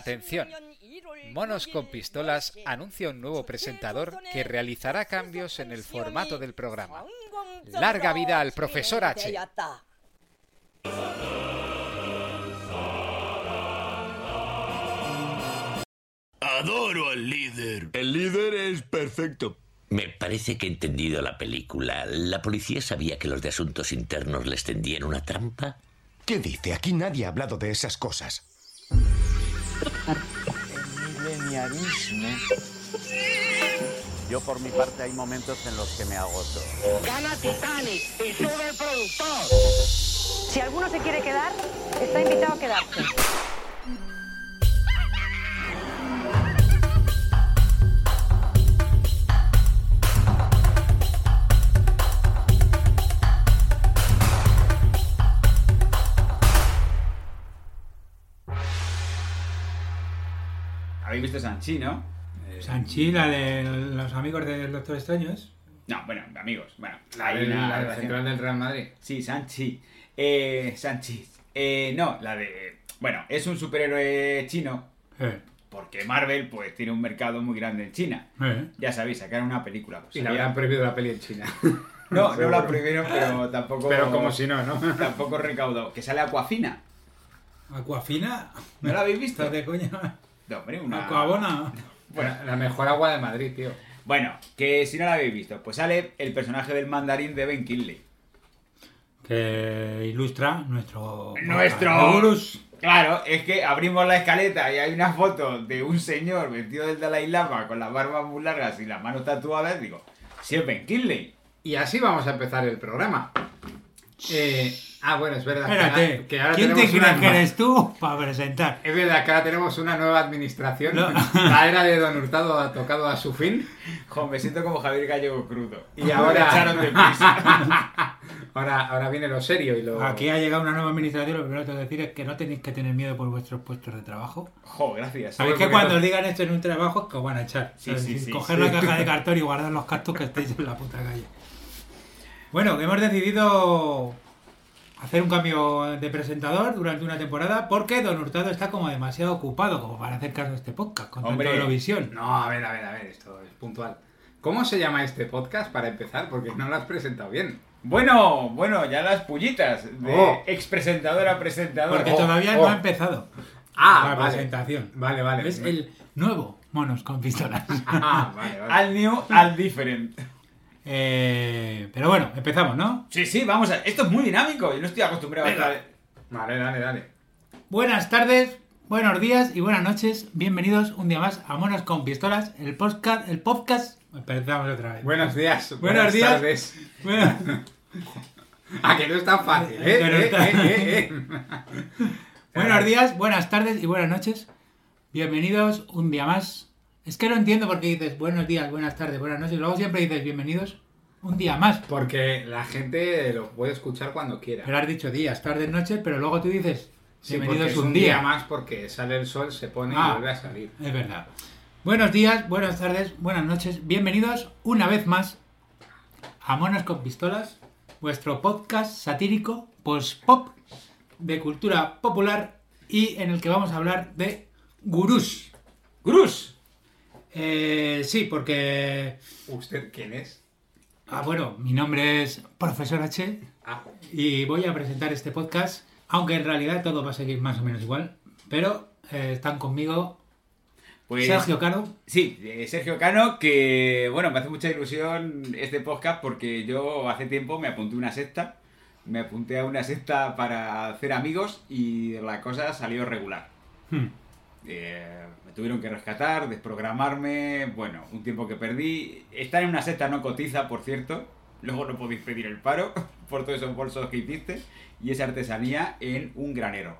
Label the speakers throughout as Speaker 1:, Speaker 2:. Speaker 1: Atención, Monos con Pistolas anuncia un nuevo presentador que realizará cambios en el formato del programa. Larga vida al profesor H.
Speaker 2: Adoro al líder.
Speaker 3: El líder es perfecto.
Speaker 4: Me parece que he entendido la película. ¿La policía sabía que los de asuntos internos les tendían una trampa?
Speaker 5: ¿Qué dice? Aquí nadie ha hablado de esas cosas.
Speaker 6: Yo por mi parte hay momentos en los que me agoto.
Speaker 7: Gana Titanic y sube el productor.
Speaker 8: Si alguno se quiere quedar, está invitado a quedarse.
Speaker 9: ¿Habéis visto Sanchi, no? Eh,
Speaker 10: Sanchi, la de los amigos del Doctor Extraños.
Speaker 9: No, bueno, amigos. Bueno,
Speaker 11: La
Speaker 9: hay
Speaker 11: del-
Speaker 9: una
Speaker 11: la del
Speaker 9: relación.
Speaker 11: central del Real Madrid.
Speaker 9: Sí, Sanchi. Eh, Sanchi. Eh, no, la de. Bueno, es un superhéroe chino.
Speaker 10: Eh,
Speaker 9: Porque Marvel, pues, tiene un mercado muy grande en China.
Speaker 10: eh.
Speaker 9: Ya sabéis, sacaron una película. pues,
Speaker 11: Y le
Speaker 9: había-
Speaker 11: habrán prohibido la peli en China.
Speaker 9: No, no
Speaker 11: Seguro.
Speaker 9: la prohibieron, pero tampoco.
Speaker 11: Pero como si no, ¿no?
Speaker 9: Tampoco recaudó. Que sale Aquafina.
Speaker 10: Aquafina.
Speaker 9: ¿No la habéis visto?
Speaker 10: Estás de coña.
Speaker 9: No, hombre, una.
Speaker 10: Aquabona.
Speaker 9: Bueno,
Speaker 11: La mejor agua de Madrid, tío.
Speaker 9: bueno, que si no la habéis visto, pues sale el personaje del mandarín de Ben Kinley.
Speaker 10: Que ilustra nuestro.
Speaker 9: Nuestro-
Speaker 10: Gurus.
Speaker 9: Claro, es que abrimos la escaleta y hay una foto de un señor vestido del Dalai Lama con las barbas muy largas y las manos tatuadas. Digo, si es Ben Kinley.
Speaker 11: Y así vamos a empezar el programa. Eh, ah, bueno, es verdad. que
Speaker 10: Espérate.
Speaker 11: ahora- que ahora
Speaker 10: ¿Quién te
Speaker 11: tenemos una
Speaker 10: crees que
Speaker 11: nueva-
Speaker 10: eres tú para presentar?
Speaker 11: Es verdad que ahora tenemos una nueva administración.
Speaker 10: No.
Speaker 11: La era de Don Hurtado ha tocado a su fin.
Speaker 9: Jo, me siento como Javier Gallego crudo.
Speaker 11: Y ahora-
Speaker 9: Me echaron de prisa.
Speaker 11: Ahora, ahora viene lo serio y lo.
Speaker 10: Aquí ha llegado una nueva administración. Lo primero que tengo que decir es que no tenéis que tener miedo por vuestros puestos de trabajo.
Speaker 9: Jo, gracias.
Speaker 10: Sabéis que
Speaker 11: porque
Speaker 10: cuando
Speaker 11: no-
Speaker 10: os digan esto en un trabajo es que os van a echar.
Speaker 9: Sí,
Speaker 10: Es
Speaker 9: sí,
Speaker 10: decir,
Speaker 9: sí,
Speaker 10: coger
Speaker 9: sí.
Speaker 10: la caja de cartón y guardar los cactus que estáis en la puta calle. Bueno, que hemos decidido hacer un cambio de presentador durante una temporada porque Don Hurtado está como demasiado ocupado como para hacer caso a este podcast con
Speaker 9: Hombre,
Speaker 10: tanta Eurovisión.
Speaker 11: No, a ver, a ver, a ver, esto es puntual. ¿Cómo se llama este podcast para empezar? Porque no lo has presentado bien.
Speaker 9: Bueno, bueno, ya las pullitas de
Speaker 11: Oh.
Speaker 9: expresentadora a presentador.
Speaker 10: Porque
Speaker 9: Oh,
Speaker 10: todavía
Speaker 11: oh.
Speaker 10: no ha empezado
Speaker 11: Ah,
Speaker 10: la
Speaker 11: vale.
Speaker 10: presentación.
Speaker 11: Vale, vale.
Speaker 10: Es el nuevo Monos con Pistolas.
Speaker 11: Ah, vale, vale.
Speaker 9: Al new, al different.
Speaker 10: Eh, pero bueno, empezamos, ¿no?
Speaker 9: Sí, sí, vamos a. Esto es muy dinámico. Yo no estoy acostumbrado a
Speaker 11: Venga.
Speaker 9: estar-
Speaker 11: Vale, dale, dale.
Speaker 10: Buenas tardes, buenos días y buenas noches. Bienvenidos un día más a Monos con Pistolas, el podcast, el podcast. Empezamos otra vez.
Speaker 11: Buenos días.
Speaker 10: Buenos días.
Speaker 11: tardes.
Speaker 10: Bueno,
Speaker 11: Ah, que no es tan fácil, ¿eh?
Speaker 10: Que no
Speaker 11: eh,
Speaker 10: está-
Speaker 11: eh, eh, eh.
Speaker 10: buenos días, buenas tardes y buenas noches. Bienvenidos un día más. Es que no entiendo por qué dices buenos días, buenas tardes, buenas noches. Luego siempre dices bienvenidos un día más.
Speaker 11: Porque la gente lo puede escuchar cuando quiera.
Speaker 10: Pero has dicho días, tardes, noches, pero luego tú dices
Speaker 11: Sí, porque
Speaker 10: bienvenidos
Speaker 11: es
Speaker 10: un día
Speaker 11: más porque sale el sol, se pone y
Speaker 10: Ah.
Speaker 11: vuelve a salir.
Speaker 10: Es verdad. Buenos días, buenas tardes, buenas noches. Bienvenidos una vez más a Monos con Pistolas, vuestro podcast satírico post-pop de cultura popular y en el que vamos a hablar de gurús.
Speaker 9: ¡Grus!
Speaker 10: Eh, sí, porque...
Speaker 11: ¿Usted quién es?
Speaker 10: Ah, bueno, mi nombre es Profesor H
Speaker 11: Ah,
Speaker 10: y voy a presentar este podcast, aunque en realidad todo va a seguir más o menos igual, pero eh, están conmigo
Speaker 9: Pues.
Speaker 10: Sergio Caro.
Speaker 9: Sí, eh, Sergio Cano, que bueno, me hace mucha ilusión este podcast porque yo hace tiempo me apunté a una secta. Me apunté a una secta para hacer amigos y la cosa salió regular.
Speaker 10: Hmm.
Speaker 9: Eh, me tuvieron que rescatar, desprogramarme, bueno, un tiempo que perdí. Estar en una secta no cotiza, por cierto. Luego no podéis pedir el paro por todos esos bolsos que hiciste. Y esa artesanía en un granero.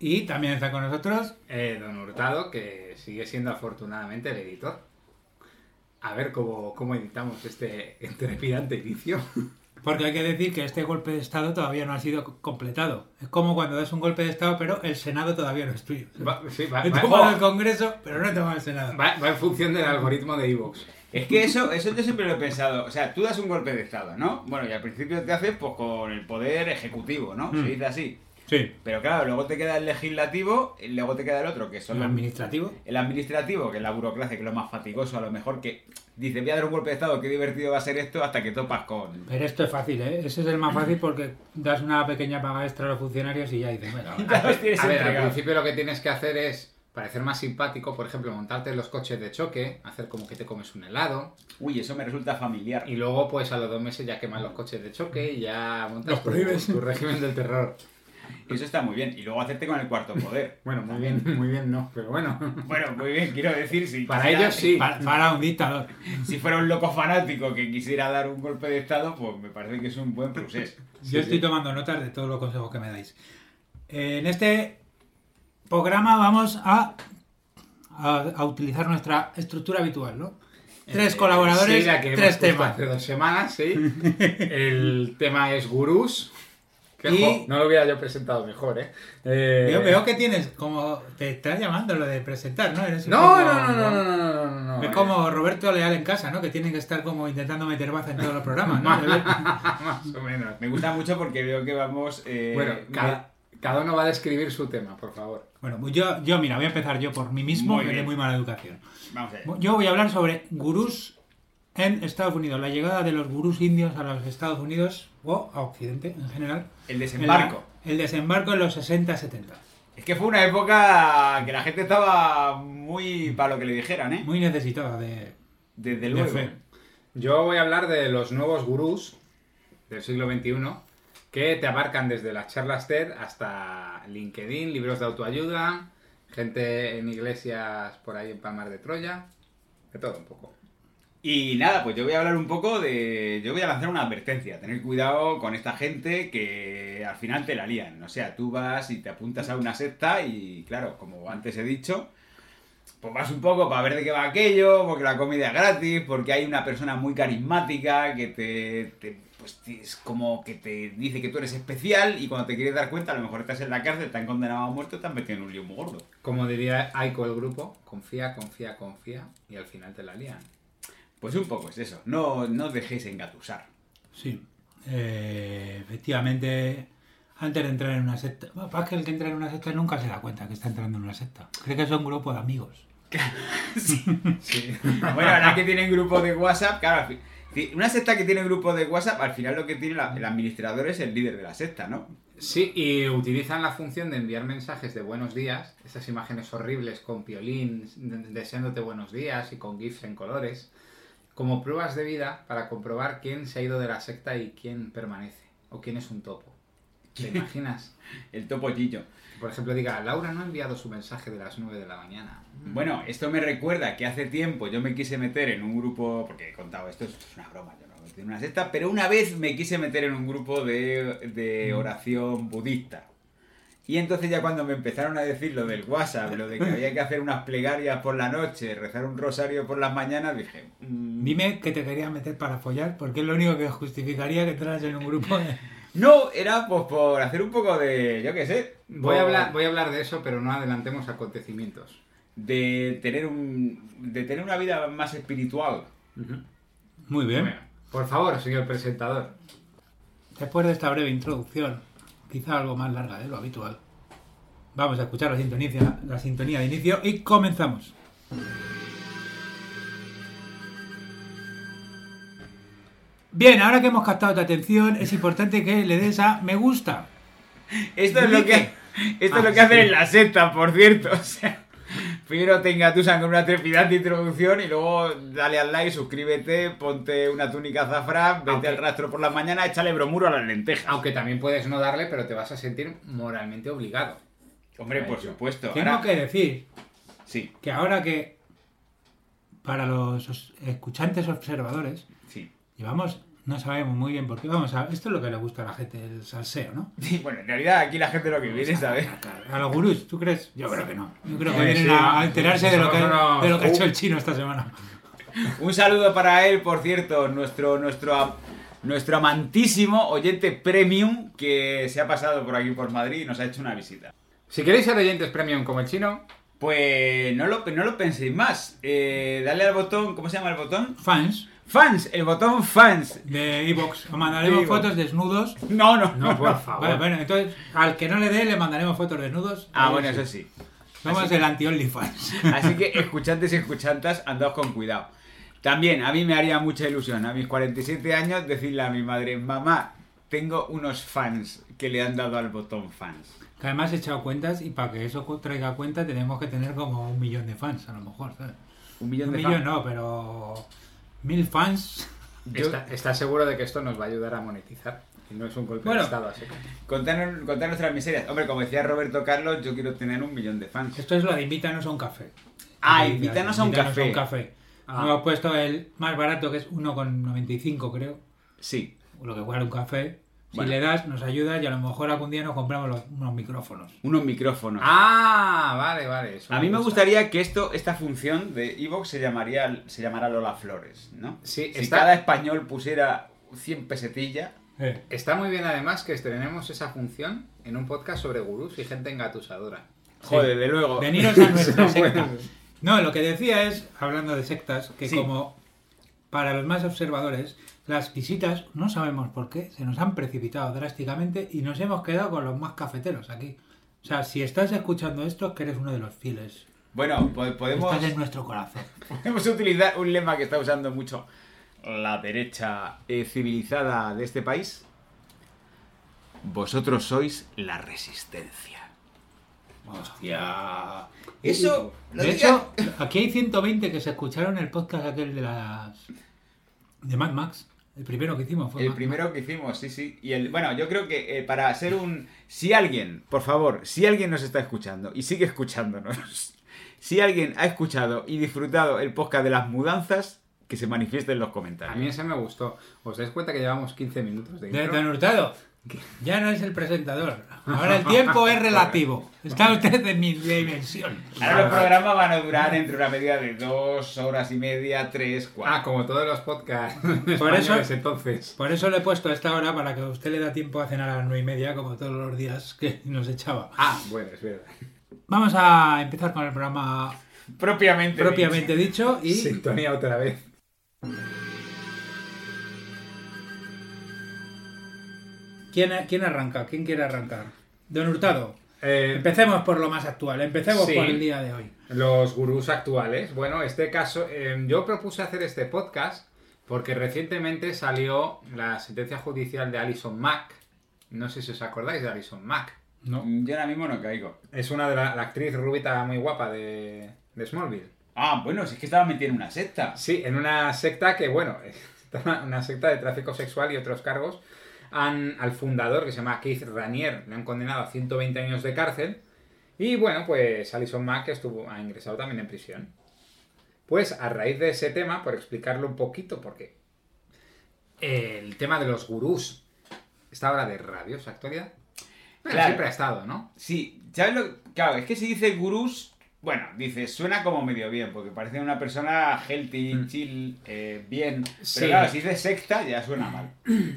Speaker 10: Y también está con nosotros
Speaker 11: eh, don Hurtado, que sigue siendo afortunadamente el editor. A ver cómo, cómo editamos este trepidante inicio.
Speaker 10: Porque hay que decir que este golpe de Estado todavía no ha sido co- completado. Es como cuando das un golpe de Estado, pero el Senado todavía no es tuyo.
Speaker 11: Va, sí, va,
Speaker 10: He
Speaker 11: va-
Speaker 10: tomado el Congreso, pero no he tomado el Senado.
Speaker 11: va- va en función del algoritmo de Evox.
Speaker 9: Es que eso, eso yo siempre lo he pensado. O sea, tú
Speaker 11: Mm.
Speaker 9: das un golpe de Estado, ¿no? Bueno, y al principio te haces pues con el poder ejecutivo, ¿no? Se dice así.
Speaker 10: Sí.
Speaker 9: Pero claro, luego te queda el legislativo, y luego te queda el otro, que son
Speaker 10: ¿El
Speaker 9: los-
Speaker 10: administrativo?
Speaker 9: El administrativo, que es la burocracia, que es lo más fatigoso, a lo mejor que dice, voy a dar un golpe de estado, qué divertido va a ser esto, hasta que topas con...
Speaker 10: Pero esto es fácil, ¿eh? Ese es el más fácil porque das una pequeña paga extra a los funcionarios y ya dices, bueno,
Speaker 11: A ver,
Speaker 9: tienes
Speaker 11: a ver, al
Speaker 9: entregado.
Speaker 11: principio lo que tienes que hacer es parecer más simpático, por ejemplo, montarte en los coches de choque, hacer como que te comes un helado,
Speaker 9: Uy, eso me resulta familiar.
Speaker 11: y luego pues a los dos meses ya queman los coches de choque y ya montas
Speaker 10: Los
Speaker 11: tu,
Speaker 10: prohíbes.
Speaker 11: tu régimen del terror.
Speaker 9: Y Eso está muy bien. Y luego hacerte con el cuarto poder.
Speaker 11: Bueno, muy bien, muy bien no, pero bueno.
Speaker 9: Bueno, muy bien, quiero decir, si
Speaker 11: Para
Speaker 9: quisiera-
Speaker 11: ellos sí.
Speaker 10: para, para un dictador.
Speaker 9: Si fuera un loco fanático que quisiera dar un golpe de estado, pues me parece que es un buen proceso.
Speaker 10: Yo estoy tomando notas de todos los consejos que me dais. En este programa vamos a, a, a utilizar nuestra estructura habitual, ¿no? Tres colaboradores,
Speaker 11: Eh, Sí, la que hemos
Speaker 10: tres
Speaker 11: puesto
Speaker 10: temas.
Speaker 11: Hace dos semanas, sí. El tema es gurús. Que,
Speaker 10: Y-
Speaker 11: jo, no lo hubiera yo presentado mejor, ¿eh? Eh,
Speaker 10: Yo veo que tienes como... Te estás llamando lo de presentar, ¿no? Eres un
Speaker 11: No,
Speaker 10: poco-
Speaker 11: no, no, no, no, no, no, no, no.
Speaker 10: Es como Roberto Leal en casa, ¿no? Que tiene que estar como intentando meter baza en todos los programas, ¿no?
Speaker 11: Más o menos.
Speaker 9: Me gusta mucho porque veo que vamos. eh,
Speaker 11: Bueno,
Speaker 9: me-
Speaker 11: cada, cada uno va a describir su tema, por favor.
Speaker 10: Bueno, pues yo, yo, mira, voy a empezar yo por mí mismo,
Speaker 9: Muy
Speaker 10: que de
Speaker 9: bien.
Speaker 10: muy mala educación.
Speaker 9: Vamos a ver.
Speaker 10: Yo voy a hablar sobre gurús en Estados Unidos, la llegada de los gurús indios a los Estados Unidos o a Occidente en general.
Speaker 9: El desembarco.
Speaker 10: El, el desembarco en los 60-70.
Speaker 9: Es que fue una época que la gente estaba muy para lo que le dijeran, ¿eh?
Speaker 10: Muy necesitada de...
Speaker 9: Desde
Speaker 10: de
Speaker 9: luego.
Speaker 10: fe.
Speaker 11: Yo voy a hablar de los nuevos gurús del siglo XXI que te abarcan desde las charlas TED hasta LinkedIn, libros de autoayuda, gente en iglesias por ahí en Palmar de Troya, de todo un poco.
Speaker 9: Y nada, pues yo voy a hablar un poco de. Yo voy a lanzar una advertencia. Tener cuidado con esta gente que al final te la lían. O sea, tú vas y te apuntas a una secta y, claro, como antes he dicho, pues vas un poco para ver de qué va aquello, porque la comida es gratis, porque hay una persona muy carismática que te. te- pues te- es como que te dice que tú eres especial y cuando te quieres dar cuenta, a lo mejor estás en la cárcel, te han condenado a muerte, te han metido en un lío muy gordo.
Speaker 11: Como diría Aiko el grupo, confía, confía, confía y al final te la lían.
Speaker 9: Pues un poco es eso. No, no os dejéis engatusar.
Speaker 10: Sí. Eh, efectivamente, antes de entrar en una secta... Bueno, pasa que el que entra en una secta nunca se da cuenta que está entrando en una secta. Cree que es un grupo de amigos.
Speaker 9: Bueno, ahora que tienen grupo de WhatsApp, claro, al fin- si- una secta que tiene grupo de WhatsApp, al final lo que tiene la- el administrador es el líder de la secta, ¿no?
Speaker 11: Sí, y utilizan la función de enviar mensajes de buenos días, esas imágenes horribles con piolín de- deseándote buenos días y con gifs en colores, como pruebas de vida para comprobar quién se ha ido de la secta y quién permanece, o quién es un topo. ¿Te imaginas?
Speaker 9: El topo Gillo.
Speaker 11: Por ejemplo, diga, Laura no ha enviado su mensaje de las 9 de la mañana.
Speaker 9: Bueno, esto me recuerda que hace tiempo yo me quise meter en un grupo, porque he contado esto, esto es una broma, yo no me metí en una secta, pero una vez me quise meter en un grupo de, de oración budista. Y entonces ya cuando me empezaron a decir lo del WhatsApp, lo de que había que hacer unas plegarias por la noche, rezar un rosario por las mañanas, dije, mm,
Speaker 10: Dime que te querías meter para follar, porque es lo único que justificaría que entras en un grupo de...
Speaker 9: No, era pues por hacer un poco de, yo qué sé.
Speaker 11: Voy a,
Speaker 9: por-
Speaker 11: hablar, voy a hablar de eso, pero no adelantemos acontecimientos.
Speaker 9: de tener un de tener una vida más espiritual.
Speaker 10: Muy bien.
Speaker 11: Bueno, por favor, señor presentador.
Speaker 10: Después de esta breve introducción, quizá algo más larga de lo habitual, vamos a escuchar la sintonía, la sintonía de inicio y comenzamos. Bien, ahora que hemos captado tu atención, es importante que le des a me gusta.
Speaker 9: Esto es lo que Ah, esto es lo que hacen en la secta, por cierto, o sea, primero te engatusan con una trepidante introducción y luego dale al like, suscríbete, ponte una túnica azafrán, vete
Speaker 11: Aunque-
Speaker 9: al rastro por la mañana, échale bromuro a las lentejas.
Speaker 11: Aunque también puedes no darle, pero te vas a sentir moralmente obligado.
Speaker 9: Hombre, por supuesto.
Speaker 10: Tengo
Speaker 9: ahora-
Speaker 10: que decir
Speaker 9: Sí,
Speaker 10: que ahora que para los os- escuchantes observadores
Speaker 9: sí.
Speaker 10: llevamos, no sabemos muy bien por qué, vamos a, esto es lo que le gusta a la gente, el salseo, ¿no?
Speaker 9: Sí, Bueno, en realidad aquí la gente lo que viene, ¿sabes?
Speaker 10: Ah, A los gurús, ¿tú crees? Yo creo que no. Yo creo que
Speaker 11: Sí,
Speaker 10: vienen
Speaker 11: sí,
Speaker 10: a
Speaker 11: vamos,
Speaker 10: a enterarse de lo que,
Speaker 11: somos unos-
Speaker 10: de lo que ha hecho
Speaker 9: Uh.
Speaker 10: el chino esta semana.
Speaker 9: Un saludo para él, por cierto, nuestro, nuestro, nuestro amantísimo oyente premium que se ha pasado por aquí por Madrid y nos ha hecho una visita.
Speaker 11: Si queréis ser oyentes premium como el chino,
Speaker 9: Pues no lo, no lo penséis más. Eh, dale al botón, ¿cómo se llama el botón?
Speaker 10: Fans,
Speaker 9: Fans, el botón fans.
Speaker 10: De Evox. Os mandaremos
Speaker 9: De iVoox.
Speaker 10: fotos desnudos.
Speaker 9: No, no,
Speaker 11: No, por favor.
Speaker 10: Vale, bueno, entonces, al que no le dé, le mandaremos fotos desnudos.
Speaker 9: Ah,
Speaker 10: Ahí
Speaker 9: bueno, eso sí.
Speaker 10: Somos el anti-OnlyFans.
Speaker 9: Así que escuchantes y escuchantas, andaos con cuidado. También a mí me haría mucha ilusión a mis 47 años decirle a mi madre, mamá, tengo unos fans que le han dado al botón fans.
Speaker 10: Que además he echado cuentas y para que eso cu- traiga cuenta tenemos que tener como un millón de fans, a lo mejor, ¿sabes?
Speaker 9: Un millón
Speaker 10: Un
Speaker 9: de
Speaker 10: millón
Speaker 9: fans.
Speaker 10: no, pero mil fans.
Speaker 9: Yo-
Speaker 11: ¿Está- ¿Estás seguro de que esto nos va a ayudar a monetizar? Y no es un golpe
Speaker 10: Bueno.
Speaker 11: de estado, así que...
Speaker 9: Contar, contar nuestras miserias. Hombre, como decía Roberto Carlos, yo quiero tener un millón de fans.
Speaker 10: Esto es lo de invítanos a un café.
Speaker 9: Ah, invítanos a un
Speaker 10: Invítanos
Speaker 9: café.
Speaker 11: Ah.
Speaker 10: Hemos puesto el más barato que es 1,95 creo,
Speaker 9: Sí.
Speaker 10: lo que cuesta un café. Si
Speaker 9: Bueno.
Speaker 10: le das, nos ayuda y a lo mejor algún día nos compramos los- unos micrófonos.
Speaker 9: Unos micrófonos.
Speaker 11: Ah, vale, vale. eso
Speaker 9: a mí me
Speaker 11: gusta.
Speaker 9: gustaría que esto, esta función de Evox se llamaría, se llamara Lola Flores, ¿no?
Speaker 11: Sí,
Speaker 9: si
Speaker 11: está-
Speaker 9: cada español pusiera 100 pesetillas,
Speaker 10: Eh,
Speaker 11: Está muy bien además que estrenemos esa función en un podcast sobre gurús y gente engatusadora.
Speaker 9: joder, de luego.
Speaker 10: Veniros a nuestra
Speaker 11: Bueno.
Speaker 10: secta. No, lo que decía es, hablando de sectas, que
Speaker 9: Sí.
Speaker 10: como para los más observadores, las visitas, no sabemos por qué, se nos han precipitado drásticamente y nos hemos quedado con los más cafeteros aquí. O sea, si estás escuchando esto es que eres uno de los fieles.
Speaker 9: Bueno, po- podemos,
Speaker 10: Estás en nuestro corazón.
Speaker 9: podemos utilizar un lema que está usando mucho la derecha eh, civilizada de este país. Vosotros sois la resistencia. Hostia. Eso, lo
Speaker 10: De
Speaker 9: decía-
Speaker 10: hecho, aquí hay 120 que se escucharon el podcast aquel de las... de Mad Max. El primero que hicimos fue...
Speaker 9: El
Speaker 10: Mad
Speaker 9: primero que hicimos, sí, sí. Y el, bueno, yo creo que eh, para ser un. Si alguien, por favor, si alguien nos está escuchando y sigue escuchándonos, si alguien ha escuchado y disfrutado el podcast de las mudanzas, que se manifieste en los
Speaker 11: A
Speaker 9: comentarios.
Speaker 11: mí ese me gustó. ¿Os dais cuenta que llevamos 15 minutos de
Speaker 10: De
Speaker 11: intro?
Speaker 10: Don Hurtado. Ya no es el presentador. Ahora el tiempo es relativo. Está usted en mi dimensión.
Speaker 9: Ahora los programas van a durar entre una media de dos horas y media, tres,
Speaker 11: Ah,
Speaker 9: cuatro.
Speaker 11: como todos los podcasts
Speaker 10: Por eso-
Speaker 11: españoles entonces.
Speaker 10: Por eso le he puesto esta hora para que a usted le da tiempo a cenar a las nueve y media, como todos los días que nos echaba.
Speaker 11: Ah, bueno, es verdad.
Speaker 10: Vamos a empezar con el programa
Speaker 9: propiamente.
Speaker 10: propiamente dicho y
Speaker 11: Sintonía otra vez.
Speaker 10: ¿quién, quién arranca? ¿Quién quiere arrancar? Don Hurtado.
Speaker 11: Eh,
Speaker 10: Empecemos por lo más actual. Empecemos
Speaker 11: Sí.
Speaker 10: por el día de hoy.
Speaker 11: Los gurús actuales. Bueno, este caso, eh, yo propuse hacer este podcast porque recientemente salió la sentencia judicial de Alison Mack. No sé si os acordáis de Alison Mack.
Speaker 9: dicho. Mm, Yo ahora mismo no caigo.
Speaker 11: Es una de la, la actriz rubita muy guapa de, de Smallville.
Speaker 9: Ah, bueno, si es que estaba metido en una secta.
Speaker 11: Sí, en una secta que, bueno, una secta de tráfico sexual y otros cargos, han, al fundador, que se llama Keith Ranier, le han condenado a 120 años de cárcel. Y bueno, pues Alison Mack estuvo, ha ingresado también en prisión. Pues a raíz de ese tema, por explicarlo un poquito, porque el tema de los gurús está ahora de rabios actualidad. Bueno,
Speaker 9: Claro.
Speaker 11: siempre ha estado, ¿no?
Speaker 9: Sí, ¿sabes lo Claro, es que si dice gurús, bueno, dice, suena como medio bien, porque parece una persona healthy,
Speaker 11: Mm.
Speaker 9: chill, eh, bien. Pero
Speaker 11: Sí.
Speaker 9: claro, si dice secta, ya suena mal.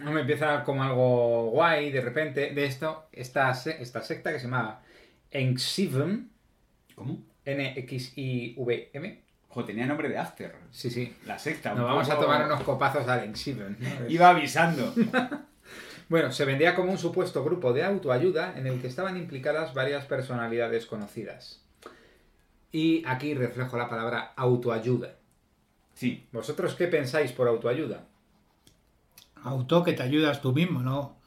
Speaker 11: No me empieza como algo guay de repente. De esto, esta, se- esta secta que se llama Enxivm,
Speaker 9: ¿Cómo?
Speaker 11: N-X-I-V-M.
Speaker 9: Ojo, tenía nombre de After.
Speaker 11: Sí, sí.
Speaker 9: La secta.
Speaker 11: Nos
Speaker 9: un
Speaker 11: vamos a
Speaker 9: poco-
Speaker 11: tomar unos copazos al Enxivm. ¿no?
Speaker 9: Iba avisando.
Speaker 11: Bueno, se vendía como un supuesto grupo de autoayuda en el que estaban implicadas varias personalidades conocidas. Y aquí reflejo la palabra autoayuda.
Speaker 9: Sí.
Speaker 11: ¿Vosotros qué pensáis por autoayuda?
Speaker 10: Auto que te ayudas tú mismo, ¿no?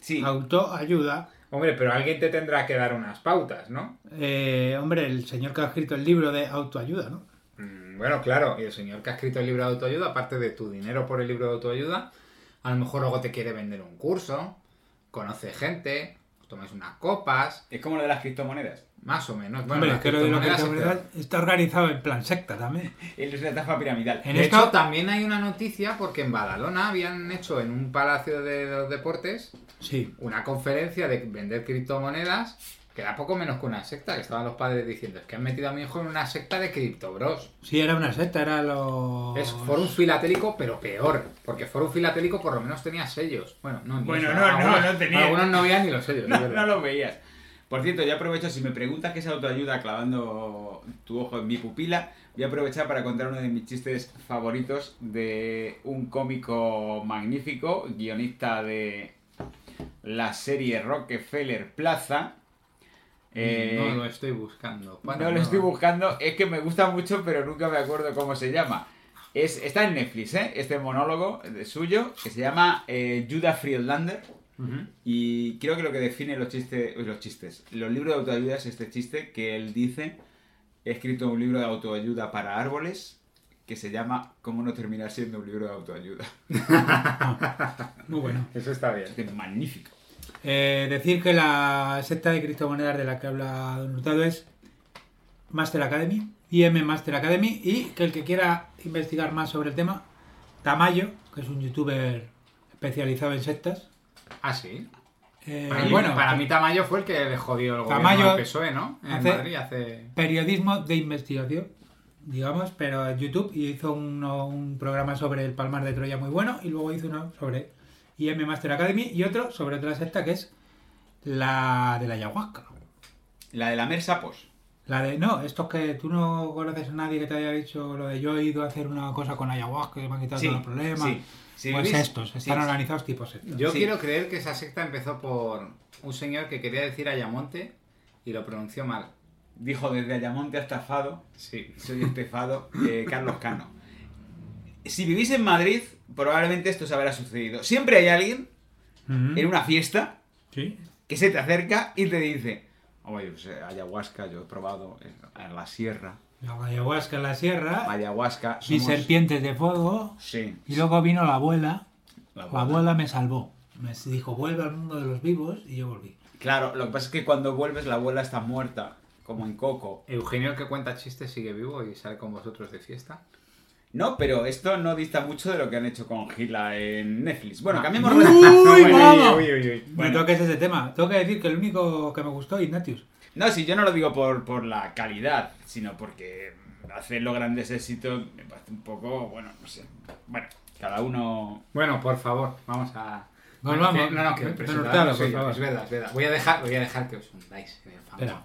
Speaker 9: Sí.
Speaker 10: Auto ayuda.
Speaker 11: Hombre, pero alguien te tendrá que dar unas pautas, ¿no?
Speaker 10: Eh, hombre, el señor que ha escrito el libro de autoayuda, ¿no?
Speaker 11: Mm, Bueno, claro, y el señor que ha escrito el libro de autoayuda, aparte de tu dinero por el libro de autoayuda, a lo mejor luego te quiere vender un curso, conoce gente, os tomáis unas copas, eh,
Speaker 9: Es como lo de las criptomonedas.
Speaker 11: más o menos. Bueno,
Speaker 10: hombre,
Speaker 11: las
Speaker 10: pero de lo que
Speaker 11: criptomonedas
Speaker 10: te
Speaker 11: se
Speaker 10: hablas está organizado en plan secta también.
Speaker 9: Él es una estafa piramidal.
Speaker 10: En
Speaker 11: De
Speaker 10: esto-
Speaker 11: hecho, también hay una noticia porque en Badalona habían hecho en un palacio de los deportes
Speaker 10: Sí.
Speaker 11: una conferencia de vender criptomonedas que era poco menos que una secta, que estaban los padres diciendo, es que han metido a mi hijo en una secta de criptobros.
Speaker 10: Sí, era una secta, era los...
Speaker 11: Es forum filatélico, pero peor, porque forum filatélico por lo menos tenía sellos. Bueno, no, ni
Speaker 9: Bueno,
Speaker 11: eso.
Speaker 9: no, no,
Speaker 11: Algunos-
Speaker 9: no tenía.
Speaker 11: Algunos no veían ni los sellos. es
Speaker 9: No,
Speaker 11: verdad.
Speaker 9: no lo veías. Por cierto, ya aprovecho, si me preguntas qué es autoayuda clavando tu ojo en mi pupila, voy a aprovechar para contar uno de mis chistes favoritos de un cómico magnífico, guionista de la serie Rockefeller Plaza. Eh,
Speaker 11: no lo estoy buscando.
Speaker 9: Bueno, no lo estoy buscando, es que me gusta mucho, pero nunca me acuerdo cómo se llama. Es, está en Netflix, ¿eh? este monólogo de suyo, que se llama eh, Judah Friedlander. Uh -huh. Y creo que lo que define los chistes, los chistes, los libros de autoayuda es este chiste que él dice, he escrito un libro de autoayuda para árboles que se llama Cómo no terminar siendo un libro de autoayuda. Este
Speaker 10: Muy bueno.
Speaker 11: Eso está bien.
Speaker 9: Es magnífico.
Speaker 10: Eh, decir que la secta de criptomonedas de la que habla Don Hurtado es Master Academy, IM Master Academy, y que el que quiera investigar más sobre el tema, Tamayo, que es un youtuber especializado en sectas,
Speaker 11: Ah, sí.
Speaker 10: Eh,
Speaker 11: Para mí-
Speaker 10: bueno,
Speaker 11: para mí Tamayo fue el que le jodió el gobierno
Speaker 10: Tamayo
Speaker 11: al PSOE, E, ¿no? En
Speaker 10: hace-
Speaker 11: Madrid hace...
Speaker 10: periodismo de investigación, digamos, pero en YouTube y hizo uno- un programa sobre el Palmar de Troya muy bueno y luego hizo uno sobre IM Master Academy y otro sobre otra secta que es la de la ayahuasca.
Speaker 9: La pues. de lamer sapos.
Speaker 10: La de, no, estos que tú no conoces a nadie que te haya dicho lo de yo he ido a hacer una cosa con ayahuasca y me han quitado
Speaker 9: Sí,
Speaker 10: todos los problemas.
Speaker 9: sí. Sí,
Speaker 10: pues
Speaker 9: ¿vivís?
Speaker 10: estos, están
Speaker 9: Sí.
Speaker 10: organizados tipo secta.
Speaker 11: Yo
Speaker 9: Sí.
Speaker 11: quiero creer que esa secta empezó por un señor que quería decir Ayamonte y lo pronunció mal.
Speaker 9: Dijo desde Ayamonte hasta Fado.
Speaker 11: Sí.
Speaker 9: Soy estefado de Carlos Cano. Si vivís en Madrid, probablemente esto os habrá sucedido. Siempre hay alguien
Speaker 10: Ujú.
Speaker 9: en una fiesta
Speaker 10: Sí.
Speaker 9: que se te acerca y te dice, oye, pues, eh, ayahuasca, yo he probado en la sierra,
Speaker 10: La ayahuasca en la sierra,
Speaker 9: ayahuasca,
Speaker 10: mis
Speaker 9: somos-"
Speaker 10: serpientes de fuego,
Speaker 9: Sí.
Speaker 10: y luego vino la abuela.
Speaker 9: La
Speaker 10: La
Speaker 9: abuela.
Speaker 10: abuela me salvó. Me dijo, vuelve al mundo de los vivos y yo volví.
Speaker 9: Claro, lo que pasa es que cuando vuelves la abuela está muerta, como en Coco.
Speaker 11: Eugenio, el que cuenta chistes, sigue vivo y sale con vosotros de fiesta.
Speaker 9: No, pero esto no dista mucho de lo que han hecho con Gila en Netflix. Bueno, cambiamos
Speaker 10: Ah. Uy,
Speaker 9: Bueno,
Speaker 10: vamos.
Speaker 9: uy, uy, uy. Bueno,
Speaker 10: No toques ese tema. Tengo que decir que el único que me gustó Ignatius.
Speaker 9: No, si yo no lo digo por, por la calidad, sino porque hacer los grandes éxitos me parece un poco, bueno, no sé. Bueno, cada uno...
Speaker 11: Bueno, por favor, vamos a...
Speaker 10: Bueno, vamos.
Speaker 11: que- no, no, que
Speaker 10: Don
Speaker 11: presentador
Speaker 10: Hurtado,
Speaker 11: soy
Speaker 10: por
Speaker 11: yo,
Speaker 10: favor.
Speaker 11: Es verdad, es verdad. Voy a dejar, voy a dejar que os eh, hundáis en el fango.
Speaker 10: Espera.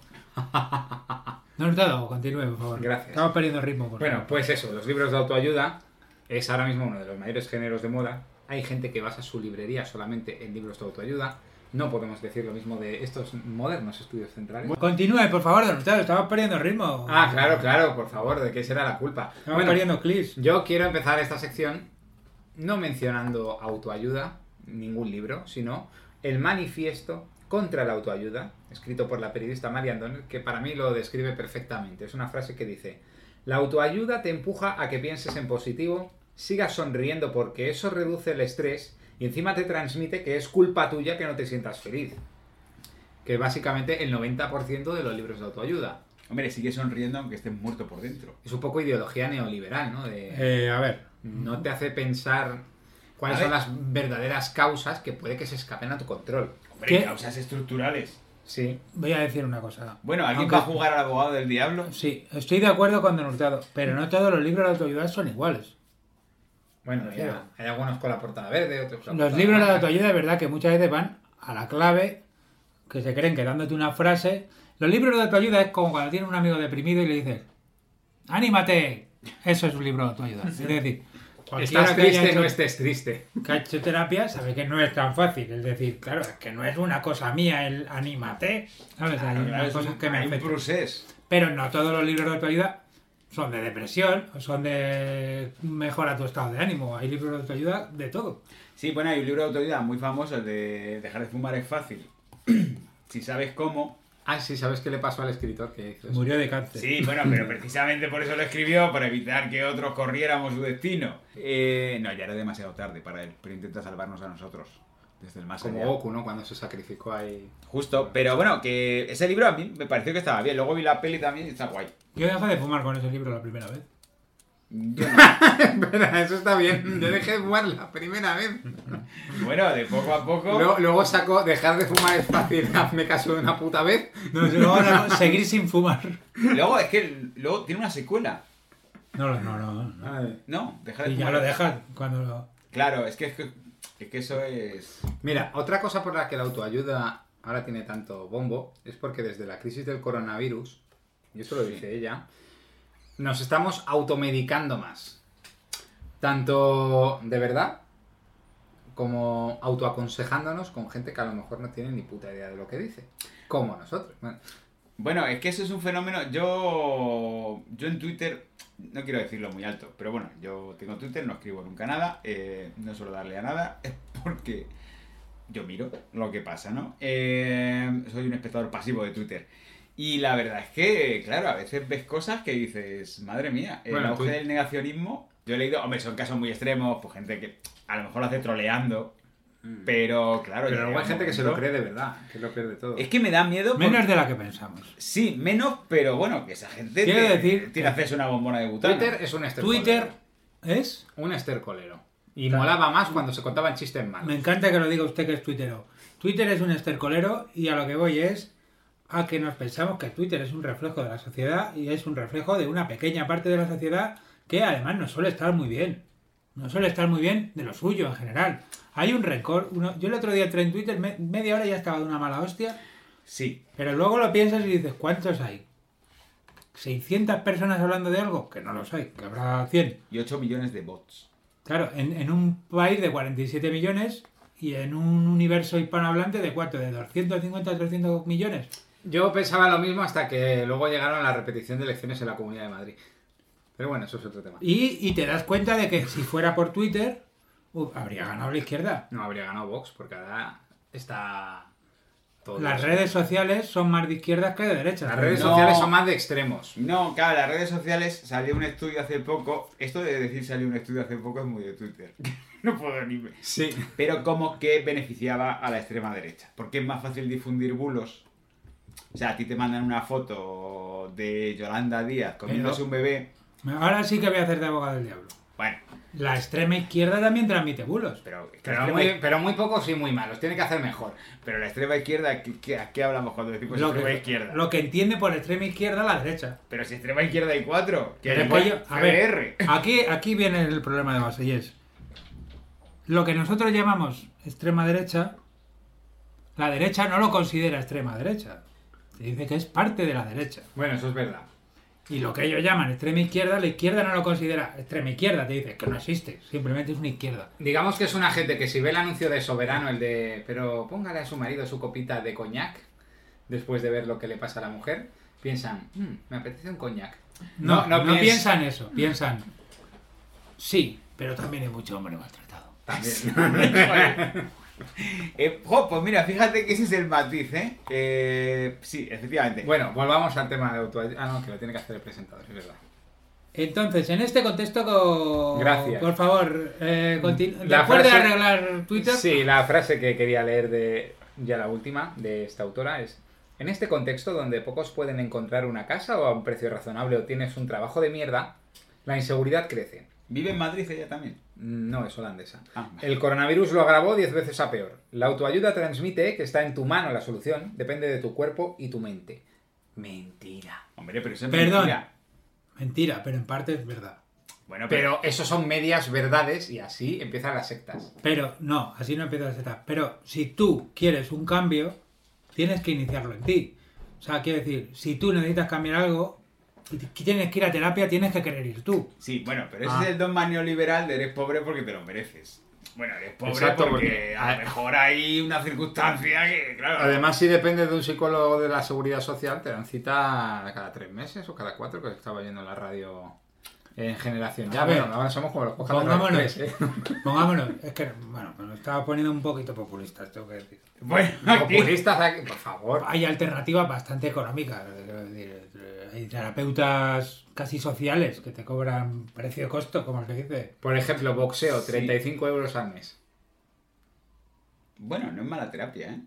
Speaker 10: No, Hurtado, continúe, por favor.
Speaker 11: Gracias.
Speaker 10: Estamos perdiendo ritmo. Por
Speaker 11: Bueno, pues eso, los libros de autoayuda es ahora mismo uno de los mayores géneros de moda. Hay gente que basa su librería solamente en libros de autoayuda. No podemos decir lo mismo de estos modernos estudios centrales.
Speaker 10: favor. Continúe, por favor, Don Hurtado. Estamos perdiendo ritmo.
Speaker 11: Ah, claro, claro, por favor, ¿de qué será la culpa?
Speaker 10: Estamos
Speaker 11: Bueno,
Speaker 10: perdiendo clips.
Speaker 11: yo quiero empezar esta sección no mencionando autoayuda, ningún libro, sino el manifiesto contra la autoayuda, escrito por la periodista Marian Donner, que para mí lo describe perfectamente. Es una frase que dice, la autoayuda te empuja a que pienses en positivo, sigas sonriendo porque eso reduce el estrés y encima te transmite que es culpa tuya que no te sientas feliz. Que es básicamente el 90% de los libros de autoayuda.
Speaker 9: Hombre, sigue sonriendo aunque estés muerto por dentro.
Speaker 11: Es un poco ideología neoliberal, ¿no? De,
Speaker 10: Eh, a ver.
Speaker 11: no te hace pensar cuáles
Speaker 9: A
Speaker 11: son
Speaker 9: ver.
Speaker 11: las verdaderas causas que puede que se escapen a tu control.
Speaker 9: Hombre,
Speaker 10: ¿Qué?
Speaker 9: causas estructurales.
Speaker 11: Sí.
Speaker 10: Voy a decir una cosa.
Speaker 9: Bueno, ¿alguien
Speaker 10: Aunque-
Speaker 9: va a jugar al abogado del diablo?
Speaker 10: Sí, estoy de acuerdo con Don Hurtado, pero no todos los libros de autoayuda son iguales.
Speaker 11: Bueno, ya,
Speaker 10: Claro.
Speaker 11: hay algunos con la portada verde, otros con la
Speaker 10: Los
Speaker 11: portada
Speaker 10: libros de
Speaker 11: blanca.
Speaker 10: autoayuda es verdad que muchas veces van a la clave, que se creen que dándote una frase. Los libros de autoayuda es como cuando tienes un amigo deprimido y le dices, ¡Anímate! Eso es un libro de autoayuda. Es decir,
Speaker 11: Estás
Speaker 10: cualquiera que haya
Speaker 11: triste,
Speaker 10: hecho,
Speaker 11: no estés triste.
Speaker 10: que ha hecho terapia sabe que no es tan fácil. Es decir, claro, es que no es una cosa mía el anímate. ¿Sabes? Hay, hay
Speaker 9: Claro,
Speaker 10: cosas que me
Speaker 9: hay un
Speaker 10: afectan.
Speaker 9: procés.
Speaker 10: Pero no todos los libros de autoayuda son de depresión o son de mejora tu estado de ánimo. Hay libros de autoayuda de todo.
Speaker 9: Sí, bueno, hay un libro de autoridad muy famoso, el de Dejar de fumar es fácil. si sabes cómo...
Speaker 11: Ah, sí, ¿sabes qué le pasó al escritor que hizo eso?
Speaker 10: Murió de cáncer.
Speaker 9: Sí, bueno, pero precisamente por eso lo escribió, para evitar que otros corriéramos su destino. Eh, no, ya era demasiado tarde para él, pero intenta salvarnos a nosotros desde el más
Speaker 11: Como
Speaker 9: allá.
Speaker 11: Goku, ¿no? Cuando se sacrificó ahí.
Speaker 9: Justo, pero bueno, que ese libro a mí me pareció que estaba bien. Luego vi la peli también y está guay.
Speaker 10: Yo dejé de fumar con ese libro la primera vez.
Speaker 9: Yo no.
Speaker 11: Espera, eso está bien. Yo dejé de fumar la primera vez.
Speaker 9: bueno, de poco a poco.
Speaker 11: Luego, luego sacó dejar de fumar es fácil. Hazme caso de una puta vez.
Speaker 10: No, yo ahora no, seguir sin fumar.
Speaker 9: Luego es que luego tiene una secuela.
Speaker 10: No, no, no. no, no.
Speaker 9: No, deja de
Speaker 10: Y ya
Speaker 9: fumar.
Speaker 10: lo dejan cuando lo...
Speaker 9: Claro, es que, es que es que eso es.
Speaker 11: Mira, otra cosa por la que la autoayuda ahora tiene tanto bombo es porque desde la crisis del coronavirus, y eso lo dice ella, nos estamos automedicando más. Tanto de verdad como autoaconsejándonos con gente que a lo mejor no tiene ni puta idea de lo que dice. Como nosotros. Bueno,
Speaker 9: Bueno, es que eso es un fenómeno. Yo, yo en Twitter, no quiero decirlo muy alto, pero bueno, yo tengo Twitter, no escribo nunca nada, eh, no suelo darle a nada, porque yo miro lo que pasa, ¿no? Eh, soy un espectador pasivo de Twitter. Y la verdad es que, claro, a veces ves cosas que dices, madre mía, el
Speaker 11: Bueno,
Speaker 9: auge
Speaker 11: tú-
Speaker 9: del negacionismo. Yo he leído, hombre, son casos muy extremos, pues gente que a lo mejor lo hace troleando, pero claro.
Speaker 11: Mm. pero luego
Speaker 9: llega
Speaker 11: hay
Speaker 9: un
Speaker 11: gente que se lo
Speaker 9: momento-
Speaker 11: cree de verdad, que es lo peor de todo.
Speaker 9: Es que me da miedo. porque-
Speaker 10: Menos de la que pensamos.
Speaker 9: Sí, menos, pero bueno, que esa gente
Speaker 10: Quiero
Speaker 9: te-
Speaker 10: decir
Speaker 9: tiene acceso a una bombona de butano.
Speaker 11: Twitter es un estercolero.
Speaker 10: Twitter es.
Speaker 11: Un estercolero. Y molaba más cuando se contaban chistes malos.
Speaker 10: Me encanta que lo diga usted que es tuitero. Twitter es un estercolero y a lo que voy es a que nos pensamos que Twitter es un reflejo de la sociedad y es un reflejo de una pequeña parte de la sociedad que además no suele estar muy bien. No suele estar muy bien de lo suyo en general. Hay un rencor. uno- yo el otro día entré en Twitter, me- media hora ya estaba de una mala hostia,
Speaker 9: Sí,
Speaker 10: pero luego lo piensas y dices, ¿cuántos hay? ¿600 personas hablando de algo? Que no los hay, que habrá 100.
Speaker 9: y 8 millones de bots.
Speaker 10: Claro, en, en un país de 47 millones y en un universo hispanohablante de cuánto, de 250 a 300 millones.
Speaker 11: Yo pensaba lo mismo hasta que luego llegaron la repetición de elecciones en la Comunidad de Madrid. Pero bueno, eso es otro tema.
Speaker 10: Y, y te das cuenta de que si fuera por Twitter, uh, habría ganado la izquierda.
Speaker 11: No habría ganado Vox porque ahora está todo.
Speaker 10: Las redes sociales son más de izquierdas que de derechas.
Speaker 11: Las redes
Speaker 9: No.
Speaker 11: sociales son más de extremos.
Speaker 9: No, claro, las redes sociales salió un estudio hace poco. Esto de decir salió un estudio hace poco es muy de Twitter. no puedo ni. me-
Speaker 11: Sí.
Speaker 9: Pero como que beneficiaba a la extrema derecha. Porque es más fácil difundir bulos. O sea, a ti te mandan una foto de Yolanda Díaz comiéndose
Speaker 10: Pero-
Speaker 9: un bebé.
Speaker 10: Ahora sí que voy a hacer de abogado del diablo.
Speaker 9: Bueno,
Speaker 10: La extrema izquierda también transmite bulos.
Speaker 9: pero.
Speaker 11: Pero muy, pero muy pocos y muy malos. Tiene que hacer mejor.
Speaker 9: pero la extrema izquierda, ¿qué, qué- a qué hablamos cuando decimos
Speaker 11: Pues
Speaker 9: extrema izquierda?
Speaker 10: lo que entiende por extrema izquierda la derecha.
Speaker 9: Pero si extrema izquierda hay cuatro. Que
Speaker 10: Pero es
Speaker 9: igual
Speaker 10: que yo- a ver,
Speaker 9: CDR.
Speaker 10: aquí, aquí viene el problema de base y es lo que nosotros llamamos extrema derecha, la derecha no lo considera extrema derecha. Se dice que es parte de la derecha.
Speaker 11: Bueno, eso es verdad.
Speaker 10: Y lo que ellos llaman extrema izquierda, la izquierda no lo considera extrema izquierda. Te dice que no existe, simplemente es una izquierda.
Speaker 11: Digamos que es una gente que si ve el anuncio de Soberano, el de. Pero póngale a su marido su copita de coñac, después de ver lo que le pasa a la mujer, piensan, "Mm, me apetece un coñac.
Speaker 10: No, no,
Speaker 11: piens-
Speaker 10: piensan eso, piensan. Sí, pero también hay mucho hombre maltratado.
Speaker 9: Eh, jo, pues mira, fíjate que ese es el matiz, ¿eh? Eh, sí, efectivamente.
Speaker 11: Bueno, volvamos al tema de autoayuda. Ah, no, que lo tiene que hacer el presentador, es verdad.
Speaker 10: Entonces, en este contexto, co-
Speaker 11: Gracias.
Speaker 10: por favor, eh, continu-
Speaker 11: La
Speaker 10: después de
Speaker 11: frase-
Speaker 10: arreglar Twitter,
Speaker 11: Sí, la frase que quería leer de ya la última de esta autora es en este contexto donde pocos pueden encontrar una casa o a un precio razonable o tienes un trabajo de mierda, la inseguridad crece.
Speaker 9: Vive en Madrid ella también.
Speaker 11: No es holandesa.
Speaker 9: Ah.
Speaker 11: El coronavirus lo agravó 10 veces a peor. La autoayuda transmite que está en tu mano la solución, depende de tu cuerpo y tu mente. Mentira.
Speaker 9: Hombre, pero eso es
Speaker 10: Perdón.
Speaker 9: mentira.
Speaker 10: Mentira, pero en parte es verdad.
Speaker 9: Bueno, pero,
Speaker 11: Pero eso son medias verdades y así empiezan las sectas.
Speaker 10: Pero no, así no empieza la seta. Pero si tú quieres un cambio, tienes que iniciarlo en ti. O sea, quiero decir, si tú necesitas cambiar algo y t- tienes que ir a terapia, tienes que querer ir tú.
Speaker 9: Sí, bueno, pero ese
Speaker 10: Ah.
Speaker 9: es el dogma neoliberal de eres pobre porque te lo mereces. Bueno, eres pobre
Speaker 11: Exacto,
Speaker 9: porque,
Speaker 11: porque-
Speaker 9: a lo mejor hay una circunstancia que, claro.
Speaker 11: Además, si depende de un psicólogo de la seguridad social, te dan cita cada tres meses o cada cuatro, que estaba yendo en la radio en generación. Ya,
Speaker 10: A ver,
Speaker 11: bueno, ahora somos como los cojas de los
Speaker 10: Pongámonos,
Speaker 11: tres, ¿eh?
Speaker 10: pongámonos. Es que, bueno, me lo estaba poniendo un poquito populista, tengo que decir.
Speaker 9: Bueno, aquí-
Speaker 11: Populistas, aquí, por favor.
Speaker 10: Hay alternativas bastante económicas. quiero decir, Hay terapeutas casi sociales que te cobran precio costo, como se dice.
Speaker 11: Por ejemplo, boxeo,
Speaker 9: Sí.
Speaker 11: 35 euros al mes.
Speaker 9: Bueno, no es mala terapia, ¿eh?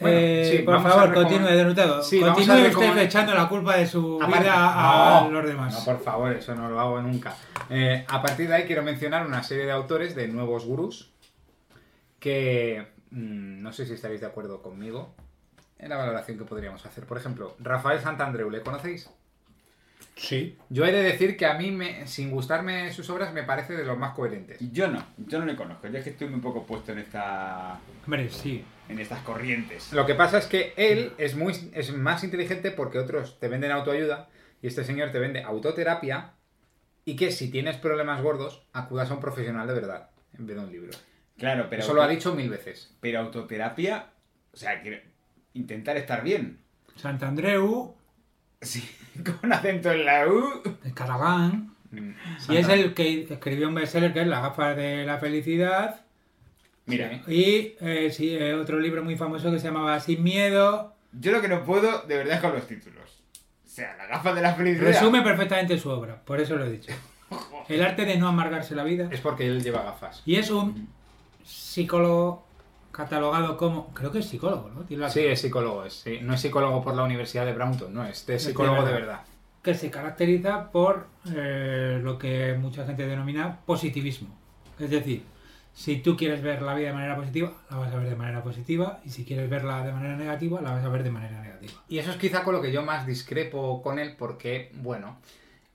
Speaker 11: Bueno,
Speaker 10: Eh,
Speaker 11: sí,
Speaker 10: por
Speaker 11: vamos a
Speaker 10: favor,
Speaker 11: recomend-
Speaker 10: continúe, denotado.
Speaker 11: Sí, vamos a
Speaker 10: continúe usted
Speaker 11: recomend-
Speaker 10: echando la culpa de su
Speaker 11: Aparte-
Speaker 10: vida a
Speaker 11: No,
Speaker 10: los demás.
Speaker 11: No, por favor, eso no lo hago nunca. Eh, a partir de ahí quiero mencionar una serie de autores de nuevos gurús que mm, no sé si estaréis de acuerdo conmigo en la valoración que podríamos hacer. Por ejemplo, Rafael Santandreu, ¿le conocéis?
Speaker 10: Sí.
Speaker 11: Yo he de decir que a mí, me, sin gustarme sus obras, me parece de los más coherentes.
Speaker 9: Yo no, yo no le conozco, yo es que estoy muy poco puesto en esta.
Speaker 10: Hombre, sí.
Speaker 9: En estas corrientes.
Speaker 11: Lo que pasa es que él es, muy, es más inteligente porque otros te venden autoayuda y este señor te vende autoterapia y que si tienes problemas gordos, acudas a un profesional de verdad en vez de un libro.
Speaker 9: Claro, pero.
Speaker 11: Eso lo ha dicho mil veces.
Speaker 9: Pero autoterapia, o sea, que intentar estar bien.
Speaker 10: Santandreu,
Speaker 9: Sí, con acento en la U.
Speaker 10: el Caraván. Y es el que escribió un bestseller que es La gafa de la felicidad.
Speaker 9: Mira,
Speaker 10: Y eh, sí, eh, otro libro muy famoso que se llamaba Sin Miedo.
Speaker 9: yo lo que no puedo, de verdad, es con los títulos. O sea, la gafa de la felicidad.
Speaker 10: Resume perfectamente su obra, por eso lo he dicho. El arte de no amargarse la vida.
Speaker 11: Es porque él lleva gafas.
Speaker 10: Y es un psicólogo catalogado como... Creo que es psicólogo, ¿no? Tiene la-
Speaker 11: Sí, es psicólogo. es, sí. No es psicólogo por la Universidad de Brownton, no, este es
Speaker 10: Es de
Speaker 11: psicólogo de
Speaker 10: verdad.
Speaker 11: verdad.
Speaker 10: que se caracteriza por eh, lo que mucha gente denomina positivismo. Es decir, si tú quieres ver la vida de manera positiva, la vas a ver de manera positiva, y si quieres verla de manera negativa, la vas a ver de manera negativa.
Speaker 11: Y eso es quizá con lo que yo más discrepo con él, porque, bueno,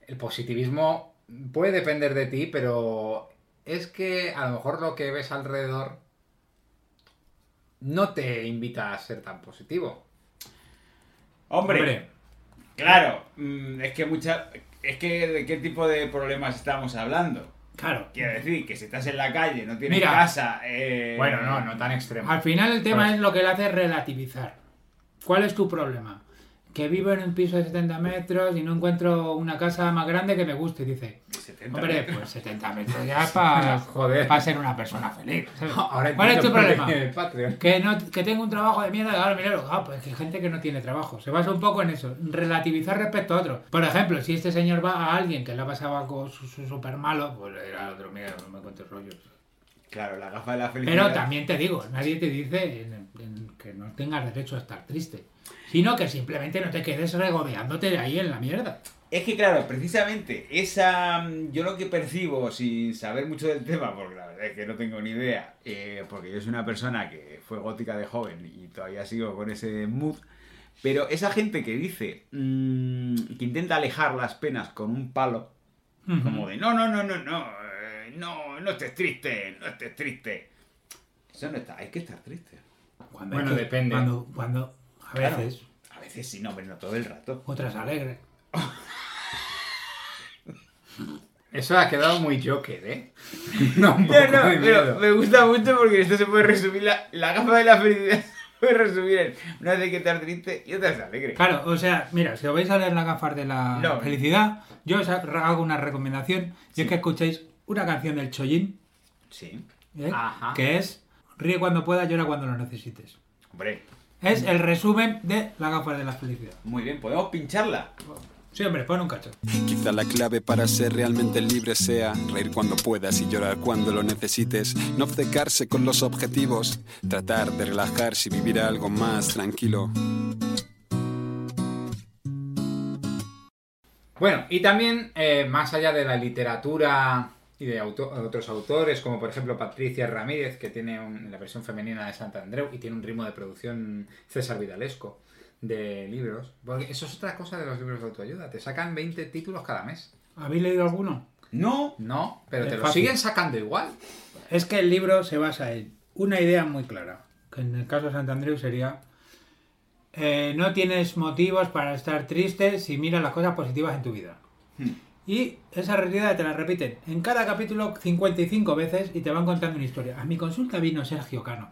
Speaker 11: el positivismo puede depender de ti, pero es que a lo mejor lo que ves alrededor no te invita a ser tan positivo.
Speaker 9: Hombre, claro. mm, Es que mucha. Es que de qué tipo de problemas estamos hablando.
Speaker 10: claro.
Speaker 9: Quiero decir, que si estás en la calle, no tienes
Speaker 10: Mira.
Speaker 9: casa. eh,
Speaker 11: Bueno, no, no tan extremo.
Speaker 10: Al final el tema
Speaker 11: Vale.
Speaker 10: es lo que le hace relativizar. ¿Cuál es tu problema? Que vivo en un piso de 70 metros y no encuentro una casa más grande que me guste, dice.
Speaker 9: 70
Speaker 10: Hombre,
Speaker 9: metros.
Speaker 10: pues 70 metros ya para
Speaker 11: Joder.
Speaker 10: para ser una persona feliz. ¿sabes?
Speaker 11: Ahora
Speaker 10: ¿Cuál es tu
Speaker 11: entiendo por qué
Speaker 10: problema?
Speaker 11: tiene el Patreon.
Speaker 10: Que, no, que tengo un trabajo de mierda, claro, míralo. Ah, pues que hay gente que no tiene trabajo. Se basa un poco en eso, relativizar respecto a otros. Por ejemplo, si este señor va a alguien que le ha pasado algo su- su- súper malo, pues le dirá al otro, mira, no me cuentes rollos.
Speaker 9: Claro, la gafa de la felicidad.
Speaker 10: Pero también te digo, nadie te dice en- en que no tengas derecho a estar triste, sino que simplemente no te quedes regodeándote de ahí en la mierda.
Speaker 9: Es que claro, precisamente esa mm, yo lo que percibo sin saber mucho del tema, porque la verdad es que no tengo ni idea, eh, porque yo soy una persona que fue gótica de joven y todavía sigo con ese mood, pero esa gente que dice mm, que intenta alejar las penas con un palo, como de no, no, no, no, no, eh, no, no estés triste, no estés triste. Eso no está, hay que estar triste.
Speaker 10: Cuando
Speaker 11: Bueno, depende.
Speaker 10: Cuando, cuando a
Speaker 9: Claro.
Speaker 10: veces,
Speaker 9: A veces sí, no, pero no todo el rato.
Speaker 10: otras alegres.
Speaker 11: Eso ha quedado muy Joker, ¿eh? No, un
Speaker 9: No,
Speaker 11: poco
Speaker 9: no,
Speaker 11: de
Speaker 9: pero
Speaker 11: miedo.
Speaker 9: me gusta mucho porque esto se puede resumir, la, la gafa de la felicidad se puede resumir en una de que estar triste y otra es alegre.
Speaker 10: Claro, o sea, mira, si os vais a leer las gafas de la
Speaker 9: No.
Speaker 10: felicidad, yo os hago una recomendación, y
Speaker 9: Sí.
Speaker 10: es que escuchéis una canción del Chollín,
Speaker 9: Sí,
Speaker 10: ¿eh?
Speaker 11: Ajá.
Speaker 10: que es Ríe cuando puedas, llora cuando lo necesites.
Speaker 9: hombre,
Speaker 10: Es el resumen de las gafas de la felicidad.
Speaker 9: muy bien, podemos pincharla.
Speaker 10: Sí, hombre, pon un cacho.
Speaker 12: Quizá la clave para ser realmente libre sea reír cuando puedas y llorar cuando lo necesites, no obcecarse con los objetivos, tratar de relajarse y vivir algo más tranquilo.
Speaker 11: Bueno, y también eh, más allá de la literatura y de auto- otros autores, como por ejemplo Patricia Ramírez, que tiene un- la versión femenina de Santandreu y tiene un ritmo de producción César Vidalesco de libros. Porque eso es otra cosa de los libros de autoayuda. Te sacan 20 títulos cada mes.
Speaker 10: ¿Habéis leído alguno?
Speaker 9: No,
Speaker 11: No, pero
Speaker 10: Es
Speaker 11: te lo
Speaker 10: fácil.
Speaker 11: siguen sacando igual.
Speaker 10: Es que el libro se basa en una idea muy clara, que en el caso de Santandreu sería, eh, no tienes motivos para estar triste si miras las cosas positivas en tu vida.
Speaker 11: Hmm.
Speaker 10: Y esa realidad te la repiten en cada capítulo 55 veces y te van contando una historia. A mi consulta vino Sergio Cano.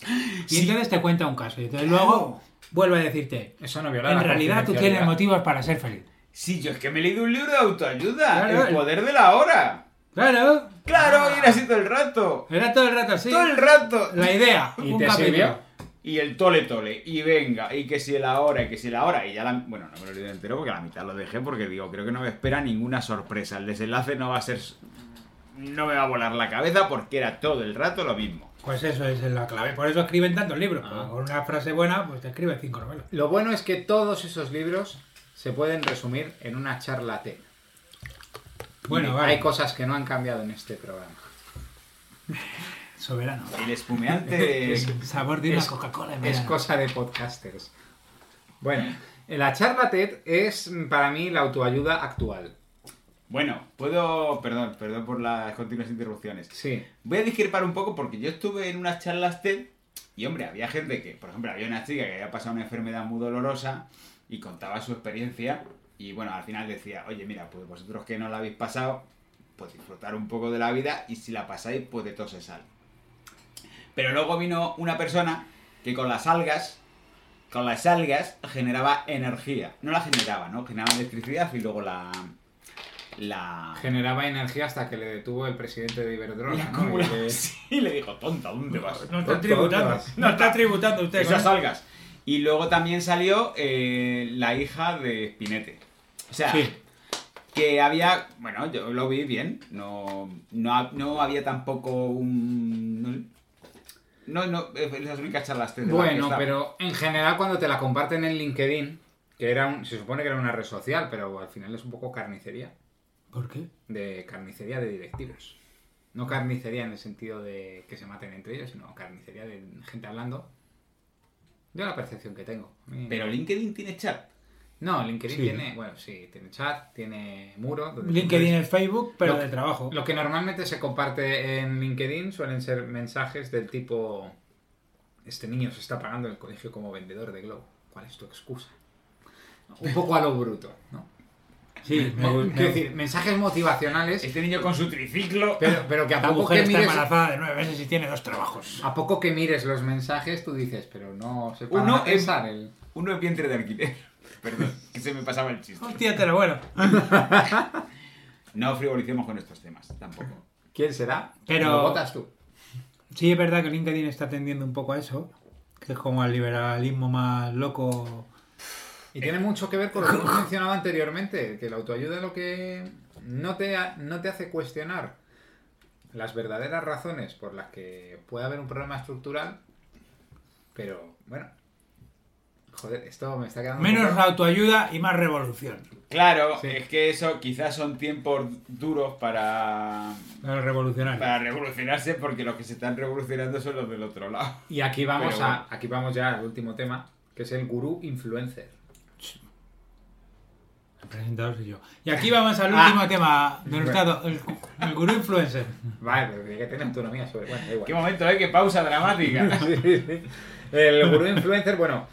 Speaker 10: Y entonces te cuenta un caso. Y entonces luego vuelve a decirte,
Speaker 11: Eso no viola
Speaker 10: en
Speaker 11: la
Speaker 10: realidad tú tienes
Speaker 11: confidencialidad.
Speaker 10: motivos para ser feliz.
Speaker 9: sí, yo es que me he leído un libro de autoayuda,
Speaker 10: Claro,
Speaker 9: El Ah.
Speaker 10: el-
Speaker 9: poder de la hora.
Speaker 10: Claro,
Speaker 9: Claro, y era así todo el rato.
Speaker 10: era todo el rato así.
Speaker 9: Todo el rato.
Speaker 10: La idea.
Speaker 11: ¿Y
Speaker 10: un
Speaker 11: te
Speaker 10: capítulo.
Speaker 11: sirvió?
Speaker 9: Y el tole tole, y venga, y que si la hora, y que si la hora, y ya la... Bueno, no me lo he leído entero porque la mitad lo dejé porque digo, creo que no me espera ninguna sorpresa. El desenlace no va a ser... No me va a volar la cabeza porque era todo el rato lo mismo.
Speaker 10: Pues eso es la clave. Por eso escriben tantos libros. Con una frase buena, pues te escriben cinco novelas.
Speaker 11: Lo bueno es que todos esos libros se pueden resumir en una charla T.
Speaker 10: Bueno,
Speaker 11: Y
Speaker 10: vale.
Speaker 11: Hay cosas que no han cambiado en este programa.
Speaker 10: Soberano.
Speaker 9: El espumeante...
Speaker 10: Sabor de una
Speaker 11: es-
Speaker 10: Coca-Cola en
Speaker 11: Es
Speaker 10: verano.
Speaker 11: cosa de podcasters. Bueno, eh, La charla TED es mm, para mí la autoayuda actual.
Speaker 9: Bueno, puedo. Perdón, perdón por las continuas interrupciones.
Speaker 11: Sí.
Speaker 9: Voy a discrepar un poco porque yo estuve en unas charlas TED y, hombre, había gente que, por ejemplo, había una chica que había pasado una enfermedad muy dolorosa y contaba su experiencia. Y bueno, al final decía, oye, mira, pues vosotros que no la habéis pasado, pues disfrutar un poco de la vida y si la pasáis, pues de todo se sale. Pero luego vino una persona que con las algas, con las algas generaba energía. No la generaba, ¿no? Generaba electricidad y luego la... La...
Speaker 11: Generaba energía hasta que le detuvo el presidente de Iberdrola. ¿no?
Speaker 9: Y le... Sí, le dijo, tonta, ¿dónde vas?
Speaker 10: No está tributando. No está tributando usted.
Speaker 9: Esas ¿no? algas. Y luego también salió eh, la hija de Spinete. O sea,
Speaker 10: Sí.
Speaker 9: que había, bueno, yo lo vi bien, no, no, ha- no había tampoco un... No, no, eh, las únicas charlas TED de las que
Speaker 11: Bueno,
Speaker 9: estaba.
Speaker 11: pero en general cuando te la comparten en LinkedIn, que era un- se supone que era una red social, pero al final es un poco carnicería,
Speaker 10: ¿Por qué?
Speaker 11: de carnicería de directivos. No carnicería en el sentido de que se maten entre ellos, sino carnicería de gente hablando. Yo la percepción que tengo. Mm.
Speaker 9: Pero LinkedIn tiene chat.
Speaker 11: No, LinkedIn
Speaker 10: Sí.
Speaker 11: tiene, bueno, sí, tiene chat, tiene muro. donde te
Speaker 10: LinkedIn
Speaker 11: puedes-
Speaker 10: es Facebook,
Speaker 11: Pues
Speaker 10: pero
Speaker 11: Lo que-
Speaker 10: de trabajo.
Speaker 11: Lo que normalmente se comparte en LinkedIn suelen ser mensajes del tipo: Este niño se está pagando en el colegio como vendedor de Globo. ¿Cuál es tu excusa? Un poco a lo bruto, ¿no?
Speaker 10: Sí, me,
Speaker 11: Quiero
Speaker 10: me-
Speaker 11: decir, mensajes motivacionales,
Speaker 9: Este niño con su triciclo...
Speaker 11: pero, pero que a
Speaker 10: la
Speaker 11: poco
Speaker 10: mujer
Speaker 11: que,
Speaker 10: está
Speaker 11: mires,
Speaker 10: embarazada de nueve meses y tiene dos trabajos.
Speaker 11: a poco que mires los mensajes, tú dices, pero no se para
Speaker 9: Uno
Speaker 11: a pensar el.
Speaker 9: Uno es vientre de alquiler. Perdón, que se me pasaba el chiste.
Speaker 10: Hostia, te lo bueno.
Speaker 9: No frivolicemos con estos temas, tampoco.
Speaker 11: ¿Quién será?
Speaker 10: Pero-
Speaker 11: Lo votas tú.
Speaker 10: Sí, es verdad que LinkedIn está tendiendo un poco a eso, que es como al liberalismo más loco.
Speaker 11: Y tiene mucho que ver con lo que hemos mencionado anteriormente, que la autoayuda lo que no te, ha- no te hace cuestionar las verdaderas razones por las que puede haber un problema estructural, pero bueno. Joder, esto me está quedando... un
Speaker 10: Menos
Speaker 11: poco-
Speaker 10: autoayuda y más revolución.
Speaker 9: Claro,
Speaker 11: Sí.
Speaker 9: es que eso quizás son tiempos duros para,
Speaker 10: Menos revolucionario.
Speaker 9: para revolucionarse porque los que se están revolucionando son los del otro lado.
Speaker 11: Y aquí vamos,
Speaker 9: Pero bueno.
Speaker 11: a, aquí vamos ya al último tema, que es el gurú influencer.
Speaker 10: El presentador soy yo. Y aquí vamos al
Speaker 11: Ah.
Speaker 10: último tema, don Hurtado, el, el gurú influencer.
Speaker 11: Vale, pero tiene que tener autonomía sobre... Bueno, da igual.
Speaker 9: Qué momento, ¿eh? Qué pausa dramática.
Speaker 11: Sí, sí. El gurú influencer, bueno.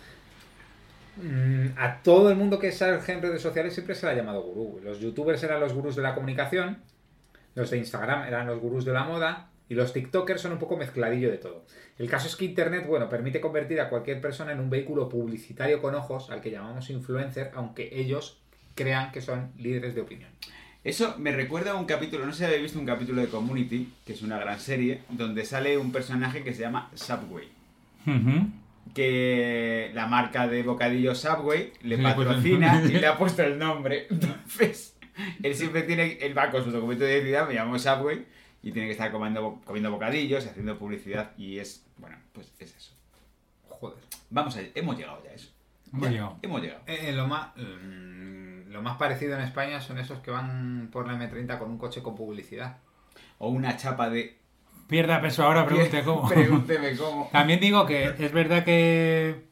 Speaker 11: mm, A todo el mundo que sale en redes sociales siempre se le ha llamado gurú. Los youtubers eran los gurús de la comunicación, los de Instagram eran los gurús de la moda y los tiktokers son un poco mezcladillo de todo. El caso es que Internet, bueno, permite convertir a cualquier persona en un vehículo publicitario con ojos al que llamamos influencer, aunque ellos crean que son líderes de opinión.
Speaker 9: Eso me recuerda a un capítulo, no sé si habéis visto un capítulo de Community, que es una gran serie, donde sale un personaje que se llama Subway. Que la marca de bocadillo Subway le
Speaker 10: Le ha puesto el
Speaker 9: patrocina
Speaker 10: nombre.
Speaker 9: y le ha puesto el nombre. Entonces, él siempre tiene, él va con su documento de identidad, me llamo Subway, y tiene que estar comiendo, bo- comiendo bocadillos, haciendo publicidad, y es, bueno, pues es eso.
Speaker 11: Joder.
Speaker 9: Vamos allá, hemos llegado ya a eso.
Speaker 10: Hemos llegado.
Speaker 9: Hemos llegado.
Speaker 11: Eh, eh, lo, más, mm, lo más parecido en España son esos que van por la M30 con un coche con publicidad.
Speaker 9: O una chapa de...
Speaker 10: Pierda peso ahora, pregunte cómo.
Speaker 9: Pregúnteme cómo.
Speaker 10: También digo que es verdad que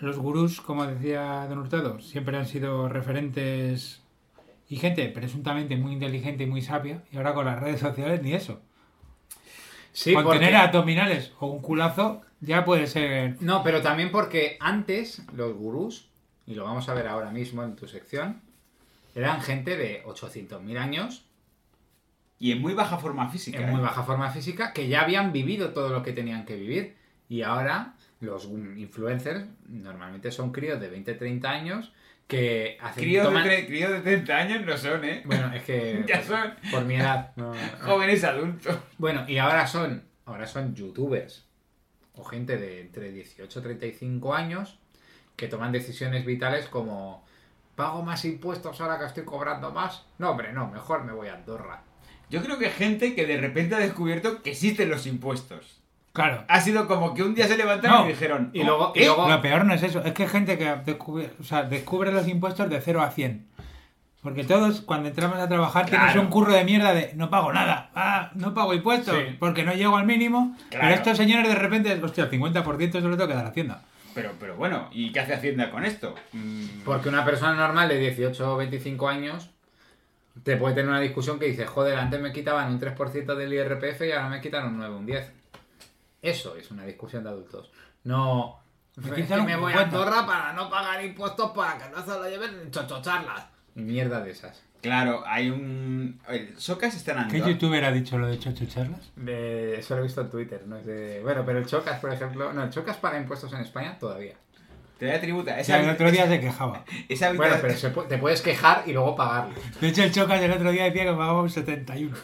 Speaker 10: los gurús, como decía Don Hurtado, siempre han sido referentes y gente presuntamente muy inteligente y muy sabia, y ahora con las redes sociales ni eso.
Speaker 11: Sí,
Speaker 10: con tener
Speaker 11: porque-
Speaker 10: abdominales o un culazo ya puede ser...
Speaker 11: No, pero también porque antes los gurús, y lo vamos a ver ahora mismo en tu sección, eran gente de 800.000 años,
Speaker 9: Y en muy baja forma física.
Speaker 11: en muy
Speaker 9: ¿eh?
Speaker 11: baja forma física, que ya habían vivido todo lo que tenían que vivir. Y ahora los mm, influencers normalmente son críos de 20-30 años que hacen...
Speaker 9: Críos
Speaker 11: toman-
Speaker 9: de, tre- críos de 30 años no son, ¿eh?
Speaker 11: Bueno, es que...
Speaker 9: Ya son.
Speaker 11: Por mi edad. no, no.
Speaker 9: Jóvenes adultos.
Speaker 11: Bueno, y ahora son, ahora son youtubers o gente de entre 18 y 35 años que toman decisiones vitales como pago más impuestos ahora que estoy cobrando más. No, hombre, no, mejor me voy a Andorra.
Speaker 9: Yo creo que hay gente que de repente ha descubierto que existen los impuestos.
Speaker 10: Claro.
Speaker 9: Ha sido como que un día se levantaron
Speaker 10: No.
Speaker 9: y dijeron.
Speaker 11: Y luego, y
Speaker 9: ¿eh?
Speaker 11: luego-
Speaker 10: Lo peor no es eso, es que hay gente que descubre, o sea, descubre los impuestos de 0 a 100. Porque todos, cuando entramos a trabajar, tienes
Speaker 9: Claro.
Speaker 10: un curro de mierda de no pago nada, ah, no pago impuestos,
Speaker 11: Sí.
Speaker 10: porque no llego al mínimo. Pero
Speaker 9: Claro.
Speaker 10: estos señores de repente, hostia, el 50% se lo tengo que dar a Hacienda.
Speaker 9: Pero, pero bueno, ¿y qué hace Hacienda con esto? Mm,
Speaker 11: Porque una persona normal de 18 o 25 años te puede tener una discusión que dice, joder, antes me quitaban un 3% del IRPF y ahora me quitan un 9, un 10. Eso es una discusión de adultos. No...
Speaker 10: Me
Speaker 11: "Es
Speaker 10: quitaron
Speaker 11: que me
Speaker 10: un
Speaker 11: voy a
Speaker 10: 50".
Speaker 11: Andorra para no pagar impuestos para que no se lo lleven chochocharlas. Mierda de esas.
Speaker 9: Claro, hay un. el Socas está en
Speaker 10: ¿Qué
Speaker 9: Andorra.
Speaker 10: youtuber ha dicho lo de Chocho Charlas?
Speaker 11: Eh, eso lo he visto en Twitter, no es de... Bueno, pero el Chocas, por ejemplo... No, el Chocas paga impuestos en España todavía.
Speaker 9: Te da tributa.
Speaker 10: O
Speaker 9: Esa,
Speaker 10: sea, el otro día se quejaba.
Speaker 9: esa habitación-
Speaker 11: Bueno, pero se pu- te puedes quejar y luego pagarlo.
Speaker 10: De hecho, el Chocas el otro día decía que pagaba un 71.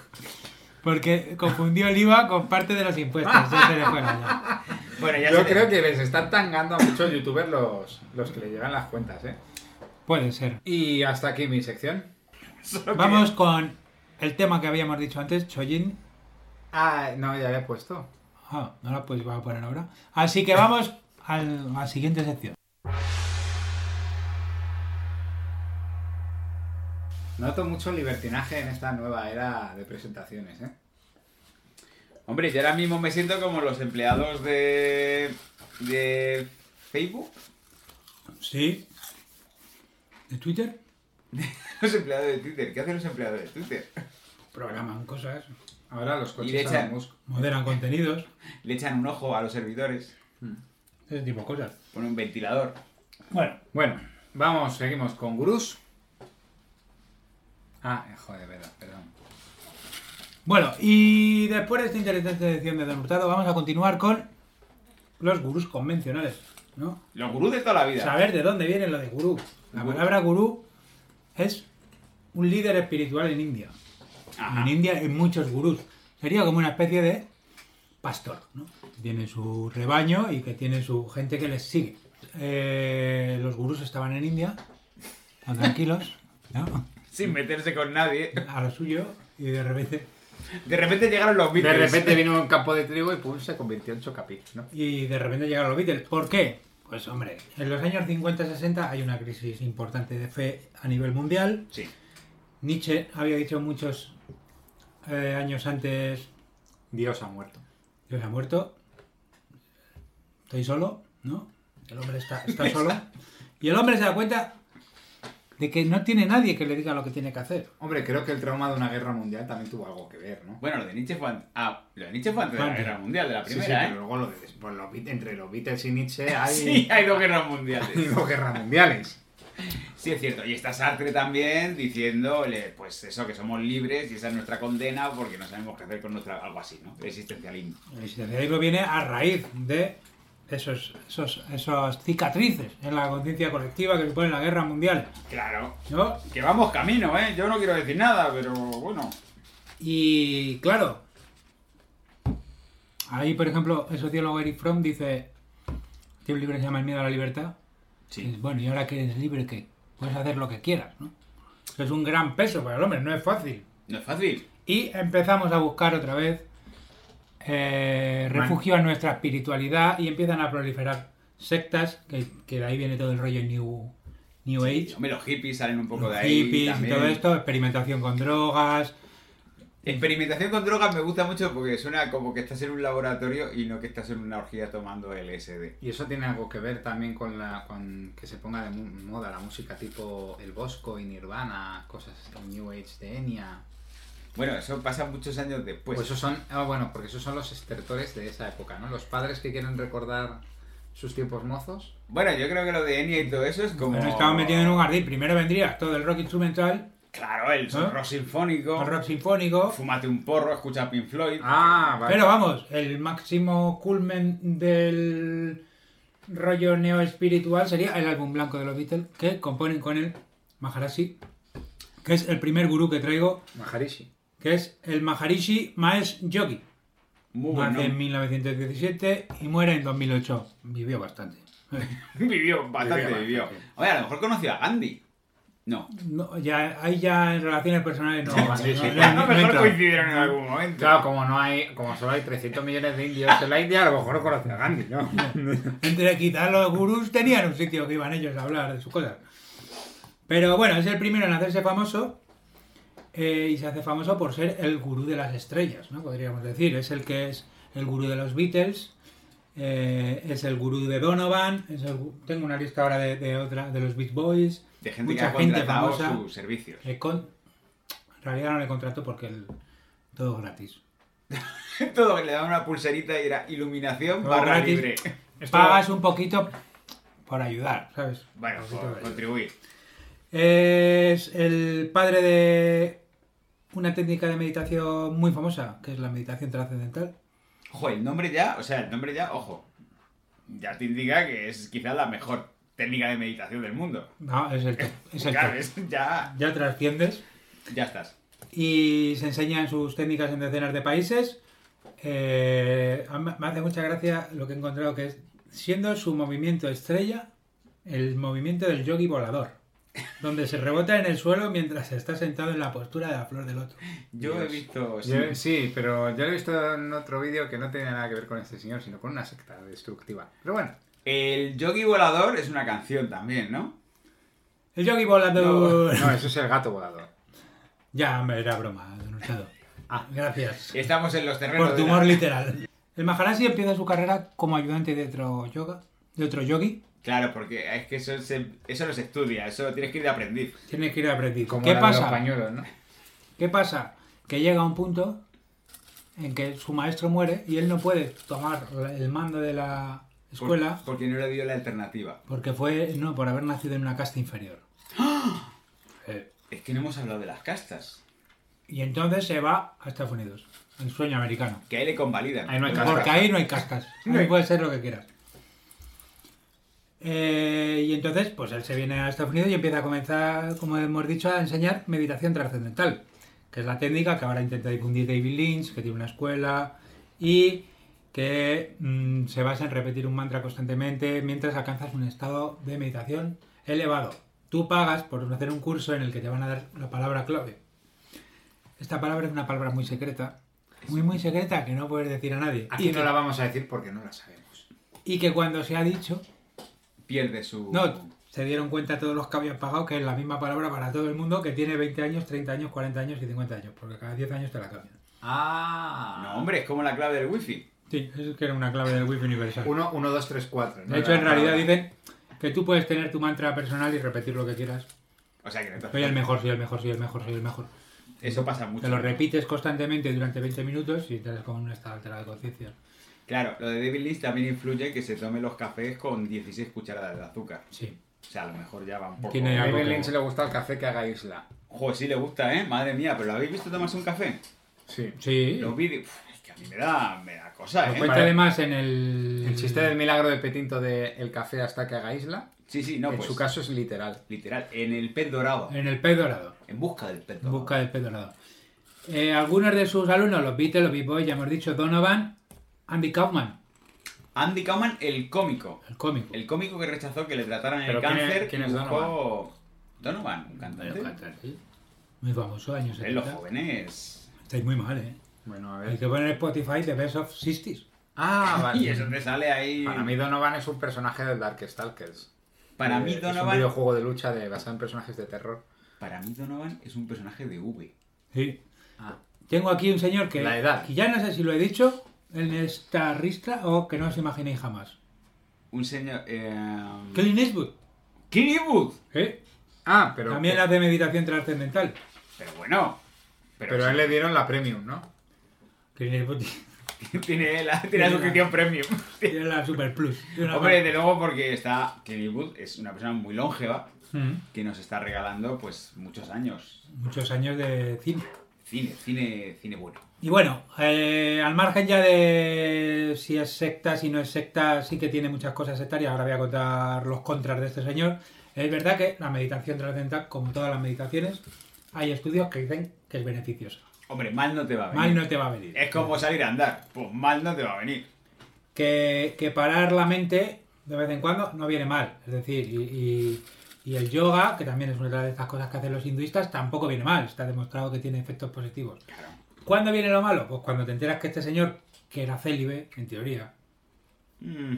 Speaker 10: Porque confundió el IVA con parte de los impuestos. Ya se le fue la olla.
Speaker 9: Bueno, ya
Speaker 11: Yo
Speaker 9: se-
Speaker 11: creo que les están tangando a muchos youtubers los, los que le llegan las cuentas, ¿eh?
Speaker 10: Puede ser.
Speaker 11: Y hasta aquí mi sección.
Speaker 9: solo que-
Speaker 10: Vamos con el tema que habíamos dicho antes, Chojin.
Speaker 11: Ah, no, ya le he puesto.
Speaker 10: Ah, no la pues voy a poner ahora. Así que vamos al- a la siguiente sección.
Speaker 11: Noto mucho libertinaje en esta nueva era de presentaciones, ¿eh?
Speaker 9: Hombre, yo ahora mismo me siento como los empleados de. de. Facebook.
Speaker 10: Sí. ¿De Twitter?
Speaker 9: Los empleados de Twitter. ¿Qué hacen los empleados de Twitter?
Speaker 11: Programan cosas. Ahora los
Speaker 9: Y le
Speaker 11: coches
Speaker 9: echan-
Speaker 11: son musco.
Speaker 10: Moderan contenidos.
Speaker 9: Le echan un ojo a los servidores.
Speaker 10: Ese tipo de cosas.
Speaker 9: Ponen un ventilador.
Speaker 10: Bueno,
Speaker 11: Bueno, vamos, seguimos con Gurús. Ah, eh, joder, verdad, perdón.
Speaker 10: bueno, y después de esta interesante sección de Don Hurtado, vamos a continuar con los gurús convencionales, ¿no?
Speaker 9: Los gurús de toda la vida.
Speaker 10: Saber de dónde viene lo de gurú. La
Speaker 9: Gurú.
Speaker 10: palabra gurú es un líder espiritual en India.
Speaker 9: Ajá.
Speaker 10: En India hay muchos gurús. Sería como una especie de pastor, ¿no? Que tiene su rebaño y que tiene su gente que les sigue. Eh, los gurús estaban en India, tan tranquilos, ¿no?
Speaker 9: Sin meterse con nadie.
Speaker 10: A lo suyo, y de repente.
Speaker 9: De repente llegaron los
Speaker 11: De
Speaker 9: Beatles.
Speaker 11: repente vino un campo de trigo y pum, se convirtió en chocapic, ¿no?
Speaker 10: Y de repente llegaron los Beatles. ¿Por qué? Pues hombre, en los años 50-60 hay una crisis importante de fe a nivel mundial.
Speaker 9: Sí.
Speaker 10: Nietzsche había dicho muchos eh, años antes,
Speaker 11: Dios ha muerto.
Speaker 10: Dios ha muerto, estoy solo, ¿no? El hombre está, está solo. Y el hombre se da cuenta de que no tiene nadie que le diga lo que tiene que hacer.
Speaker 11: Hombre, creo que el trauma de una guerra mundial también tuvo algo que ver, ¿no?
Speaker 9: Bueno, lo de Nietzsche fue. an- Ah, lo de Nietzsche fue antes de la
Speaker 10: Antes.
Speaker 9: guerra mundial, de la
Speaker 11: Sí, sí,
Speaker 9: primera,
Speaker 11: pero
Speaker 9: ¿eh?
Speaker 11: luego lo de, pues los Beat- entre los Beatles y Nietzsche hay,
Speaker 9: Sí, hay dos guerras mundiales.
Speaker 11: hay dos guerras mundiales.
Speaker 9: Sí, es cierto. Y está Sartre también diciéndole, pues eso, que somos libres y esa es nuestra condena porque no sabemos qué hacer con nuestra. algo así, ¿no? Existencialismo.
Speaker 10: El existencialismo viene a raíz de esos, esos, esas cicatrices en la conciencia colectiva que supone la guerra mundial,
Speaker 9: Claro.
Speaker 10: ¿no?
Speaker 9: Que vamos camino, ¿eh? Yo no quiero decir nada, pero bueno.
Speaker 10: Y claro, ahí por ejemplo, el sociólogo Eric Fromm dice, tiene un libro que se llama El miedo a la libertad. Y dice, bueno, y ahora que eres libre, que puedes hacer lo que quieras, ¿no? Eso es un gran peso para el hombre, no es fácil.
Speaker 9: No es fácil.
Speaker 10: Y empezamos a buscar otra vez eh, refugio a nuestra espiritualidad y empiezan a proliferar sectas, que, que de ahí viene todo el rollo New, new Age,
Speaker 9: Hombre, los hippies salen un poco de ahí.
Speaker 10: hippies y
Speaker 9: también.
Speaker 10: todo esto, experimentación con drogas,
Speaker 9: Experimentación con drogas me gusta mucho porque suena como que estás en un laboratorio y no que estás en una orgía tomando LSD.
Speaker 11: Y eso tiene algo que ver también con la con que se ponga de mu- moda la música tipo El Bosco y Nirvana, cosas el New Age de Enya.
Speaker 9: Bueno, eso pasa muchos años
Speaker 11: Pues,
Speaker 9: después.
Speaker 11: esos son, ah, bueno, porque esos son los estertores de esa época, ¿no? Los padres que quieren recordar sus tiempos mozos.
Speaker 9: Bueno, yo creo que lo de Enya y todo eso es como.
Speaker 10: Pero estamos metidos en un jardín. Primero vendría todo el rock instrumental,
Speaker 9: Claro, el
Speaker 10: ¿Eh?
Speaker 9: rock sinfónico.
Speaker 10: el rock sinfónico.
Speaker 9: Fúmate un porro, escucha Pink Floyd.
Speaker 11: Ah, vale.
Speaker 10: Pero vamos, el máximo culmen del rollo neoespiritual sería el álbum blanco de los Beatles, que componen con el Maharishi, que es el primer gurú que traigo,
Speaker 11: Maharishi.
Speaker 10: que es el Maharishi Mahesh Yogi.
Speaker 9: Muy bueno.
Speaker 10: Nace en 1917 y muere en 2008. Vivió bastante.
Speaker 9: Vivió, bastante
Speaker 11: Vivió,
Speaker 9: vivió.
Speaker 11: bastante.
Speaker 9: Oye, a lo mejor conoció a Gandhi. No.
Speaker 10: No, ya, ahí ya en relaciones personales no.
Speaker 11: sí, sí.
Speaker 10: no- no-
Speaker 9: A lo
Speaker 10: no
Speaker 9: mejor
Speaker 10: entra.
Speaker 9: coincidieron en algún momento.
Speaker 11: Claro, como no hay, como solo hay 300 millones de indios en la India, a lo mejor no conoce a Gandhi, ¿no?
Speaker 10: Entre quitar los gurús tenían un sitio que iban ellos a hablar de sus cosas. Pero bueno, es el primero en hacerse famoso eh, y se hace famoso por ser el gurú de las estrellas, ¿no? Podríamos decir. Es el que es el gurú de los Beatles, eh, es el gurú de Donovan, es el gu- tengo una lista ahora de, de otra, de los Beach Boys,
Speaker 9: De gente
Speaker 10: mucha
Speaker 9: que ha
Speaker 10: gente
Speaker 9: contratado
Speaker 10: famosa.
Speaker 9: sus servicios.
Speaker 10: Eh, con- En realidad no le contrato porque el- todo es gratis.
Speaker 9: Todo que le daban una pulserita y era iluminación
Speaker 10: Todo
Speaker 9: barra
Speaker 10: gratis.
Speaker 9: libre.
Speaker 10: Pagas un poquito por ayudar, ¿sabes?
Speaker 9: Bueno,
Speaker 10: Un poquito
Speaker 9: por
Speaker 10: de-
Speaker 9: contribuir.
Speaker 10: Es el padre de una técnica de meditación muy famosa, que es la meditación trascendental.
Speaker 9: Ojo, el nombre ya, o sea, el nombre ya, ojo, ya te indica que es quizás la mejor técnica de meditación del mundo.
Speaker 10: No, Ah, es el top, es el
Speaker 9: Claro,
Speaker 10: top.
Speaker 9: es- ya,
Speaker 10: Ya trasciendes.
Speaker 9: ya estás.
Speaker 10: y se enseñan sus técnicas en decenas de países. Eh, a- me hace mucha gracia lo que he encontrado que es siendo su movimiento estrella el movimiento del yogi volador, donde se rebota en el suelo mientras está sentado en la postura de la flor del otro.
Speaker 9: Yo
Speaker 11: Dios.
Speaker 9: he visto...
Speaker 11: Yo- sí, pero yo lo he visto en otro vídeo que no tenía nada que ver con este señor, sino con una secta destructiva. Pero bueno,
Speaker 9: El Yogi Volador es una canción también, ¿no?
Speaker 10: El yogi
Speaker 11: no,
Speaker 10: volador.
Speaker 11: no, eso es el gato volador.
Speaker 10: Ya, hombre, era broma, don Hurtado. Ah, gracias.
Speaker 9: Estamos en los terrenos
Speaker 10: Por
Speaker 9: de
Speaker 10: tu
Speaker 9: la-
Speaker 10: humor literal. El Maharaji empieza su carrera como ayudante de otro yoga, de otro yogi.
Speaker 9: Claro, porque es que eso, se- eso no se estudia, eso tienes que ir de aprendiz.
Speaker 10: Tiene que ir a aprender.
Speaker 11: Como
Speaker 10: ¿Qué
Speaker 11: la de
Speaker 10: pasa?
Speaker 11: los pañuelos, ¿no?
Speaker 10: ¿Qué pasa? Que llega un punto en que su maestro muere y él no puede tomar la- el mando de la
Speaker 9: Por-
Speaker 10: escuela
Speaker 9: porque no le dio la alternativa.
Speaker 10: porque fue, no, por haber nacido en una casta inferior.
Speaker 11: ¡Ah!
Speaker 9: Eh, es que no hemos hablado de las castas.
Speaker 10: Y entonces se va a Estados Unidos, el sueño americano.
Speaker 9: Que ahí le convalidan.
Speaker 11: Ahí no hay castas.
Speaker 10: Porque ahí no hay castas, ahí puede ser lo que quieras. Eh, y entonces, pues él se viene a Estados Unidos y empieza a comenzar, como hemos dicho, a enseñar meditación trascendental, que es la técnica que ahora intenta difundir David Lynch, que tiene una escuela y que mm, se basa en repetir un mantra constantemente mientras alcanzas un estado de meditación elevado. Tú pagas por hacer un curso en el que te van a dar la palabra clave. Esta palabra es una palabra muy secreta, muy muy secreta que no puedes decir a nadie.
Speaker 11: Aquí
Speaker 10: y
Speaker 11: no
Speaker 10: que-
Speaker 11: la vamos a decir porque no la sabemos.
Speaker 10: y que cuando se ha dicho,
Speaker 9: Pierde su...
Speaker 10: no, se dieron cuenta todos los que habían pagado que es la misma palabra para todo el mundo que tiene 20 años, 30 años, 40 años y 50 años, porque cada 10 años te la cambian.
Speaker 11: Ah,
Speaker 9: No, hombre, es como la clave del wifi.
Speaker 10: Sí, eso es que era una clave del wifi universal.
Speaker 11: 1, 2, 3, 4.
Speaker 10: De hecho, en realidad dicen que tú puedes tener tu mantra personal y repetir lo que quieras.
Speaker 9: O sea que no te-
Speaker 10: Soy el mejor, soy el mejor, soy el mejor, soy el mejor.
Speaker 9: Eso pasa mucho.
Speaker 10: Te lo repites constantemente durante 20 minutos y entras con un estado alterado de conciencia.
Speaker 9: Claro, lo de David Lynch también influye que se tome los cafés con 16 cucharadas de azúcar.
Speaker 10: Sí.
Speaker 9: O sea, a lo mejor ya va un poco...
Speaker 10: Tiene
Speaker 11: A
Speaker 10: algo
Speaker 11: David
Speaker 10: que-
Speaker 11: Lynch le gusta el café que haga Isla.
Speaker 9: Ojo, sí le gusta, ¿eh? Madre mía, ¿pero lo habéis visto tomarse un café?
Speaker 11: Sí.
Speaker 10: Sí.
Speaker 9: Los vídeos... Uf, Es que a mí me da, me da cosa,
Speaker 10: Lo
Speaker 9: ¿eh?
Speaker 10: cuenta además en el...
Speaker 11: El chiste del milagro de Petinto de el café hasta que haga Isla,
Speaker 9: Sí, sí, no,
Speaker 11: en
Speaker 9: pues...
Speaker 11: su caso es literal.
Speaker 9: Literal, en el pez dorado.
Speaker 10: En el pez dorado.
Speaker 9: En busca del pez
Speaker 10: En
Speaker 9: dorado.
Speaker 10: busca del pez dorado. Eh, algunos de sus alumnos, los Beatles, los B-Boys, ya hemos dicho, Donovan, Andy Kaufman,
Speaker 9: Andy Kaufman, el cómico.
Speaker 10: el cómico.
Speaker 9: El cómico que rechazó que le trataran el
Speaker 11: ¿Pero quién es-
Speaker 9: cáncer.
Speaker 11: quién es
Speaker 9: y buscó- Donovan, un cantante.
Speaker 10: Muy famoso, años
Speaker 9: En los
Speaker 10: 70.
Speaker 9: jóvenes.
Speaker 10: Estáis muy mal, ¿eh?
Speaker 11: Bueno, a
Speaker 10: Hay
Speaker 11: ver.
Speaker 10: que poner Spotify The Best of 60s.
Speaker 11: Ah, vale.
Speaker 9: Y eso te sale ahí.
Speaker 11: Para mí Donovan es un personaje del Darkstalkers.
Speaker 9: Para mí
Speaker 11: Eh, Es un
Speaker 9: Donovan.
Speaker 11: videojuego de lucha de, basado en personajes de terror.
Speaker 9: Para mí Donovan es un personaje de V.
Speaker 10: Sí.
Speaker 11: Ah.
Speaker 10: Tengo aquí un señor que,
Speaker 11: La edad.
Speaker 10: que ya no sé si lo he dicho en esta ristra o que no os imaginéis jamás.
Speaker 9: Un señor. Eh...
Speaker 10: Clint Eastwood.
Speaker 9: Clint Eastwood.
Speaker 10: ¿eh?
Speaker 11: Ah, pero.
Speaker 10: También
Speaker 11: pero,
Speaker 10: hace meditación trascendental.
Speaker 9: Pero bueno. Pero,
Speaker 11: a él le dieron la premium, ¿no?
Speaker 10: Clint Eastwood
Speaker 9: tiene la, tiene la suscripción premium.
Speaker 10: tiene la Super Plus. Tiene una-
Speaker 9: Hombre, de luego porque está. Clint Eastwood es una persona muy longeva
Speaker 10: Mm,
Speaker 9: que nos está regalando pues muchos años.
Speaker 10: Muchos años de cine.
Speaker 9: Cine, cine, cine bueno.
Speaker 10: Y bueno, eh, al margen ya de si es secta, si no es secta, sí que tiene muchas cosas sectarias. Ahora voy a contar los contras de este señor. Es verdad que la meditación trascendental, como todas las meditaciones, hay estudios que dicen que es beneficiosa.
Speaker 9: Hombre, mal no te va a venir.
Speaker 10: Mal no te va a venir.
Speaker 9: Es como salir a andar. Pues mal no te va a venir.
Speaker 10: que, que parar la mente de vez en cuando no viene mal. Es decir, y, y- y el yoga, que también es una de estas cosas que hacen los hinduistas, tampoco viene mal. Está demostrado que tiene efectos positivos. ¿Cuándo viene lo malo? Pues cuando te enteras que este señor, que era célibe, en teoría,
Speaker 9: Mm,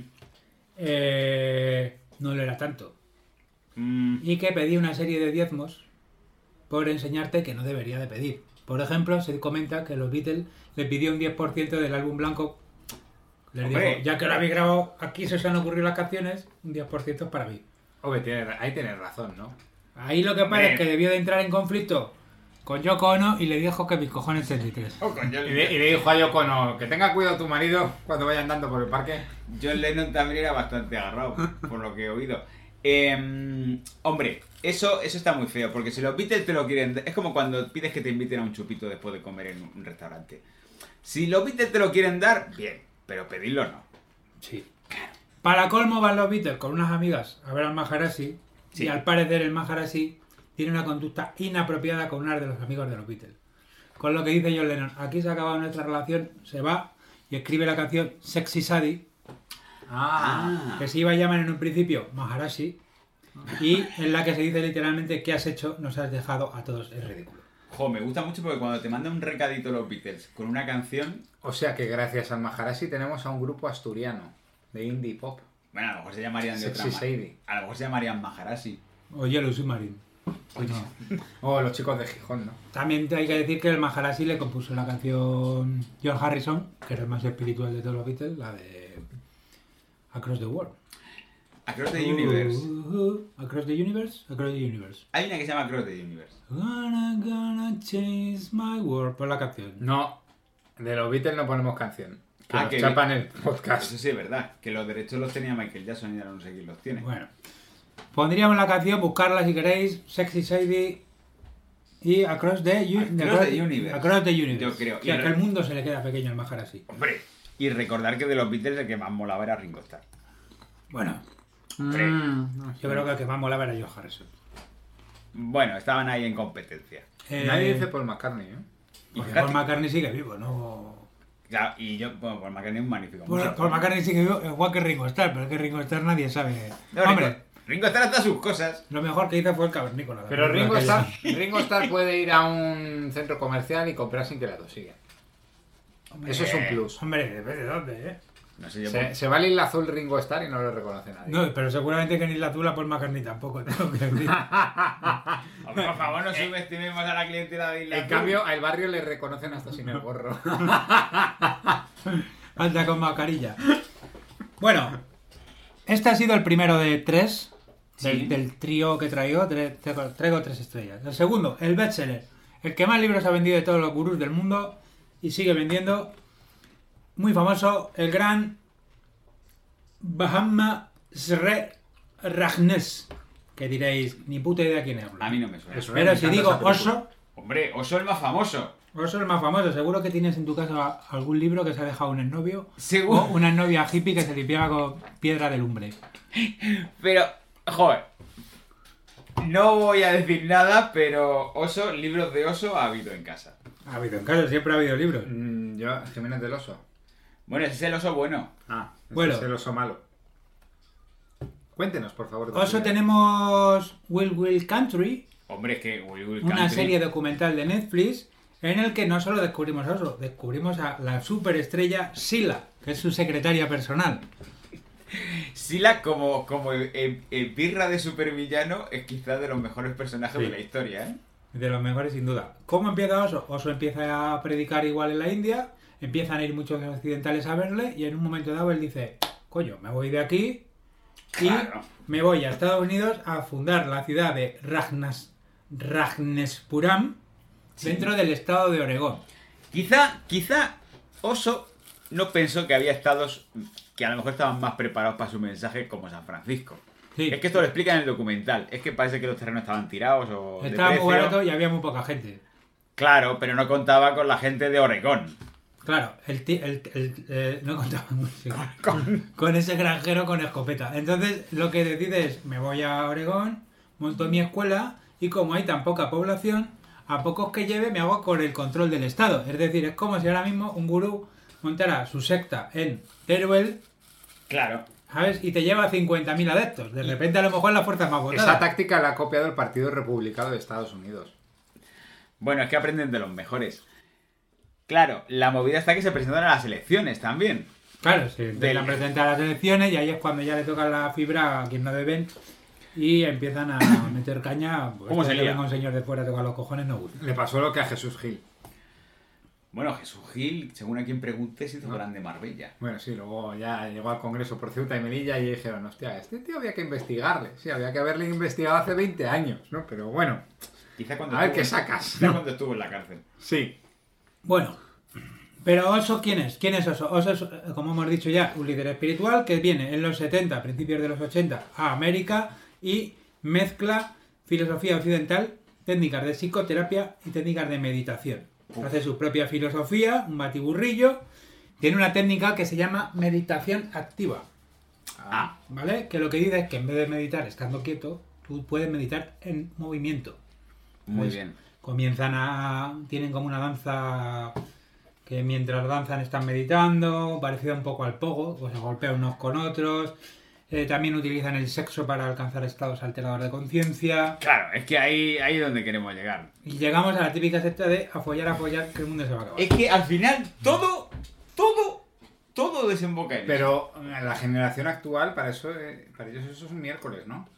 Speaker 10: eh, no lo era tanto.
Speaker 9: mm,
Speaker 10: Y que pedía una serie de diezmos por enseñarte que no debería de pedir. Por ejemplo, se comenta que los Beatles le pidió un 10% del álbum blanco Les digo, ya que lo habéis grabado, aquí se os han ocurrido las canciones, un 10% es para mí.
Speaker 11: Hombre, tiene- ahí tienes razón, ¿no?
Speaker 10: Ahí lo que pasa
Speaker 11: Hombre.
Speaker 10: es que debió de entrar en conflicto con Yoko Ono y le dijo que mis cojones 33.
Speaker 9: Y
Speaker 11: le, y le dijo a Yoko Ono, que tenga cuidado tu marido cuando vaya andando por el parque.
Speaker 9: John Lennon también era bastante agarrado, por lo que he oído. Eh, hombre, eso, eso está muy feo, porque si los Beatles te lo quieren... Es como cuando pides que te inviten a un chupito después de comer en un restaurante. Si los Beatles te lo quieren dar, bien, pero pedirlo no.
Speaker 10: Sí. Para colmo van los Beatles con unas amigas a ver al Maharashi
Speaker 9: Sí.
Speaker 10: y al parecer el Maharashi tiene una conducta inapropiada con una de los amigos de los Beatles. Con lo que dice John Lennon, aquí se ha acabado nuestra relación, se va y escribe la canción Sexy Sadie, que se iba a llamar en un principio Maharashi, y en la que se dice literalmente ¿qué has hecho? Nos has dejado a todos es ridículo.
Speaker 9: Jo, me gusta mucho porque cuando te mandan un recadito los Beatles con una canción...
Speaker 11: O sea que gracias al Maharashi tenemos a un grupo asturiano de indie pop.
Speaker 9: Bueno, a lo mejor se llamarían de otra
Speaker 11: Sexy
Speaker 9: ma-
Speaker 11: Sadie.
Speaker 9: A lo mejor se llamarían Maharashi.
Speaker 10: O Yellow Submarine. No.
Speaker 11: O Oh, los chicos de Gijón, ¿no?
Speaker 10: También hay que decir que el Maharashi le compuso la canción George Harrison, que era el más espiritual de todos los Beatles, la de Across the World.
Speaker 9: Across the Universe.
Speaker 10: Uh, uh, across the Universe, Across the Universe.
Speaker 9: Hay una que se llama Cross the Universe.
Speaker 10: Gonna, gonna change my world. Por la canción.
Speaker 11: No, de los Beatles no ponemos canción. Que nos
Speaker 9: que-
Speaker 11: chapan el podcast.
Speaker 9: Eso sí es verdad, que los derechos los tenía Michael Jackson y ahora no sé quién los tiene.
Speaker 10: Bueno. Pondríamos la canción, buscarla si queréis, Sexy Sadie y Across the, Uni-
Speaker 9: Across the Universe.
Speaker 10: Across the Universe.
Speaker 9: Yo creo.
Speaker 10: O sea,
Speaker 9: Y-
Speaker 10: que el mundo se le queda pequeño al Maharashi.
Speaker 9: Hombre, y recordar que de los Beatles el que más molaba era Ringo Starr.
Speaker 10: Bueno,
Speaker 9: Hombre.
Speaker 11: Mm,
Speaker 10: yo creo que el que más molaba era George Harrison.
Speaker 9: Bueno, estaban ahí en competencia.
Speaker 10: Eh,
Speaker 11: Nadie dice Paul McCartney, ¿eh?
Speaker 9: Y
Speaker 10: Porque
Speaker 9: fíjate-
Speaker 10: Paul McCartney sigue vivo, ¿no?
Speaker 9: Claro, y yo, bueno, Paul McCartney es un magnífico.
Speaker 11: Pues
Speaker 10: Paul,
Speaker 9: músico.
Speaker 10: Paul McCartney sigue vivo, igual que Ringo Starr, pero es que Ringo Starr nadie sabe.
Speaker 9: No, Ringo-
Speaker 10: Hombre,
Speaker 9: Ringo Starr hace sus cosas.
Speaker 10: lo mejor que hizo fue el cavernícola. la
Speaker 11: Pero
Speaker 10: película
Speaker 11: Ringo
Speaker 10: aquella.
Speaker 11: Starr, Ringo Starr puede ir a un centro comercial y comprar sin que la tosiga.
Speaker 10: Hombre,
Speaker 11: Eso es un plus.
Speaker 10: Hombre, depende de dónde, ¿eh?
Speaker 9: No sé yo.
Speaker 11: Se, se va al Isla Azul Ringo Starr y no lo reconoce nadie.
Speaker 10: No, pero seguramente que en Isla Azul a Paul McCartney tampoco. tengo que
Speaker 9: Hombre,
Speaker 10: decir.
Speaker 9: por favor,
Speaker 10: Eh,
Speaker 9: no subestimemos a la clientela de Isla
Speaker 11: En
Speaker 9: Azul.
Speaker 11: cambio, al barrio le reconocen hasta sin el gorro.
Speaker 10: Anda con mascarilla. Bueno, este ha sido el primero de tres del,
Speaker 9: Sí.
Speaker 10: del trío que traigo, tre- traigo, traigo tres estrellas. El segundo, el bestseller, el que más libros ha vendido de todos los gurús del mundo y sigue vendiendo. Muy famoso, el gran Bahama Sre Rajnes, que diréis, ni puta idea quién habla.
Speaker 9: A mí no me suena.
Speaker 11: Eso.
Speaker 10: Pero si
Speaker 11: Me encanta
Speaker 10: digo
Speaker 11: esa película.
Speaker 10: oso,
Speaker 9: Hombre, Oso el más famoso.
Speaker 10: oso es el más famoso. Seguro que tienes en tu casa algún libro que se ha dejado un exnovio
Speaker 9: Seguro.
Speaker 10: o una novia hippie que se limpiaba con piedra de lumbre.
Speaker 9: Pero, joder. No voy a decir nada, pero Oso, libros de Oso ha habido en casa.
Speaker 10: Ha habido en casa, siempre ha habido libros.
Speaker 11: Mm, Yo, Jiménez del Oso.
Speaker 9: Bueno, ese es el oso bueno.
Speaker 11: Ah, ese
Speaker 10: Bueno.
Speaker 11: es el oso malo. Cuéntenos, por favor.
Speaker 10: Oso
Speaker 11: Dulce.
Speaker 10: tenemos Will Will Country,
Speaker 9: Hombre, es que Will Will
Speaker 10: una
Speaker 9: Country-
Speaker 10: serie documental de Netflix en el que no solo descubrimos a Oso, descubrimos a la superestrella Sila, que es su secretaria personal.
Speaker 9: Sila como, como eh, eh, birra de supervillano es quizás de los mejores personajes
Speaker 10: Sí.
Speaker 9: de la historia, ¿eh?
Speaker 10: De los mejores, sin duda. ¿Cómo empieza Oso? Oso empieza a predicar igual en la India, empiezan a ir muchos occidentales a verle y en un momento dado él dice, coño, me voy de aquí y
Speaker 9: Claro.
Speaker 10: me voy a Estados Unidos a fundar la ciudad de Rajnas, Rajnespuram dentro del estado de Oregón.
Speaker 9: Quizá, quizá Oso no pensó que había estados que a lo mejor estaban más preparados para su mensaje como San Francisco.
Speaker 10: Sí.
Speaker 9: Es que esto lo explica en el documental. Es que parece que los terrenos estaban tirados o de
Speaker 10: Estaba muy
Speaker 9: precio.
Speaker 10: barato y había muy poca gente.
Speaker 9: Claro, pero no contaba con la gente de Oregón.
Speaker 10: Claro, el, ti- el- el- eh, no contaba mucho. con ese granjero con escopeta. Entonces lo que decide es, me voy a Oregón, monto mi escuela y como hay tan poca población, a pocos que lleve me hago con el control del Estado. Es decir, es como si ahora mismo un gurú montara su secta en Teruel,
Speaker 9: Claro.
Speaker 10: ¿sabes? Y te lleva 50.000 adeptos. De repente a lo mejor la fuerza más
Speaker 11: Esa
Speaker 10: votada.
Speaker 11: táctica la ha copiado el Partido Republicano de Estados Unidos.
Speaker 9: Bueno, es que aprenden de los mejores. Claro, la movida está que se presentan a las elecciones también.
Speaker 10: Claro, se
Speaker 9: Del-
Speaker 10: la presenta a las elecciones y ahí es cuando ya le tocan la fibra a quien no deben y empiezan a meter caña. Pues,
Speaker 9: ¿Cómo se
Speaker 10: que
Speaker 9: lía?
Speaker 10: venga un señor de fuera a tocar los cojones no gusta.
Speaker 11: Le pasó lo que a Jesús Gil.
Speaker 9: Bueno, Jesús Gil, según a quien preguntes, hizo
Speaker 11: ¿No?
Speaker 9: grande Marbella.
Speaker 11: Bueno, sí, luego ya llegó al Congreso por Ceuta y Melilla y dijeron, hostia, este tío había que investigarle. Sí, había que haberle investigado hace 20 años, ¿no? Pero bueno.
Speaker 9: Quizá cuando
Speaker 11: a ver
Speaker 9: estuvo
Speaker 11: qué
Speaker 9: en-
Speaker 11: sacas.
Speaker 9: quizá cuando estuvo en la cárcel.
Speaker 11: Sí.
Speaker 10: Bueno, pero Oso, ¿quién es? ¿Quién es Oso? Oso es, eh, como hemos dicho ya, un líder espiritual que viene en los 70, principios de los 80, a América y mezcla filosofía occidental, técnicas de psicoterapia y técnicas de meditación. Hace su propia filosofía, un batiburrillo. Tiene una técnica que se llama meditación activa.
Speaker 9: Ah,
Speaker 10: ¿Vale? Que lo que dice es que en vez de meditar estando quieto, tú puedes meditar en movimiento.
Speaker 11: Muy
Speaker 10: Pues,
Speaker 11: bien.
Speaker 10: Comienzan a. tienen como una danza que mientras danzan están meditando, parecido un poco al pogo, pues se golpean unos con otros. Eh, también utilizan el sexo para alcanzar estados alterados de conciencia.
Speaker 9: Claro, es que ahí, ahí es donde queremos llegar.
Speaker 10: Y llegamos a la típica secta de apoyar, apoyar, que el mundo se va a acabar.
Speaker 11: Eh.
Speaker 9: Es que al final todo, todo, todo desemboca en eso.
Speaker 11: Pero eh, la generación actual, para eso eh, para ellos eso es un miércoles, ¿no?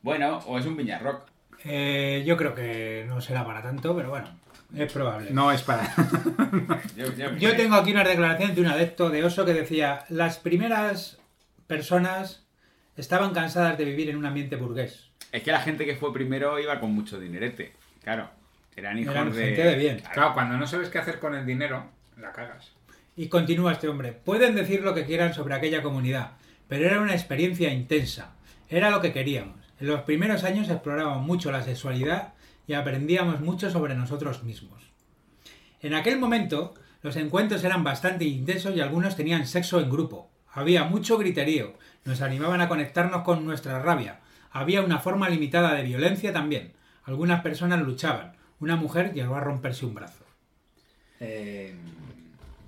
Speaker 9: Bueno, o es un viñarrock.
Speaker 10: Eh, yo creo que no será para tanto, pero bueno, es probable.
Speaker 11: No es para...
Speaker 9: Yo, yo-
Speaker 10: Yo tengo aquí una declaración de un adepto de Oso que decía, las primeras personas estaban cansadas de vivir en un ambiente burgués.
Speaker 9: Es que la gente que fue primero iba con mucho dinerete. Claro, eran hijos
Speaker 10: Eran
Speaker 9: de...
Speaker 10: gente de bien.
Speaker 11: Claro, cuando no sabes qué hacer con el dinero, la cagas.
Speaker 10: Y continúa este hombre, pueden decir lo que quieran sobre aquella comunidad, pero era una experiencia intensa, era lo que queríamos. En los primeros años explorábamos mucho la sexualidad y aprendíamos mucho sobre nosotros mismos. En aquel momento, los encuentros eran bastante intensos y algunos tenían sexo en grupo. Había mucho griterío, nos animaban a conectarnos con nuestra rabia. Había una forma limitada de violencia también. Algunas personas luchaban. Una mujer llegó a romperse un brazo.
Speaker 11: Eh,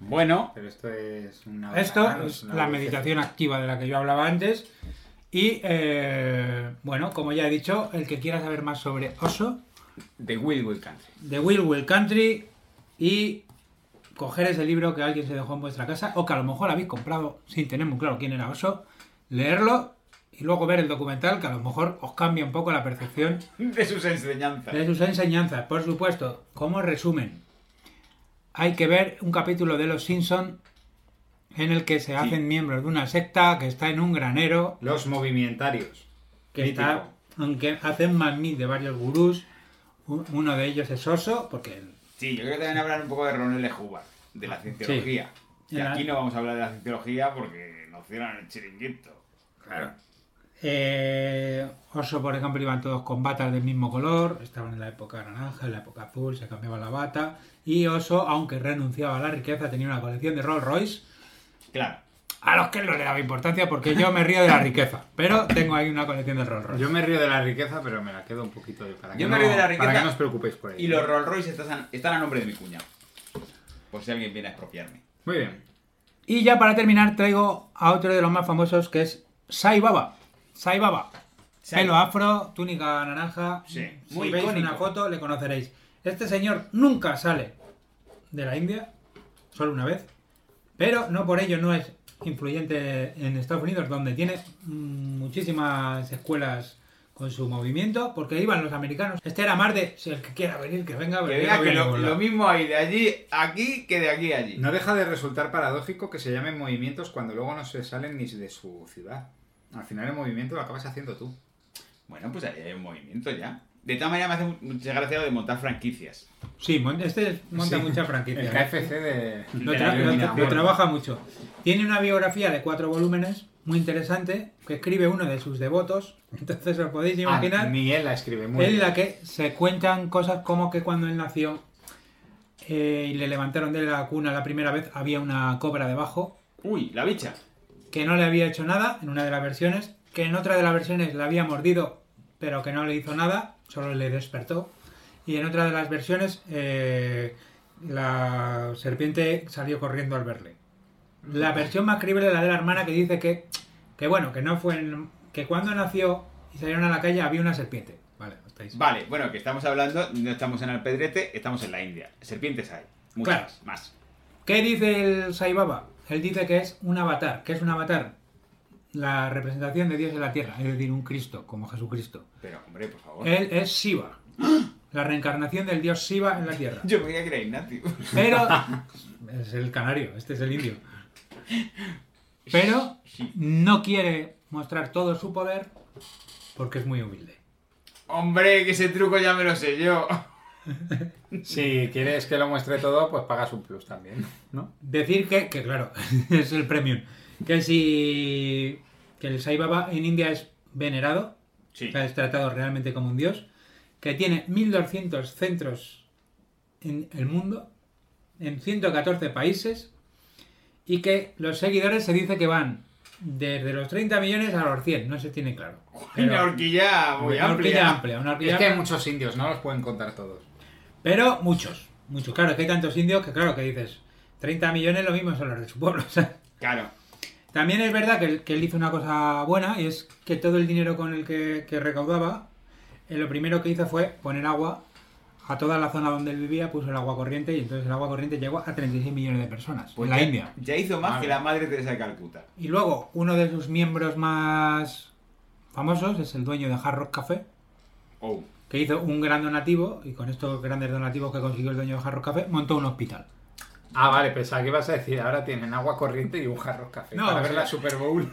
Speaker 9: Bueno,
Speaker 11: pero esto Ah, es una...
Speaker 10: Esto
Speaker 11: banana,
Speaker 10: es
Speaker 11: una
Speaker 10: la
Speaker 11: dulce-
Speaker 10: meditación activa de la que yo hablaba antes. Y eh, bueno, como ya he dicho, el que quiera saber más sobre Oso,
Speaker 9: de Will Will Country.
Speaker 10: The Will Will Country y coger ese libro que alguien se dejó en vuestra casa o que a lo mejor habéis comprado sin tener muy claro quién era Oso, leerlo y luego ver el documental que a lo mejor os cambia un poco la percepción
Speaker 9: De sus enseñanzas.
Speaker 10: de sus enseñanzas, por supuesto. Como resumen, hay que ver un capítulo de Los Simpson en el que se hacen miembros de una secta que está en un granero,
Speaker 11: Los movimentarios.
Speaker 10: que está, aunque hacen más mil de varios gurús. Un- Uno de ellos es Oso, porque el-
Speaker 9: Sí, yo creo que también hablar un poco de Ronald L. Hubbard, de la cienciología. Y
Speaker 10: Ya.
Speaker 9: aquí no vamos a hablar de la cienciología porque nos cierran el chiringuito. Claro.
Speaker 10: eh, Oso, por ejemplo, iban todos con batas del mismo color, estaban en la época naranja, en la época azul, se cambiaba la bata. Y Oso, aunque renunciaba a la riqueza, tenía una colección de Rolls Royce
Speaker 9: Claro.
Speaker 10: A los que no le daba importancia porque yo me río de la riqueza. Pero tengo ahí una colección de Rolls Royce.
Speaker 11: Yo me río de la riqueza, pero me la quedo un poquito de para
Speaker 9: Yo
Speaker 11: que
Speaker 9: me
Speaker 11: no-
Speaker 9: río de la riqueza.
Speaker 11: Para que no os preocupéis por ello.
Speaker 9: Y los Rolls Royce están a, están a nombre de mi cuñado. Por si alguien viene a expropiarme.
Speaker 11: Muy bien.
Speaker 10: Y ya para terminar traigo a otro de los más famosos que es Sai Baba. Sai Baba.
Speaker 9: Sai.
Speaker 10: Pelo afro, túnica naranja.
Speaker 9: Sí,
Speaker 10: si
Speaker 9: muy
Speaker 10: veis
Speaker 9: icónico.
Speaker 10: una foto le conoceréis. Este señor nunca sale de la India, solo una vez. Pero no por ello no es influyente en Estados Unidos, donde tiene mm, muchísimas escuelas con su movimiento, porque iban los americanos. Este era más de, si el que quiera venir, que venga,
Speaker 9: Que vea
Speaker 10: pero Pues yo no voy
Speaker 9: que
Speaker 10: a
Speaker 9: lo,
Speaker 10: ningún lado".
Speaker 9: lo mismo hay de allí a aquí que de aquí a allí.
Speaker 11: No deja de resultar paradójico que se llamen movimientos cuando luego no se salen ni de su ciudad. Al final el movimiento lo acabas haciendo tú.
Speaker 9: Bueno, pues ahí hay un movimiento ya. De todas maneras me hace mucha gracia lo de montar franquicias.
Speaker 10: Sí, mon- este monta
Speaker 11: Sí.
Speaker 10: muchas
Speaker 11: El
Speaker 10: franquicias.
Speaker 11: KFC de...
Speaker 10: Lo,
Speaker 9: de
Speaker 10: tra-
Speaker 9: la
Speaker 10: lo-
Speaker 9: Lumina,
Speaker 10: lo
Speaker 9: bueno.
Speaker 10: trabaja mucho. Tiene una biografía de cuatro volúmenes, muy interesante, que escribe uno de sus devotos. Entonces os podéis imaginar
Speaker 11: Ah, ni él la escribe muy
Speaker 10: en
Speaker 11: bien.
Speaker 10: la que se cuentan cosas como que cuando él nació eh, y le levantaron de la cuna la primera vez había una cobra debajo,
Speaker 9: Uy, la bicha.
Speaker 10: que no le había hecho nada en una de las versiones, que en otra de las versiones la había mordido, pero que no le hizo nada, solo le despertó. Y en otra de las versiones eh, la serpiente salió corriendo al verle. La versión más creíble es la de la hermana que dice que, que bueno, que no fue en- que cuando nació y salieron a la calle había una serpiente. Vale, estáis.
Speaker 9: Vale, bueno, que estamos hablando, no estamos en Alpedrete, estamos en la India. Serpientes hay. Muchas
Speaker 10: Claro.
Speaker 9: más.
Speaker 10: ¿Qué dice el Sai Baba? Él dice que es un avatar. ¿Qué es un avatar? La representación de Dios en la tierra, es decir, un Cristo, como Jesucristo.
Speaker 9: Pero, hombre, por favor.
Speaker 10: Él es Shiva. la reencarnación del dios Shiva en la Tierra.
Speaker 9: Yo me creía que era Ignacio.
Speaker 10: Pero es el canario, este es el indio. Pero no quiere mostrar todo su poder porque es muy humilde.
Speaker 9: Hombre, que ese truco ya me lo sé yo.
Speaker 11: Si quieres que lo muestre todo, pues pagas un plus también, ¿no?
Speaker 10: Decir que, que claro, es el premium. Que si que el Sai Baba en India es venerado,
Speaker 9: Sí.
Speaker 10: o sea, es tratado realmente como un dios, que tiene 1.200 centros en el mundo, en 114 países, y que los seguidores se dice que van desde los 30 millones a los 100, no se tiene claro.
Speaker 9: una horquilla muy
Speaker 10: una
Speaker 9: amplia.
Speaker 10: horquilla amplia, una horquilla
Speaker 11: Es que hay
Speaker 10: amplia.
Speaker 11: muchos indios, no los pueden contar todos.
Speaker 10: Pero muchos, muchos. Claro, es que hay tantos indios que, claro, que dices, 30 millones lo mismo son los de su pueblo. o sea.
Speaker 9: Claro.
Speaker 10: También es verdad que, él- que él hizo una cosa buena, y es que todo el dinero con el que, que recaudaba, eh, lo primero que hizo fue poner agua a toda la zona donde él vivía, puso el agua corriente, y entonces el agua corriente llegó a 36 millones de personas
Speaker 9: Pues
Speaker 10: en la
Speaker 9: ya-
Speaker 10: India.
Speaker 9: Ya hizo más
Speaker 10: Vale.
Speaker 9: que la madre Teresa de Calcuta.
Speaker 10: Y luego, uno de sus miembros más famosos es el dueño de Hard Rock Café,
Speaker 9: Oh.
Speaker 10: que hizo un gran donativo, y con estos grandes donativos que consiguió el dueño de Hard Rock Café, montó un hospital.
Speaker 11: Ah, vale, pensaba que ibas a decir, ahora tienen agua corriente y un jarro de café
Speaker 10: No,
Speaker 11: para
Speaker 10: o
Speaker 11: ver
Speaker 10: sea-
Speaker 11: la Super Bowl.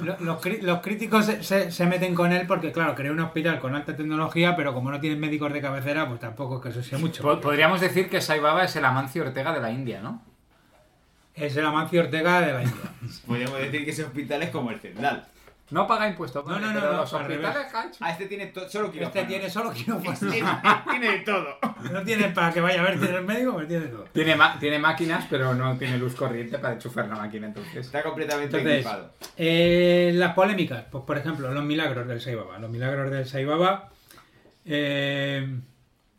Speaker 10: Lo- Los, cri- los críticos se, se- se meten con él porque, claro, creó un hospital con alta tecnología, pero como no tienen médicos de cabecera, pues tampoco es que eso sea mucho.
Speaker 11: Po- Podríamos decir que Sai Baba es el Amancio Ortega de la India, ¿no?
Speaker 10: Es el Amancio Ortega de la India.
Speaker 9: Podríamos decir que ese hospital es como el Cendal.
Speaker 11: No paga impuestos. vale,
Speaker 10: no,
Speaker 11: pero
Speaker 10: no,
Speaker 11: los
Speaker 10: al revés.
Speaker 11: hospitales cacho.
Speaker 9: Ah, este tiene to- solo quirófano.
Speaker 10: Este tiene solo quirófano.
Speaker 9: tiene de todo.
Speaker 10: No tiene para que vaya a verte el médico, pero tiene todo.
Speaker 11: Tiene, ma- tiene máquinas, pero no tiene luz corriente para enchufar la máquina, entonces.
Speaker 9: Está completamente
Speaker 10: Entonces,
Speaker 9: equipado.
Speaker 10: eh, las polémicas, pues por ejemplo, los milagros del Sai Baba. Los milagros del Sai Baba, eh,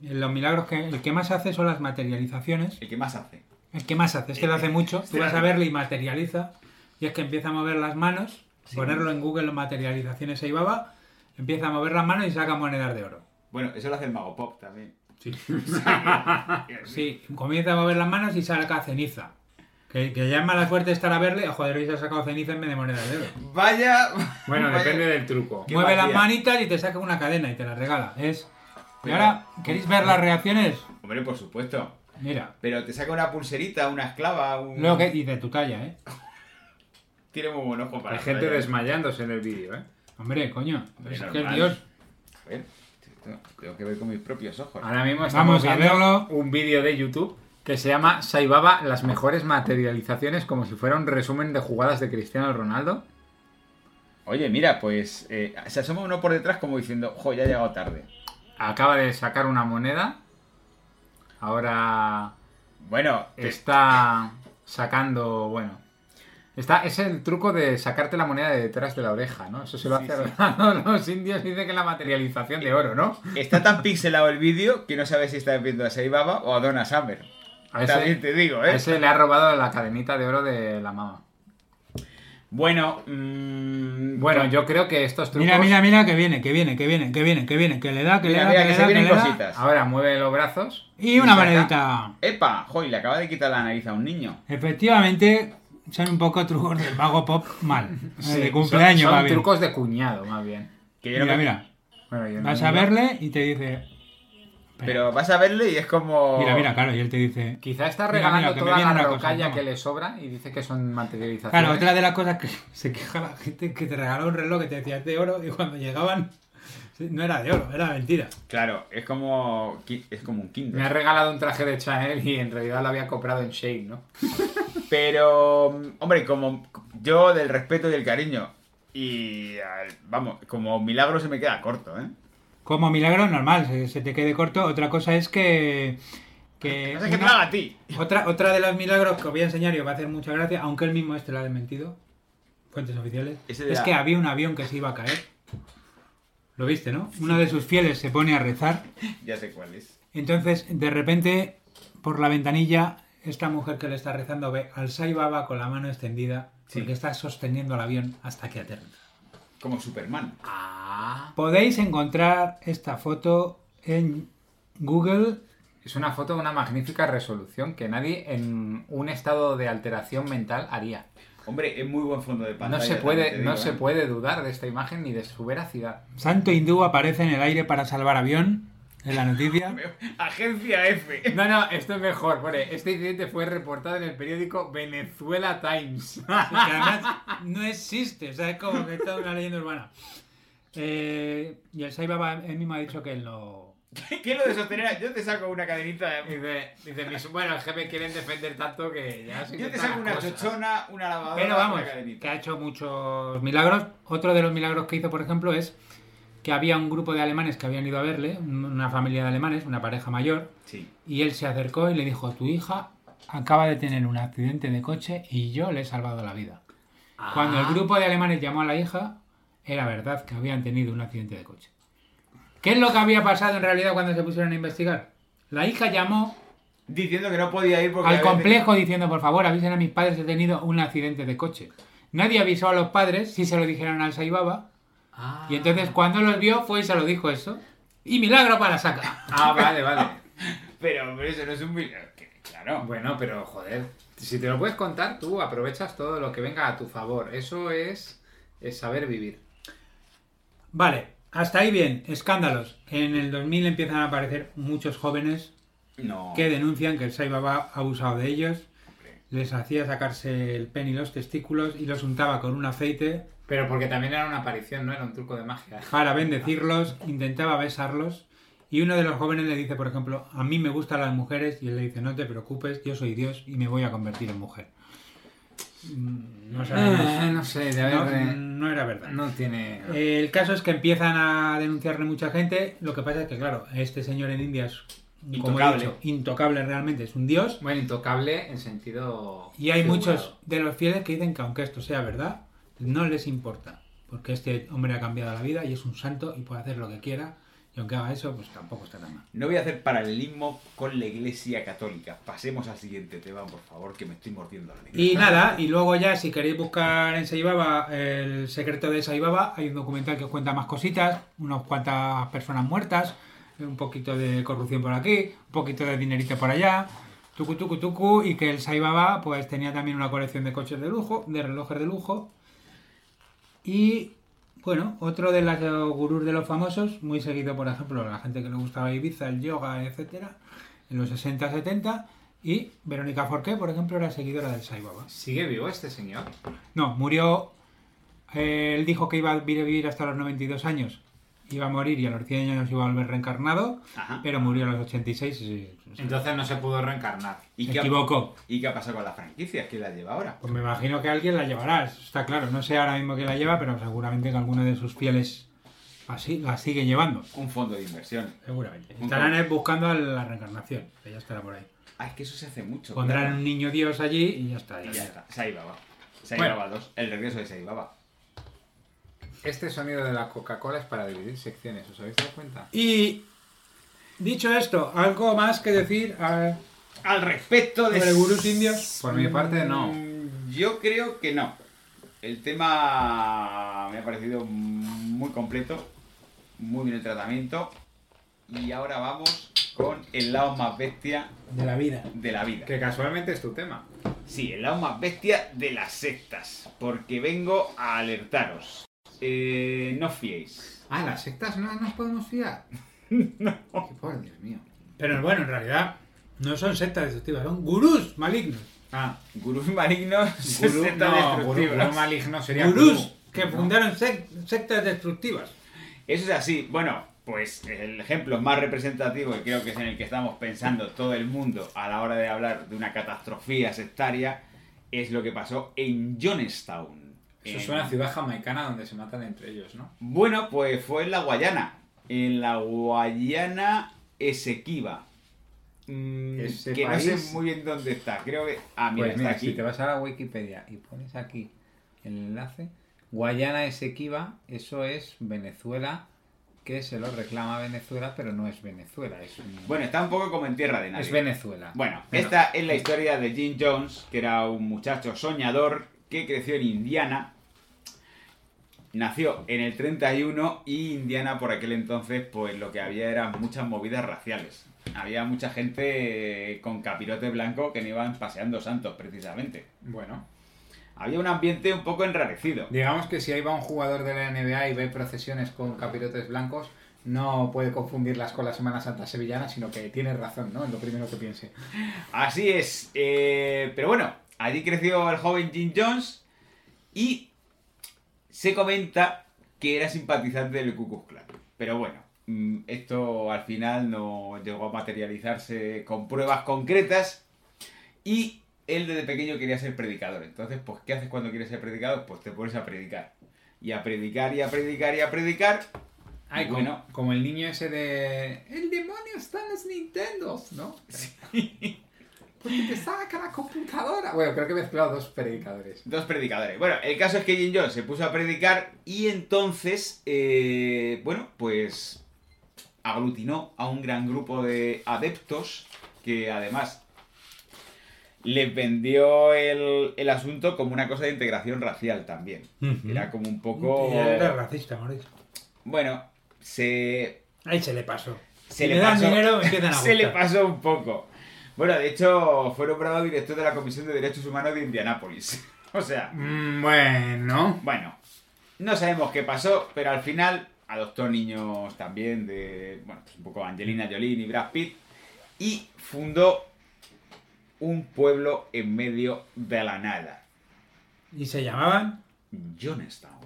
Speaker 10: los milagros que el que más hace son las materializaciones.
Speaker 9: El que más hace.
Speaker 10: El que más hace, es que lo
Speaker 11: Eh,
Speaker 10: hace mucho. Tú vas a verle y materializa. Y es que empieza a mover las manos, ponerlo en Google materializaciones Sai Baba, empieza a mover las manos y saca monedas de oro.
Speaker 9: Bueno, eso lo hace el Mago Pop también.
Speaker 10: Sí. comienza a mover las manos y saca ceniza. Que, que ya es mala suerte estar a verle, "Oh, joder, hoy se ha sacado ceniza en vez de monedas de oro.
Speaker 9: Vaya.
Speaker 11: Bueno,
Speaker 9: vaya-
Speaker 11: depende del truco.
Speaker 9: ¿Qué
Speaker 10: Mueve
Speaker 9: más
Speaker 10: las
Speaker 9: días?
Speaker 10: manitas y te saca una cadena y te la regala. Es. Y
Speaker 9: Pero-
Speaker 10: ahora, ¿queréis ver las reacciones?
Speaker 9: Hombre, por supuesto.
Speaker 10: Mira,
Speaker 9: Pero te saca una pulserita, una esclava, un.
Speaker 10: lo que. Y de tu talla, ¿eh?
Speaker 9: Tiene muy buen ojo para
Speaker 11: Hay
Speaker 9: la
Speaker 11: gente
Speaker 9: playa.
Speaker 11: desmayándose en el vídeo, ¿eh?
Speaker 10: Hombre, coño.
Speaker 9: Hombre,
Speaker 10: Es que
Speaker 9: normal.
Speaker 10: es Dios.
Speaker 9: A ver, esto tengo que ver con mis propios ojos.
Speaker 11: Ahora mismo estamos
Speaker 10: Vamos a
Speaker 11: viendo
Speaker 10: verlo.
Speaker 11: un vídeo de YouTube que se llama Saibaba las mejores materializaciones como si fuera un resumen de jugadas de Cristiano Ronaldo.
Speaker 9: Oye, mira, pues eh, se asoma uno por detrás como diciendo, jo, ya he llegado tarde.
Speaker 11: Acaba de sacar una moneda. Ahora
Speaker 9: Bueno, te-
Speaker 11: está sacando, bueno, está es el truco de sacarte la moneda de detrás de la oreja, ¿no? Eso se lo
Speaker 9: Sí,
Speaker 11: hace a los, los indios dice que es la materialización de oro, ¿no?
Speaker 9: está tan pixelado el vídeo que no sabes si estás viendo a Saibaba o a Donna Summer.
Speaker 11: A
Speaker 9: También
Speaker 11: ese,
Speaker 9: te digo,
Speaker 11: a
Speaker 9: ¿eh?
Speaker 11: ese le ha robado la cadenita de oro de la mamá.
Speaker 9: Bueno, mm,
Speaker 11: Bueno, yo creo que estos trucos
Speaker 10: Mira, mira, mira, que viene, que viene, que viene, que viene, que viene, que le da, que
Speaker 9: Mira,
Speaker 10: le da,
Speaker 9: mira,
Speaker 10: que,
Speaker 9: que
Speaker 10: le
Speaker 9: se
Speaker 10: da, que
Speaker 9: vienen
Speaker 10: le da.
Speaker 9: cositas.
Speaker 11: Ahora mueve los brazos.
Speaker 10: Y una
Speaker 11: saca.
Speaker 10: monedita.
Speaker 9: ¡Epa! Joy, le acaba de quitar la nariz a un niño.
Speaker 10: Efectivamente, son un poco trucos del vago pop mal.
Speaker 11: Sí,
Speaker 10: de cumpleaños,
Speaker 11: son,
Speaker 10: va
Speaker 11: son
Speaker 10: bien.
Speaker 11: trucos de cuñado, más bien.
Speaker 9: Que yo no
Speaker 10: Mira,
Speaker 9: me-
Speaker 10: mira.
Speaker 11: Bueno, yo no
Speaker 10: Vas a
Speaker 11: digo-
Speaker 10: verle y te dice.
Speaker 9: Pero vas a verle y es como...
Speaker 10: Mira, mira, claro, y él te dice.
Speaker 11: Quizá está
Speaker 10: Mira,
Speaker 11: regalando
Speaker 10: mira, que me
Speaker 11: toda
Speaker 10: viene
Speaker 11: la
Speaker 10: una cosa,
Speaker 11: rocalla
Speaker 10: toma.
Speaker 11: que le sobra y dice que son materializaciones.
Speaker 10: Claro, otra de las cosas que se queja la gente es que te regaló un reloj que te decía "Es de oro y cuando llegaban no era de oro, era mentira.
Speaker 9: Claro, es como... ki- Es como un
Speaker 11: Me ha
Speaker 9: kinder.
Speaker 11: regalado un traje de Chanel y en realidad lo había comprado en Shane, ¿no?
Speaker 9: Pero, mm, hombre, como yo del respeto y el cariño. Y, al- vamos, como milagro se me queda corto, ¿eh?
Speaker 10: Como milagro normal, se, se te quede corto. Otra cosa es que... que
Speaker 9: No sé qué te
Speaker 10: Eh, una-
Speaker 9: lo haga a ti.
Speaker 10: otra, otra de los milagros que os voy a enseñar y os va a hacer mucha gracia, aunque él mismo este lo ha desmentido, fuentes oficiales,
Speaker 9: Ese de
Speaker 10: es
Speaker 9: la-
Speaker 10: que había un avión que se iba a caer. Lo viste, ¿no? Uno de sus fieles se pone a rezar.
Speaker 9: Ya sé cuál es.
Speaker 10: Entonces, de repente, por la ventanilla, esta mujer que le está rezando ve al Sai Baba con la mano extendida, porque está sosteniendo el avión hasta que aterriza.
Speaker 9: Como Superman.
Speaker 11: Ah.
Speaker 10: Podéis encontrar esta foto en Google.
Speaker 11: Es una foto de una magnífica resolución que nadie en un estado de alteración mental haría.
Speaker 9: Hombre, es muy buen fondo de pantalla.
Speaker 11: No se
Speaker 9: también te
Speaker 11: puede,
Speaker 9: digo,
Speaker 11: no se
Speaker 9: ¿eh?
Speaker 11: puede dudar de esta imagen ni de su veracidad.
Speaker 10: Santo hindú aparece en el aire para salvar avión. en la noticia.
Speaker 11: Agencia F. No, no, esto es mejor. Pone, este incidente fue reportado en el periódico Venezuela Times.
Speaker 10: que pues, además no existe, o sea, es como que es toda una leyenda urbana. Eh, y el Saibaba él mismo ha dicho que él no.
Speaker 11: ¿Qué lo de sostener? Yo te saco una cadenita. Dice, dice mis- bueno, es que me quieren defender tanto que ya se
Speaker 9: Yo te
Speaker 11: inventan
Speaker 9: saco
Speaker 11: las
Speaker 9: una
Speaker 11: cosas.
Speaker 9: chochona, una lavadora,
Speaker 10: Pero vamos,
Speaker 9: una cadenita.
Speaker 10: que ha hecho muchos milagros. Otro de los milagros que hizo, por ejemplo, es que había un grupo de alemanes que habían ido a verle, una familia de alemanes, una pareja mayor,
Speaker 9: Sí.
Speaker 10: y él se acercó y le dijo, tu hija acaba de tener un accidente de coche y yo le he salvado la vida. Cuando el
Speaker 11: Ah.
Speaker 10: grupo de alemanes llamó a la hija, era verdad que habían tenido un accidente de coche. ¿Qué es lo que había pasado en realidad cuando se pusieron a investigar? La hija llamó
Speaker 9: Diciendo que no podía ir porque.
Speaker 10: al
Speaker 9: había
Speaker 10: complejo diciendo, por favor, avisen a mis padres que he tenido un accidente de coche. Nadie avisó a los padres si se lo dijeron al Saibaba.
Speaker 11: Ah.
Speaker 10: Y entonces cuando los vio fue y se lo dijo eso. Y milagro para saca.
Speaker 11: Ah, vale, vale.
Speaker 9: tenido- Pero, hombre, eso no es un milagro. Que- Claro.
Speaker 11: Bueno, pero joder, si te lo puedes contar, tú aprovechas todo lo que venga a tu favor. Eso es, es saber vivir.
Speaker 10: Vale, hasta ahí bien, escándalos. En el 2000 empiezan a aparecer muchos jóvenes
Speaker 9: No.
Speaker 10: que denuncian que el Saibaba ha abusado de ellos, les hacía sacarse el pene y los testículos y los untaba con un aceite
Speaker 11: Pero porque también era una aparición, no era un truco de magia.
Speaker 10: para bendecirlos, intentaba besarlos y uno de los jóvenes le dice, por ejemplo, a mí me gustan las mujeres y él le dice, no te preocupes, yo soy Dios y me voy a convertir en mujer. Mm, No, sabemos.
Speaker 11: Eh, no sé, de
Speaker 10: No,
Speaker 11: haber- eh,
Speaker 10: no era verdad.
Speaker 11: No tiene.
Speaker 10: El caso es que empiezan a denunciarle mucha gente. Lo que pasa es que, claro, este señor en India es, como he
Speaker 11: Intocable.
Speaker 10: dicho, intocable realmente, es un dios.
Speaker 11: Bueno, intocable en sentido.
Speaker 10: Y hay
Speaker 11: figurado.
Speaker 10: muchos de los fieles que dicen que, aunque esto sea verdad, no les importa. Porque este hombre ha cambiado la vida y es un santo y puede hacer lo que quiera. Y aunque haga eso, pues tampoco está tan mal.
Speaker 9: No voy a hacer paralelismo con la iglesia católica. Pasemos al siguiente tema, por favor, que me estoy mordiendo la lengua.
Speaker 10: Y nada, y luego ya, si queréis buscar en Saibaba el secreto de Saibaba, hay un documental que os cuenta más cositas, unas cuantas personas muertas, un poquito de corrupción por aquí, un poquito de dinerito por allá, tucu tucu tucu, y que el Saibaba pues tenía también una colección de coches de lujo, de relojes de lujo. Y bueno, otro de los gurús de los famosos, muy seguido por ejemplo la gente que le gustaba Ibiza, el yoga, etcétera, en los 60, 70 y Verónica Forqué, por ejemplo, era seguidora del Saibaba.
Speaker 11: ¿Sigue vivo este señor?
Speaker 10: No, murió. eh, él dijo que iba a vivir hasta los 92 años. Iba a morir y a los 100 años iba a volver reencarnado,
Speaker 9: Ajá.
Speaker 10: pero murió a los 86 y se-
Speaker 11: Entonces no se pudo reencarnar.
Speaker 9: ¿Y
Speaker 10: se
Speaker 9: qué ha-
Speaker 10: equivocó.
Speaker 9: ¿Y qué ha pasado con las franquicias? ¿Quién las lleva ahora?
Speaker 10: Pues me imagino que alguien la llevará, eso está claro. No sé ahora mismo quién la lleva, pero seguramente que alguno de sus fieles así la sigue llevando.
Speaker 9: Un fondo de inversión.
Speaker 10: Seguramente.
Speaker 9: Un
Speaker 10: Estarán
Speaker 9: poco.
Speaker 10: eh, buscando a la reencarnación, que ya estará por ahí.
Speaker 9: Ah, es que eso se hace mucho.
Speaker 10: Pondrán
Speaker 9: claro.
Speaker 10: un niño dios allí y ya está. ya
Speaker 9: Y ya
Speaker 10: está.
Speaker 9: está. Saibaba. Saibaba 2. El regreso de Saibaba.
Speaker 11: Este sonido de la Coca-Cola es para dividir secciones, ¿os habéis dado cuenta?
Speaker 10: Y dicho esto, ¿algo más que decir ah, a-
Speaker 9: Al respecto de.
Speaker 10: sobre gurús indios?
Speaker 11: Por mi parte, no.
Speaker 9: Mm, Yo creo que no. El tema me ha parecido muy completo, muy bien el tratamiento. Y ahora vamos con el lado más bestia
Speaker 10: De la vida.
Speaker 9: de la vida.
Speaker 11: Que casualmente es tu tema.
Speaker 9: Sí, el lado más bestia de las sectas. Porque vengo a alertaros. Eh, no os fiéis.
Speaker 11: Ah, las sectas no nos podemos fiar. no. por Dios mío.
Speaker 10: Pero bueno, en realidad no son sectas destructivas, son gurús malignos.
Speaker 9: Ah, gurús malignos,
Speaker 11: Gurú,
Speaker 9: sectas
Speaker 11: no, gurú,
Speaker 9: destructivas.
Speaker 11: gurú maligno sería
Speaker 10: Gurús
Speaker 11: gurú.
Speaker 10: que
Speaker 11: No.
Speaker 10: fundaron sec- sectas destructivas.
Speaker 9: Eso es así. Bueno, pues el ejemplo más representativo y creo que es en el que estamos pensando todo el mundo a la hora de hablar de una catastrofía sectaria es lo que pasó en Jonestown.
Speaker 11: Eso
Speaker 9: En-
Speaker 11: es una ciudad jamaicana donde se matan entre ellos, ¿no?
Speaker 9: Bueno, pues fue en la Guayana. En la Guayana Esequiba. Mm,
Speaker 11: Ese
Speaker 9: que no
Speaker 11: país-
Speaker 9: sé muy bien dónde está. Creo que. Ah, mira,
Speaker 11: Pues mira,
Speaker 9: está aquí.
Speaker 11: si te vas a la Wikipedia y pones aquí el enlace, Guayana Esequiba, eso es Venezuela, que se lo reclama Venezuela, pero no es Venezuela, es, un-
Speaker 9: Bueno, está un poco como en tierra de nadie.
Speaker 11: es Venezuela.
Speaker 9: Bueno, esta es la historia de Jim Jones, que era un muchacho soñador que creció en Indiana. Nació en el 31 y Indiana por aquel entonces, pues lo que había eran muchas movidas raciales. Había mucha gente eh, con capirote blanco que no iban paseando santos, precisamente.
Speaker 11: Bueno,
Speaker 9: Había un ambiente un poco enrarecido.
Speaker 11: digamos que si ahí va un jugador de la NBA y ve procesiones con capirotes blancos, no puede confundirlas con la Semana Santa sevillana, sino que tiene razón, ¿no? En lo primero que piense.
Speaker 9: Así es. eh, pero bueno, allí creció el joven Jim Jones y se comenta que era simpatizante del Ku Klux Klan. Pero bueno, mm, esto al final no llegó a materializarse con pruebas concretas y él desde pequeño quería ser predicador. Entonces, pues, ¿qué haces cuando quieres ser predicador? Pues te pones a predicar. Y a predicar y a predicar y a predicar.
Speaker 11: Ay,
Speaker 9: Y
Speaker 11: como,
Speaker 9: bueno,
Speaker 11: como el niño ese de... El demonio está en los Nintendos, ¿no? Porque te saca la computadora. Bueno, creo que he mezclado dos predicadores.
Speaker 9: Dos predicadores. Bueno, el caso es que Jim Jones se puso a predicar y entonces, eh, bueno, pues aglutinó a un gran grupo de adeptos que además les vendió el, el asunto como una cosa de integración racial también.
Speaker 10: Ujú.
Speaker 9: Era como un poco...
Speaker 10: Ya Era racista, Mauricio.
Speaker 9: Bueno, se,
Speaker 10: Ahí se le pasó.
Speaker 9: se
Speaker 10: Si
Speaker 9: le
Speaker 10: me dan
Speaker 9: pasó-
Speaker 10: dinero, me empiezan a
Speaker 9: se le
Speaker 10: gustar.
Speaker 9: pasó un poco. Bueno, de hecho, fue nombrado director de la Comisión de Derechos Humanos de Indianápolis. O sea...
Speaker 11: Mm, Bueno.
Speaker 9: Bueno, no sabemos qué pasó, pero al final adoptó niños también de, bueno, pues un poco Angelina Jolie y Brad Pitt y fundó un pueblo en medio de la nada,
Speaker 10: Y se llamaban.
Speaker 9: Jonestown.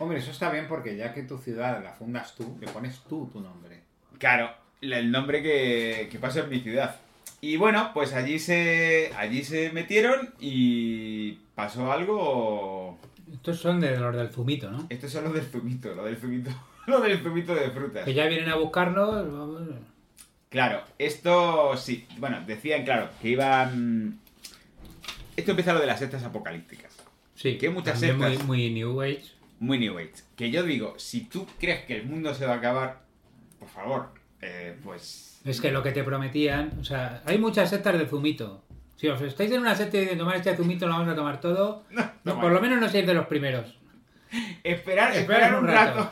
Speaker 11: Hombre, eso está bien porque ya que tu ciudad la fundas tú, le pones tú tu nombre.
Speaker 9: Claro, la- el nombre que, que pasó en mi ciudad. Y bueno, pues allí se, allí se metieron y pasó algo...
Speaker 10: Estos son de los del zumito, ¿no?
Speaker 9: Esto es lo del zumito, lo del zumito, lo del zumito de frutas.
Speaker 10: Que ya vienen a buscarnos. vamos.
Speaker 9: Claro, esto sí. Bueno, decían, claro, que iban. Esto empieza lo de las sectas apocalípticas.
Speaker 10: Sí.
Speaker 9: Que hay muchas
Speaker 10: también muy,
Speaker 9: sectas.
Speaker 10: muy New Age.
Speaker 9: Muy New Age. Que yo digo, si tú crees que el mundo se va a acabar, por favor, eh, pues.
Speaker 10: Es que lo que te prometían. O sea, hay muchas sectas de zumito. Si os estáis en una secta y de tomar este zumito, lo vamos a tomar todo. no,
Speaker 9: toma.
Speaker 10: por lo menos no seáis de los primeros.
Speaker 9: Esperar, esperar un rato.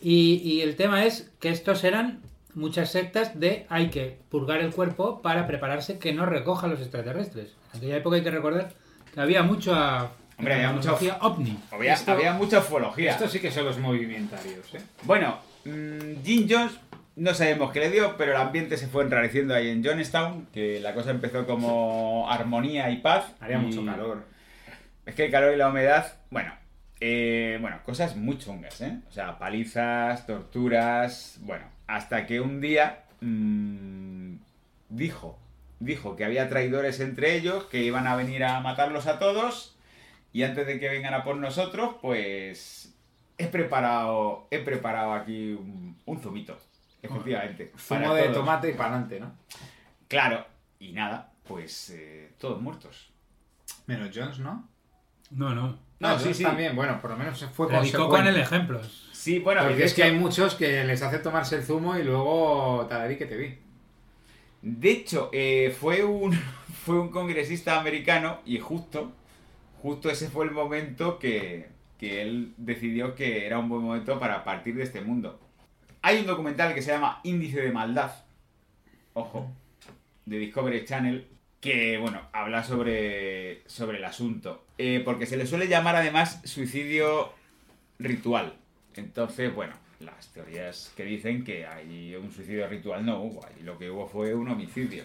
Speaker 10: Y, y el tema es que estos eran muchas sectas de hay que purgar el cuerpo para prepararse que no recoja los extraterrestres. En aquella época hay que recordar que había mucha
Speaker 9: Hombre, había mucho-
Speaker 10: tecnología ovni.
Speaker 9: Había,
Speaker 11: Esto-
Speaker 9: había mucha ufología.
Speaker 11: Estos sí que son los movimentarios, ¿eh?
Speaker 9: Bueno, mm, Jim Jones, no sabemos qué le dio, pero el ambiente se fue enrareciendo ahí en Jonestown, que la cosa empezó como armonía y paz.
Speaker 11: Haría
Speaker 9: y-
Speaker 11: mucho calor.
Speaker 9: Es que el calor y la humedad, bueno, eh, bueno, cosas muy chungas, ¿eh? O sea, palizas, torturas, bueno, hasta que un día mm, dijo, dijo que había traidores entre ellos, que iban a venir a matarlos a todos y antes de que vengan a por nosotros, pues he preparado, he preparado aquí un, un zumito, efectivamente.
Speaker 11: Zumo
Speaker 9: para
Speaker 11: de
Speaker 9: todos.
Speaker 11: tomate y para adelante, ¿no?
Speaker 9: Claro, y nada, pues eh, todos muertos.
Speaker 11: Menos Jones, ¿no?
Speaker 10: No, no.
Speaker 9: No,
Speaker 11: Ah,
Speaker 9: sí,
Speaker 11: Jones
Speaker 9: sí.
Speaker 11: También, bueno, por lo menos se fue
Speaker 10: Predicó con el ejemplo.
Speaker 9: Sí, bueno, y
Speaker 11: Porque
Speaker 9: de
Speaker 11: es que
Speaker 9: hecho-
Speaker 11: hay muchos que les hace tomarse el zumo y luego tadarí que te vi.
Speaker 9: De hecho, eh, fue, un, fue un congresista americano y justo, justo ese fue el momento que, que él decidió que era un buen momento para partir de este mundo. Hay un documental que se llama Índice de Maldad, ojo, de Discovery Channel, que, bueno, habla sobre, sobre el asunto. Eh, porque se le suele llamar además suicidio ritual. Entonces, bueno, las teorías que dicen que hay un suicidio ritual no hubo, ahí lo que hubo fue un homicidio.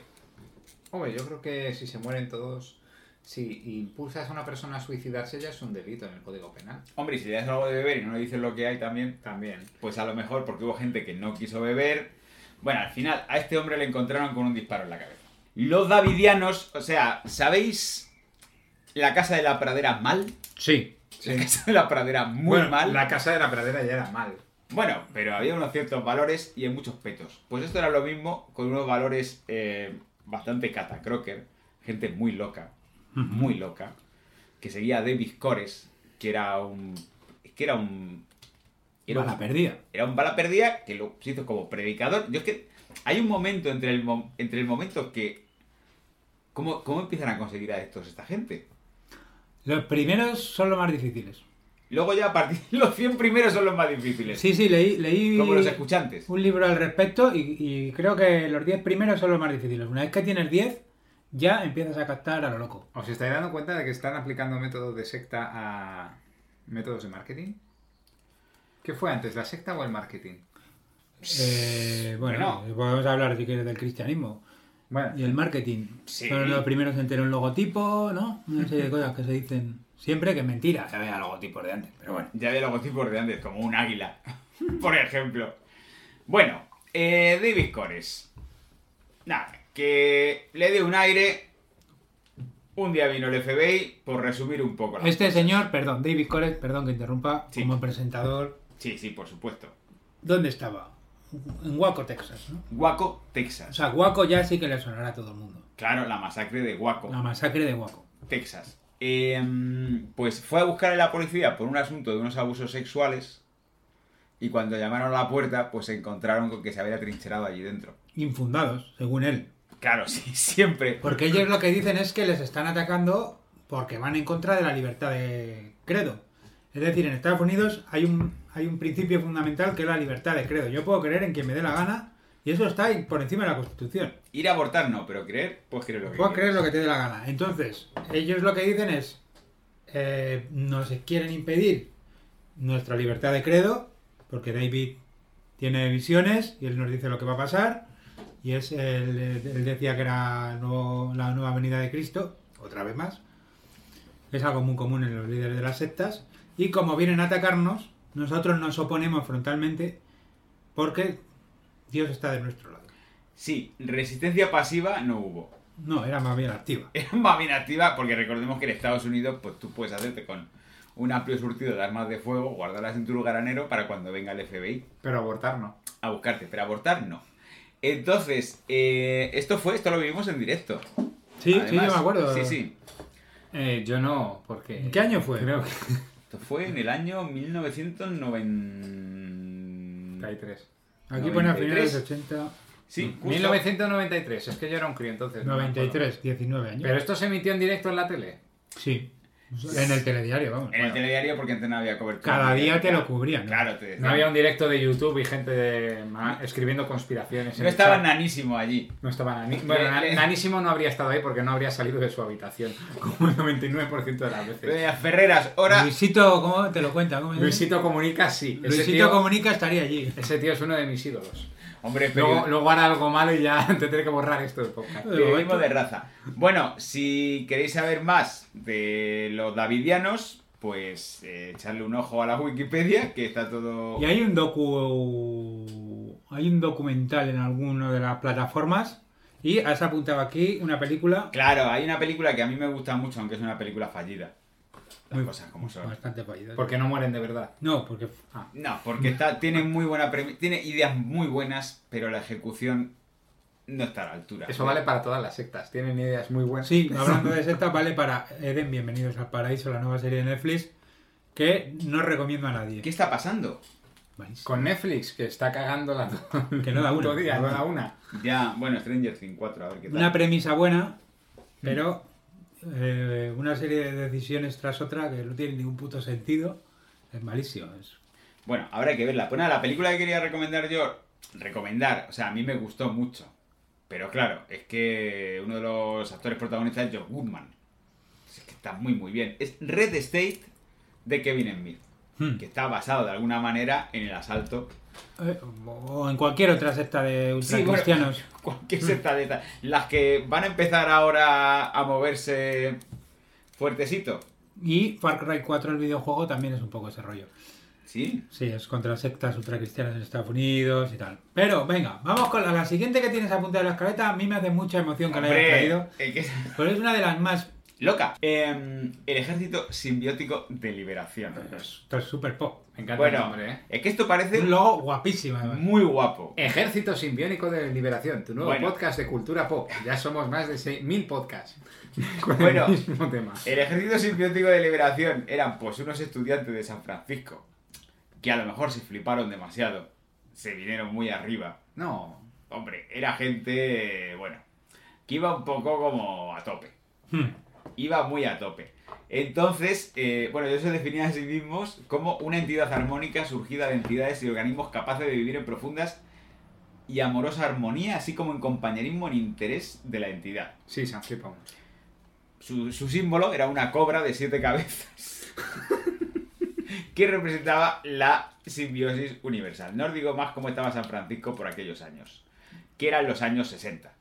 Speaker 11: Hombre, yo creo que si se mueren todos, si impulsas a una persona a suicidarse ya es un delito en el Código Penal.
Speaker 9: Hombre, y si le das algo de beber y no le dices lo que hay también,
Speaker 11: También.
Speaker 9: pues a lo mejor porque hubo gente que no quiso beber. Bueno, al final a este hombre le encontraron con un disparo en la cabeza. Los davidianos, o sea, ¿sabéis la casa de la pradera mal?
Speaker 10: Sí.
Speaker 9: La casa de la pradera muy
Speaker 11: Bueno,
Speaker 9: mal.
Speaker 11: La casa de la pradera ya era mal.
Speaker 9: Bueno, pero había unos ciertos valores y en muchos petos. Pues esto era lo mismo con unos valores eh, bastante catacroker, gente muy loca, muy loca, que seguía a Davis Cores, que era un. es que era un. Era
Speaker 10: la
Speaker 9: un,
Speaker 10: perdida.
Speaker 9: era un bala perdida que lo hizo como predicador. Yo es que hay un momento entre el, mo- entre el momento que. ¿cómo, ¿Cómo empiezan a conseguir a estos esta gente?
Speaker 10: Los primeros son los más difíciles.
Speaker 9: Luego ya a partir los 100 primeros son los más difíciles.
Speaker 10: Sí, sí, leí, leí
Speaker 9: Como los escuchantes.
Speaker 10: un libro al respecto y, y creo que los 10 primeros son los más difíciles. Una vez que tienes 10, ya empiezas a captar a lo loco.
Speaker 11: ¿Os estáis dando cuenta de que están aplicando métodos de secta a métodos de marketing? ¿Qué fue antes, la secta o el marketing?
Speaker 10: Eh, bueno, podemos hablar si quieres del cristianismo. Y el marketing.
Speaker 9: Sí.
Speaker 10: Son los primeros en tener un logotipo, ¿no? Una serie de cosas que se dicen siempre que es mentira. Ya había logotipos de antes, pero bueno.
Speaker 9: Ya había logotipos de antes, como un águila, por ejemplo. Bueno, eh, David Cores. Nada, que le dé un aire. Un día vino el FBI, por resumir un poco. la
Speaker 10: Este
Speaker 9: cosa.
Speaker 10: señor, perdón, David Cores, perdón que interrumpa, como presentador,
Speaker 9: Sí, sí, por supuesto.
Speaker 10: ¿dónde estaba? En Waco, Texas, ¿no?
Speaker 9: Waco, Texas.
Speaker 10: O sea, Waco ya sí que le sonará a todo el mundo.
Speaker 9: Claro, la masacre de Waco.
Speaker 10: La masacre de Waco.
Speaker 9: Texas. Eh, pues fue a buscar a la policía por un asunto de unos abusos sexuales. Y cuando llamaron a la puerta, pues se encontraron con que se había trincherado allí dentro.
Speaker 10: Infundados, según él.
Speaker 9: Claro, sí, siempre.
Speaker 10: Porque ellos lo que dicen es que les están atacando porque van en contra de la libertad de credo. Es decir, en Estados Unidos hay un, hay un principio fundamental que es la libertad de credo. Yo puedo creer en quien me dé la gana y eso está ahí por encima de la Constitución.
Speaker 9: Ir a abortar no, pero creer, pues creer lo que
Speaker 10: Puedes
Speaker 9: quieras.
Speaker 10: creer lo que te dé la gana. Entonces, ellos lo que dicen es, eh, nos quieren impedir nuestra libertad de credo, porque David tiene visiones y él nos dice lo que va a pasar, y es él, él decía que era nuevo- la nueva venida de Cristo, otra vez más, es algo muy común en los líderes de las sectas, y como vienen a atacarnos, nosotros nos oponemos frontalmente porque Dios está de nuestro lado.
Speaker 9: Sí, resistencia pasiva no hubo.
Speaker 10: No, era más bien activa.
Speaker 9: Era más bien activa porque recordemos que en Estados Unidos pues tú puedes hacerte con un amplio surtido de armas de fuego, guardarlas en tu lugaranero para cuando venga el FBI.
Speaker 11: Pero abortar no.
Speaker 9: a buscarte, pero abortar no. Entonces, eh, esto fue, esto lo vivimos en directo.
Speaker 10: Sí, sí, yo me acuerdo.
Speaker 9: Sí, sí.
Speaker 11: Eh, yo no, porque...
Speaker 10: ¿En qué año fue?
Speaker 11: Creo que...
Speaker 9: Esto fue en el año 1993.
Speaker 10: Aquí pone a finales de
Speaker 9: 93.
Speaker 10: 80.
Speaker 9: Sí, justo.
Speaker 11: 1993, es que yo era un crío entonces. no me acuerdo.
Speaker 10: 93, 19 años.
Speaker 11: Pero esto se emitió en directo en la tele.
Speaker 10: Sí. En el telediario, vamos.
Speaker 9: En el telediario porque antes no había cobertura.
Speaker 10: Cada día te lo cubrían. ¿no?
Speaker 9: Claro, te decía.
Speaker 11: No había un directo de YouTube y gente de- ma- escribiendo conspiraciones. en
Speaker 9: No
Speaker 11: el
Speaker 9: estaba
Speaker 11: chat.
Speaker 9: nanísimo allí.
Speaker 11: No estaba nani- Bueno,
Speaker 9: Le-
Speaker 11: na-
Speaker 9: le-
Speaker 11: Nanísimo no habría estado ahí porque no habría salido de su habitación, como el 99% de las veces.
Speaker 9: Eh, Ferreras, ahora...
Speaker 10: Luisito, ¿cómo te lo cuenta? ¿Cómo es?
Speaker 11: Luisito Comunica sí. Ese
Speaker 10: Luisito
Speaker 11: tío-
Speaker 10: Comunica estaría allí.
Speaker 11: Ese tío es uno de mis ídolos.
Speaker 9: Hombre,
Speaker 11: Luego,
Speaker 9: periodismo,
Speaker 11: luego hará algo malo y ya tendré que borrar esto del podcast.
Speaker 9: periodismo de raza. Bueno, si queréis saber más de los davidianos, pues eh, echarle un ojo a la Wikipedia, que está todo...
Speaker 10: Y hay un docu. Hay un documental en alguna de las plataformas. Y has apuntado aquí una película
Speaker 9: Claro, hay una película que a mí me gusta mucho, aunque es una película fallida. Las
Speaker 10: Muy-
Speaker 9: cosas como son.
Speaker 10: bastante fallida.
Speaker 11: Porque no mueren de verdad.
Speaker 10: No, porque. ah,
Speaker 9: No, porque está, tiene muy buena premi- tiene ideas muy buenas, pero la ejecución no está a la altura.
Speaker 11: Eso vale para todas las sectas. Tienen ideas muy buenas.
Speaker 10: Sí, hablando de sectas, vale para Eden, bienvenidos al paraíso, la nueva serie de Netflix, que no recomiendo a nadie.
Speaker 9: ¿Qué está pasando?
Speaker 10: Malísimo.
Speaker 11: Con Netflix, que está cagando la...
Speaker 10: Que no da una.
Speaker 11: todo día, no da una.
Speaker 9: Ya, bueno, Stranger Things 4, a ver qué tal. Mm.
Speaker 10: Una premisa buena, pero eh, una serie de decisiones tras otra que no tienen ningún puto sentido. Es malísimo. es-
Speaker 9: Bueno, habrá que verla. Pues nada, la película que quería recomendar yo, recomendar, o sea, a mí me gustó mucho. Pero claro, es que uno de los actores protagonistas es Joe Goodman. Es que está muy, muy bien. Es Red State de Kevin Smith,
Speaker 10: Hmm.
Speaker 9: que está basado de alguna manera en el asalto.
Speaker 10: eh, o en cualquier otra secta de ultracristianos.
Speaker 9: Cualquier
Speaker 10: Hmm.
Speaker 9: secta de esta- Las que van a empezar ahora a moverse fuertecito.
Speaker 10: Y Far Cry 4, el videojuego, también es un poco ese rollo.
Speaker 9: Sí.
Speaker 10: Sí, es contra sectas ultracristianas en Estados Unidos y tal. Pero venga, vamos con la, la siguiente que tienes apuntada en la escaleta. A mí me hace mucha emoción que la hayas
Speaker 9: Hombre,
Speaker 10: traído.
Speaker 9: eh, que es-
Speaker 10: Pero es una de las más.
Speaker 9: Loca. Em, el ejército simbiótico de liberación.
Speaker 10: Esto es súper pop.
Speaker 11: Me encanta el
Speaker 9: Bueno,
Speaker 11: nombre, ¿eh?
Speaker 9: es que esto parece
Speaker 10: Un logo guapísimo, además.
Speaker 9: muy guapo.
Speaker 11: Ejército Simbiónico de Liberación, tu nuevo
Speaker 9: Bueno.
Speaker 11: podcast de cultura pop. Ya somos más de 6.000 podcasts con
Speaker 9: Bueno. Eh.
Speaker 11: el mismo tema.
Speaker 9: El ejército simbiótico de liberación eran pues unos estudiantes de San Francisco que a lo mejor se fliparon demasiado. Se vinieron muy arriba.
Speaker 11: No,
Speaker 9: Hombre, era gente, eh, bueno, que iba un poco como a tope. Iba muy a tope. Entonces, eh, bueno, ellos se definían a sí mismos como una entidad armónica surgida de entidades y organismos capaces de vivir en profundas y amorosa armonía, así como en compañerismo en interés de la entidad.
Speaker 11: sí, se han flipado mucho.
Speaker 9: Su, su símbolo era una cobra de siete cabezas. que representaba la simbiosis universal. No os digo más cómo estaba San Francisco por aquellos años, que eran los años 60,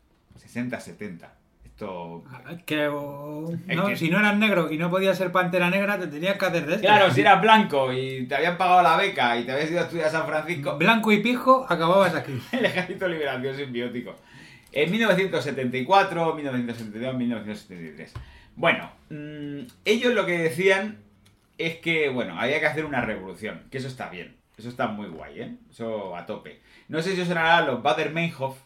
Speaker 9: 60-70. Esto...
Speaker 10: Creo... No, que... Si no eras negro y no podías ser pantera negra, te tenías que hacer de este. esto.
Speaker 9: Claro, si eras blanco y te habían pagado la beca y te habías ido a estudiar a San Francisco.
Speaker 10: Blanco y pijo, acababas aquí.
Speaker 9: El ejército de liberación simbiótico. En 1974, 1972, 1973. Bueno, mmm, ellos lo que decían es que, bueno, había que hacer una revolución, que eso está bien, eso está muy guay, ¿eh? Eso a tope. No sé si os sonará los Bader Meinhof,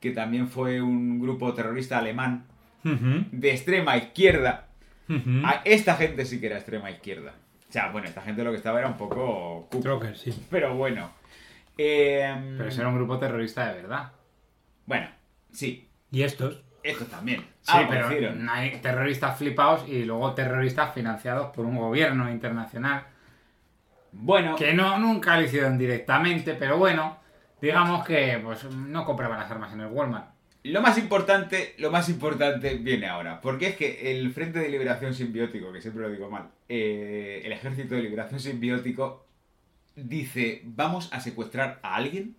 Speaker 9: que también fue un grupo terrorista alemán
Speaker 10: uh -huh.
Speaker 9: de extrema izquierda.
Speaker 10: Uh -huh.
Speaker 9: a esta gente sí que era extrema izquierda. O sea, bueno, esta gente lo que estaba era un poco...
Speaker 10: Troker, sí.
Speaker 9: Pero bueno. Eh,
Speaker 11: pero eso era un grupo terrorista de verdad.
Speaker 9: Bueno, sí.
Speaker 10: ¿Y estos?
Speaker 9: Estos también.
Speaker 11: Sí, ah, pero hicieron. hay terroristas flipados y luego terroristas financiados por un gobierno internacional.
Speaker 9: Bueno.
Speaker 11: Que no, nunca lo hicieron directamente, pero bueno, digamos que pues no compraban las armas en el Walmart.
Speaker 9: Lo más importante, lo más importante viene ahora, porque es que el Frente de Liberación Simbiótico, que siempre lo digo mal, eh, el Ejército de Liberación Simbiótico dice, vamos a secuestrar a alguien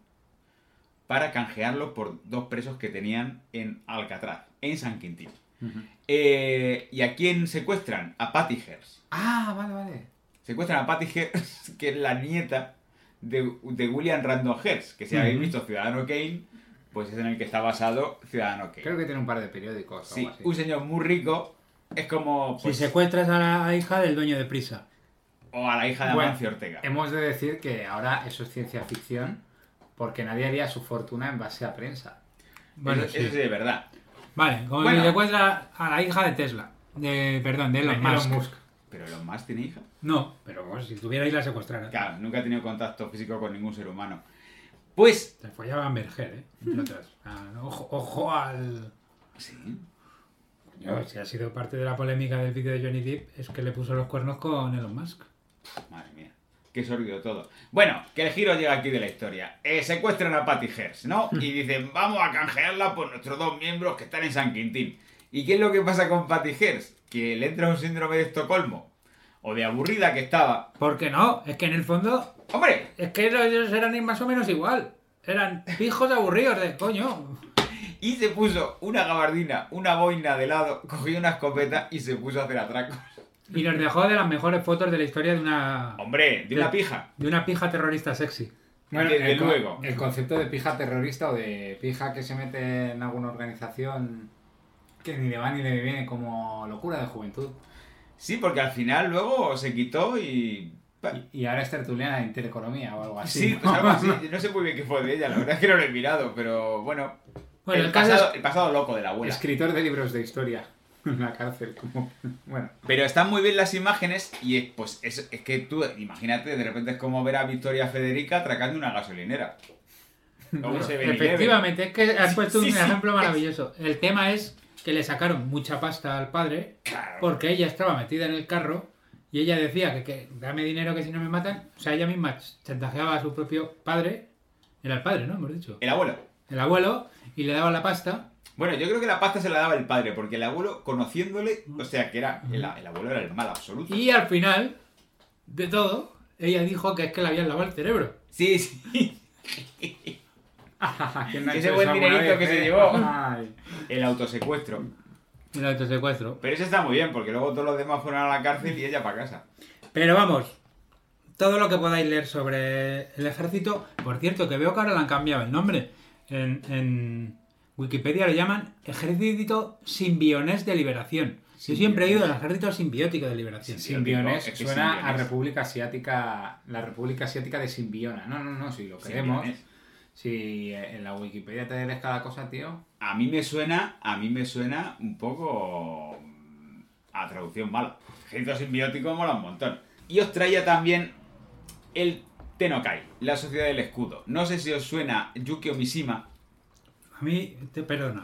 Speaker 9: para canjearlo por dos presos que tenían en Alcatraz, en San Quintín.
Speaker 10: Uh -huh.
Speaker 9: eh, ¿Y a quién secuestran? A Patty Hearst.
Speaker 10: Ah, vale, vale.
Speaker 9: Secuestran a Patty Hearst, que es la nieta de, de William Randolph Hearst, que si uh -huh. habéis visto Ciudadano Kane, pues es en el que está basado Ciudadano Kane.
Speaker 11: Creo que tiene un par de periódicos.
Speaker 9: Sí,
Speaker 11: o así.
Speaker 9: un señor muy rico es como...
Speaker 10: Pues, si secuestras a la hija del dueño de prisa.
Speaker 9: O a la hija de bueno, Amancio Ortega.
Speaker 11: Hemos de decir que ahora eso es ciencia ficción porque nadie haría su fortuna en base a prensa.
Speaker 9: Bueno, eso, sí. eso sí es verdad.
Speaker 10: Vale, como bueno, le cuesta a la hija de Tesla, de, perdón, de Elon, Elon Musk. Musk.
Speaker 9: ¿Pero Elon Musk tiene hija?
Speaker 10: No, pero pues, si tuviera ahí la secuestrara.
Speaker 9: Claro, nunca ha tenido contacto físico con ningún ser humano. Pues...
Speaker 10: Se follaba a Berger, ¿eh? No te has... ah, ojo, ojo, al...
Speaker 9: Sí.
Speaker 10: Yo, si ha sido parte de la polémica del vídeo de Johnny Depp, es que le puso los cuernos con Elon Musk.
Speaker 9: Madre mía que sorbido todo. Bueno, que el giro llega aquí de la historia. Eh, secuestran a Patty Hearst, ¿no? Y dicen, vamos a canjearla por nuestros dos miembros que están en San Quintín. ¿Y qué es lo que pasa con Patty Hearst? Que le entra un síndrome de Estocolmo. O de aburrida que estaba.
Speaker 10: ¿Por qué no? Es que en el fondo...
Speaker 9: ¡Hombre!
Speaker 10: Es que ellos eran más o menos igual. Eran pijos aburridos de coño.
Speaker 9: Y se puso una gabardina, una boina de lado, cogió una escopeta y se puso a hacer atracos.
Speaker 10: Y nos dejó de las mejores fotos de la historia de una.
Speaker 9: Hombre, de, de una pija.
Speaker 10: De una pija terrorista sexy.
Speaker 9: Bueno, desde el, luego.
Speaker 11: El concepto de pija terrorista o de pija que se mete en alguna organización que ni le va ni le viene como locura de juventud.
Speaker 9: Sí, porque al final luego se quitó y.
Speaker 11: Y, y ahora es tertuliana de intereconomía o algo así.
Speaker 9: Sí, ¿no? Pues algo así. No sé muy bien qué fue de ella, la verdad es que no lo he mirado, pero bueno.
Speaker 10: bueno
Speaker 9: el, el, pasado, es... el pasado loco de la abuela.
Speaker 11: Escritor de libros de historia la cárcel. Como... Bueno.
Speaker 9: Pero están muy bien las imágenes y es, pues es, es, que tú, imagínate, de repente es como ver a Victoria Federica atracando una gasolinera.
Speaker 10: No, se efectivamente, es que has puesto sí, un sí, ejemplo sí. maravilloso. El tema es que le sacaron mucha pasta al padre
Speaker 9: claro.
Speaker 10: porque ella estaba metida en el carro y ella decía que, que, dame dinero que si no me matan. O sea, ella misma chantajeaba a su propio padre. Era el padre, ¿no? Hemos dicho.
Speaker 9: El abuelo.
Speaker 10: El abuelo y le daba la pasta.
Speaker 9: Bueno, yo creo que la pasta se la daba el padre, porque el abuelo, conociéndole, o sea, que era el, el, abuelo era el mal absoluto.
Speaker 10: Y al final de todo, ella dijo que es que le habían lavado el cerebro.
Speaker 9: Sí, sí.
Speaker 11: ah,
Speaker 9: no Ese buen dinerito que
Speaker 11: eh?
Speaker 9: se llevó. Ay. El autosecuestro.
Speaker 10: El autosecuestro.
Speaker 9: Pero eso está muy bien, porque luego todos los demás fueron a la cárcel y ella para casa.
Speaker 10: Pero vamos, todo lo que podáis leer sobre el ejército. Por cierto, que veo que ahora le han cambiado el nombre. en... en... Wikipedia lo llaman Ejército Simbionés de Liberación. Simbionés. Yo siempre he ido al Ejército Simbiótico de Liberación.
Speaker 11: Simbionés es que suena simbionés. a República Asiática, la República Asiática de Simbiona. No, no, no, si lo queremos. Simbionés. Si en la Wikipedia te lees cada cosa, tío.
Speaker 9: A mí me suena, a mí me suena un poco mm, a traducción mala. Ejército Simbiótico mola un montón. Y os traía también el Tenokai, la Sociedad del Escudo. No sé si os suena Yukio Mishima.
Speaker 10: A mí, te perdona.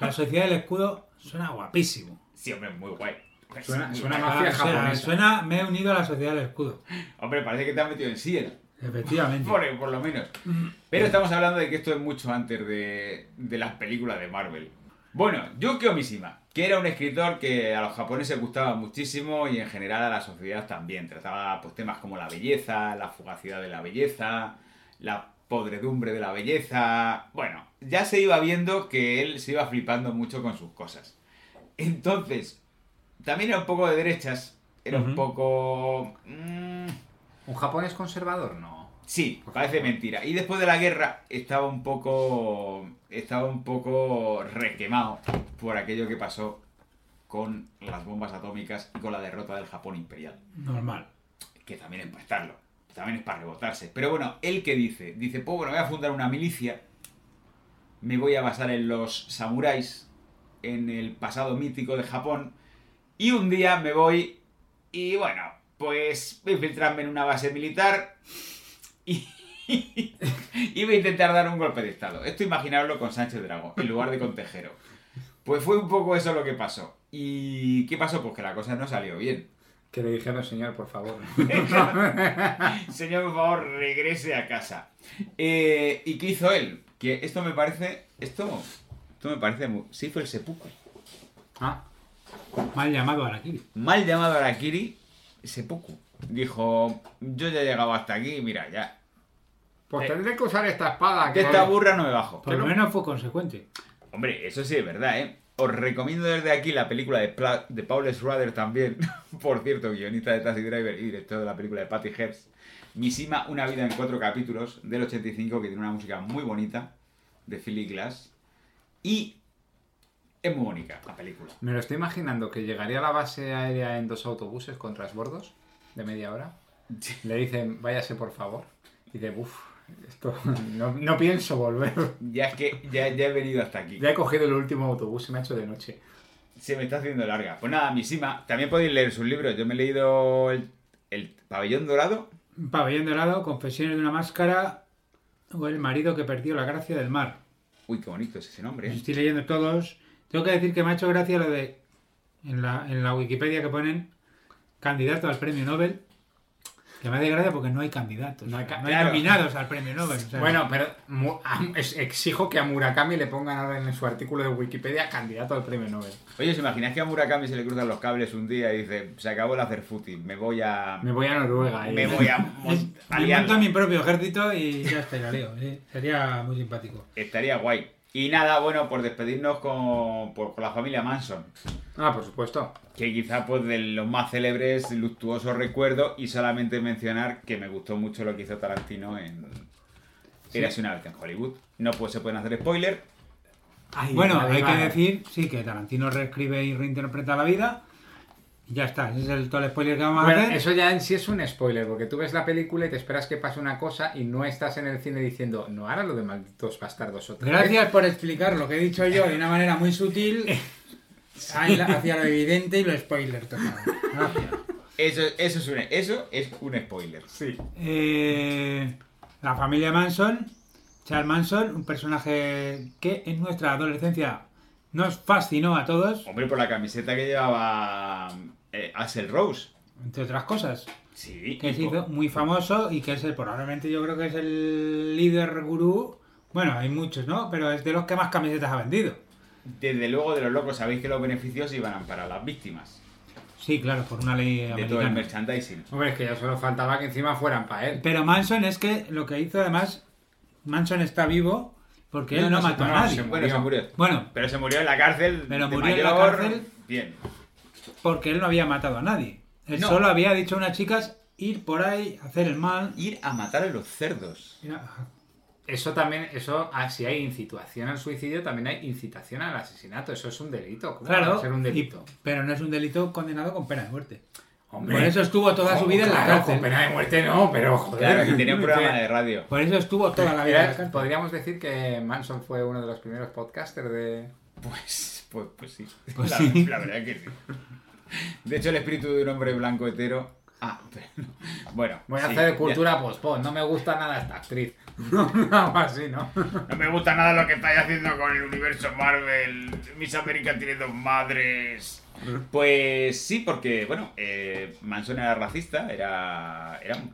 Speaker 10: La Sociedad del Escudo suena guapísimo.
Speaker 9: Sí, hombre, muy guay. Pues
Speaker 11: suena, suena mafia japonesa.
Speaker 10: Suena, me he unido a la Sociedad del Escudo.
Speaker 9: Hombre, parece que te has metido en Siel.
Speaker 10: Efectivamente.
Speaker 9: Por, por, lo menos. Pero estamos hablando de que esto es mucho antes de, de las películas de Marvel. Bueno, Yukio Mishima, que era un escritor que a los japoneses gustaba muchísimo y en general a la sociedad también. Trataba pues, temas como la belleza, la fugacidad de la belleza, la podredumbre de la belleza. Bueno, ya se iba viendo que él se iba flipando mucho con sus cosas. Entonces, también era un poco de derechas, era un
Speaker 11: Ujú.
Speaker 9: poco... mm,
Speaker 11: ¿Un japonés conservador? No.
Speaker 9: Sí, parece mentira. Y después de la guerra estaba un poco. Estaba un poco requemado por aquello que pasó con las bombas atómicas y con la derrota del Japón imperial.
Speaker 10: Normal.
Speaker 9: Que también es para estarlo. También es para rebotarse. Pero bueno, él que dice, dice, pues bueno, voy a fundar una milicia. Me voy a basar en los samuráis, en el pasado mítico de Japón. Y un día me voy y bueno, pues voy a infiltrarme en una base militar Iba a intentar dar un golpe de estado. Esto imaginarlo con Sánchez Dragón, en lugar de con Tejero. Pues fue un poco eso lo que pasó. ¿Y qué pasó? Pues que la cosa no salió bien.
Speaker 11: Que le dijeron, señor, por favor.
Speaker 9: Señor, por favor, regrese a casa. Eh, ¿Y qué hizo él? Que esto me parece... Esto, esto me parece... mu- Sí fue el seppuku.
Speaker 10: Ah, mal llamado Arakiri.
Speaker 9: Mal llamado Arakiri, seppuku. Dijo, yo ya he llegado hasta aquí, mira, ya.
Speaker 11: Pues tendré que usar esta espada.
Speaker 9: De
Speaker 11: que-
Speaker 9: esta burra no me bajo.
Speaker 10: Por lo menos fue consecuente.
Speaker 9: Hombre, eso sí es verdad, ¿eh? Os recomiendo desde aquí la película de, Pla- de Paul Schrader también, por cierto, guionista de Taxi Driver y director de la película de Patty Herbst. Misima, una vida en cuatro capítulos del 85, que tiene una música muy bonita, de Philly Glass. Y es muy bonita la película.
Speaker 11: Me lo estoy imaginando que llegaría a la base aérea en dos autobuses con transbordos de media hora. Le dicen, váyase por favor. Y de, uff, esto no, no pienso volver.
Speaker 9: Ya es que ya, ya he venido hasta aquí.
Speaker 11: Ya he cogido el último autobús y me ha hecho de noche.
Speaker 9: Se me está haciendo larga. Pues nada, Misima, también podéis leer sus libros. Yo me he leído el, el Pabellón Dorado.
Speaker 10: Pabellón dorado, confesiones de una máscara o el marido que perdió la gracia del mar.
Speaker 9: Uy, qué bonito es ese nombre.
Speaker 10: Los
Speaker 9: ¿eh?
Speaker 10: estoy leyendo todos. Tengo que decir que me ha hecho gracia lo de. En la, en la Wikipedia que ponen candidato al premio Nobel. Que me hace gracia porque no hay candidatos. No hay,
Speaker 11: ca- claro.
Speaker 10: nominados al premio Nobel. o sea,
Speaker 11: Bueno, pero mu- a- es- exijo que a Murakami le pongan ahora en su artículo de Wikipedia candidato al premio Nobel.
Speaker 9: Oye, ¿os imagináis que a Murakami se le cruzan los cables un día y dice, se acabó el hacer footing, me voy a...
Speaker 11: Me voy a Noruega. eh. y-
Speaker 9: Me voy a...
Speaker 10: es-
Speaker 9: mont- a
Speaker 10: me
Speaker 9: liarla"?
Speaker 10: monto a mi propio ejército y ya está, y la leo. eh. Sería muy simpático.
Speaker 9: Estaría guay. Y nada, bueno, por despedirnos con, por, por la familia Manson,
Speaker 11: Ah, por supuesto.
Speaker 9: que quizá pues de los más célebres, luctuosos recuerdos, y solamente mencionar que me gustó mucho lo que hizo Tarantino en...
Speaker 11: Sí.
Speaker 9: Érase una vez en Hollywood. No pues se pueden hacer spoiler.
Speaker 11: Ay,
Speaker 10: Bueno,
Speaker 11: madre
Speaker 10: hay que
Speaker 11: mía.
Speaker 10: decir, sí, que Tarantino reescribe y reinterpreta la vida. Y ya está, ese es el, todo el spoiler que vamos a
Speaker 11: Bueno,
Speaker 10: hacer.
Speaker 11: eso ya en sí es un spoiler, porque tú ves la película y te esperas que pase una cosa y no estás en el cine diciendo, no hará lo de malditos bastardos otra vez".
Speaker 10: Gracias por explicar lo que he dicho yo de una manera muy sutil hacia hacia lo evidente y lo spoiler total. Gracias.
Speaker 9: Eso, eso, es, un, eso es un spoiler.
Speaker 11: Sí.
Speaker 10: Eh, la familia Manson, Charles Manson, un personaje que en nuestra adolescencia nos fascinó a todos,
Speaker 9: Hombre, por la camiseta que llevaba eh, Axel Rose.
Speaker 10: entre otras cosas,
Speaker 9: Sí.
Speaker 10: que
Speaker 9: y
Speaker 10: se
Speaker 9: por-
Speaker 10: hizo muy famoso y que es el, probablemente yo creo que es el líder gurú. Bueno, hay muchos, ¿no? Pero es de los que más camisetas ha vendido.
Speaker 9: Desde luego de los locos sabéis que los beneficios iban para las víctimas
Speaker 10: Sí, claro, por una ley
Speaker 9: de todo el
Speaker 10: americana.
Speaker 9: merchandising.
Speaker 11: Hombre, es que ya solo faltaba que encima fueran para él.
Speaker 10: Pero Manson es que lo que hizo además, Manson está vivo porque él no,
Speaker 11: se-
Speaker 10: mató a
Speaker 11: no,
Speaker 10: nadie.
Speaker 11: se
Speaker 9: Bueno, se murió.
Speaker 10: Bueno,
Speaker 9: Pero se murió en la cárcel.
Speaker 10: Pero
Speaker 9: de
Speaker 10: murió en la
Speaker 9: mayor.
Speaker 10: cárcel.
Speaker 9: Bien.
Speaker 10: porque él no había matado a nadie. Él
Speaker 9: No.
Speaker 10: solo había dicho a unas chicas ir por ahí, hacer el mal.
Speaker 9: Ir a matar a los cerdos.
Speaker 11: Eso también, eso, ah, si hay incitación al suicidio, también hay incitación al asesinato. Eso es un delito. ¿Cómo va
Speaker 10: Claro,
Speaker 11: a ser un delito?
Speaker 10: y- pero no es un delito condenado con pena de muerte.
Speaker 11: Hombre.
Speaker 10: por eso estuvo toda su
Speaker 11: Oh,
Speaker 10: vida en la
Speaker 11: claro,
Speaker 10: cárcel.
Speaker 11: Con pena de muerte no, pero joder.
Speaker 9: Claro, aquí tenía un programa de radio.
Speaker 10: Por eso estuvo toda la vida en la
Speaker 11: Era-
Speaker 10: cárcel.
Speaker 11: Podríamos decir que Manson fue uno de los primeros podcasters de...
Speaker 9: Pues, pues, pues sí.
Speaker 10: Pues
Speaker 9: la,
Speaker 10: sí.
Speaker 9: la verdad es que sí. De hecho, el espíritu de un hombre blanco hetero. Ah, pero no. Bueno.
Speaker 11: Voy a
Speaker 9: sí,
Speaker 11: hacer
Speaker 9: ya.
Speaker 11: cultura post-pop, no me gusta nada esta actriz. Algo así, ¿no?
Speaker 9: No me gusta nada lo que estáis haciendo con el universo Marvel. Miss América tiene dos madres. Pues sí, porque, bueno, eh, Manson era racista, era. era un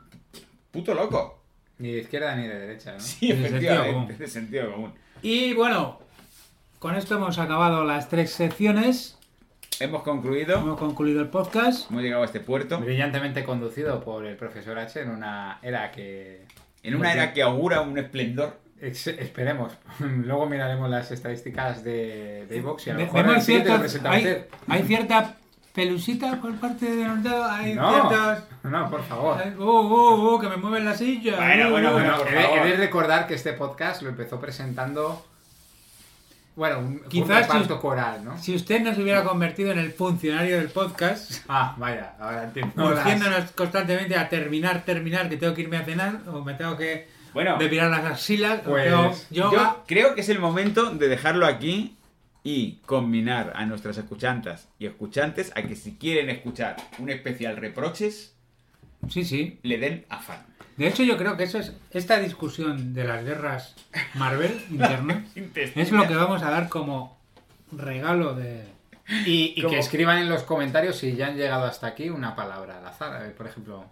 Speaker 9: puto loco.
Speaker 11: Ni de izquierda ni de derecha, ¿no?
Speaker 9: Sí,
Speaker 10: De sentido
Speaker 9: efectivamente,
Speaker 10: común.
Speaker 9: de sentido común.
Speaker 10: Y bueno, Con esto hemos acabado las tres secciones.
Speaker 9: Hemos concluido.
Speaker 10: Hemos concluido el podcast.
Speaker 9: Hemos llegado a este puerto.
Speaker 11: Brillantemente conducido por el profesor H en una era que.
Speaker 9: En una era que augura un esplendor.
Speaker 11: Ex- esperemos. Luego miraremos las estadísticas de, de Vox y a lo
Speaker 10: Ve-
Speaker 11: mejor en el
Speaker 10: Vemos
Speaker 11: siguiente lo
Speaker 10: ciertas,
Speaker 11: presenta
Speaker 10: hay,
Speaker 11: usted.
Speaker 10: hay cierta pelusita por parte de los dedos. Hay
Speaker 11: No.
Speaker 10: ciertas.
Speaker 11: No, por favor.
Speaker 10: hay- Uh, uh, uh, que me mueven la silla. Uh, uh.
Speaker 11: Bueno, he, de- he de recordar que este podcast lo empezó presentando. Bueno, un, fue un
Speaker 10: Quizás si-
Speaker 11: reparto coral, ¿no?
Speaker 10: Si usted no se hubiera convertido en el funcionario del podcast,
Speaker 11: Ah, vaya, ahora entiendo. las-
Speaker 10: conociéndonos constantemente a terminar, terminar, que tengo que irme a cenar o me tengo que
Speaker 9: Bueno,
Speaker 10: depilar las axilas o
Speaker 11: Pues,
Speaker 10: tengo
Speaker 9: yo
Speaker 10: yoga.
Speaker 9: creo que es el momento de dejarlo aquí y combinar a nuestras escuchantas y escuchantes a que si quieren escuchar un especial reproches,
Speaker 10: Sí, sí.
Speaker 9: le den a fan.
Speaker 10: De hecho, yo creo que eso es esta discusión de las guerras Marvel internas es lo que vamos a dar como regalo de.
Speaker 11: Y, y
Speaker 9: ¿Cómo?
Speaker 11: que escriban en los comentarios si ya han llegado hasta aquí una palabra al azar. A ver, por ejemplo,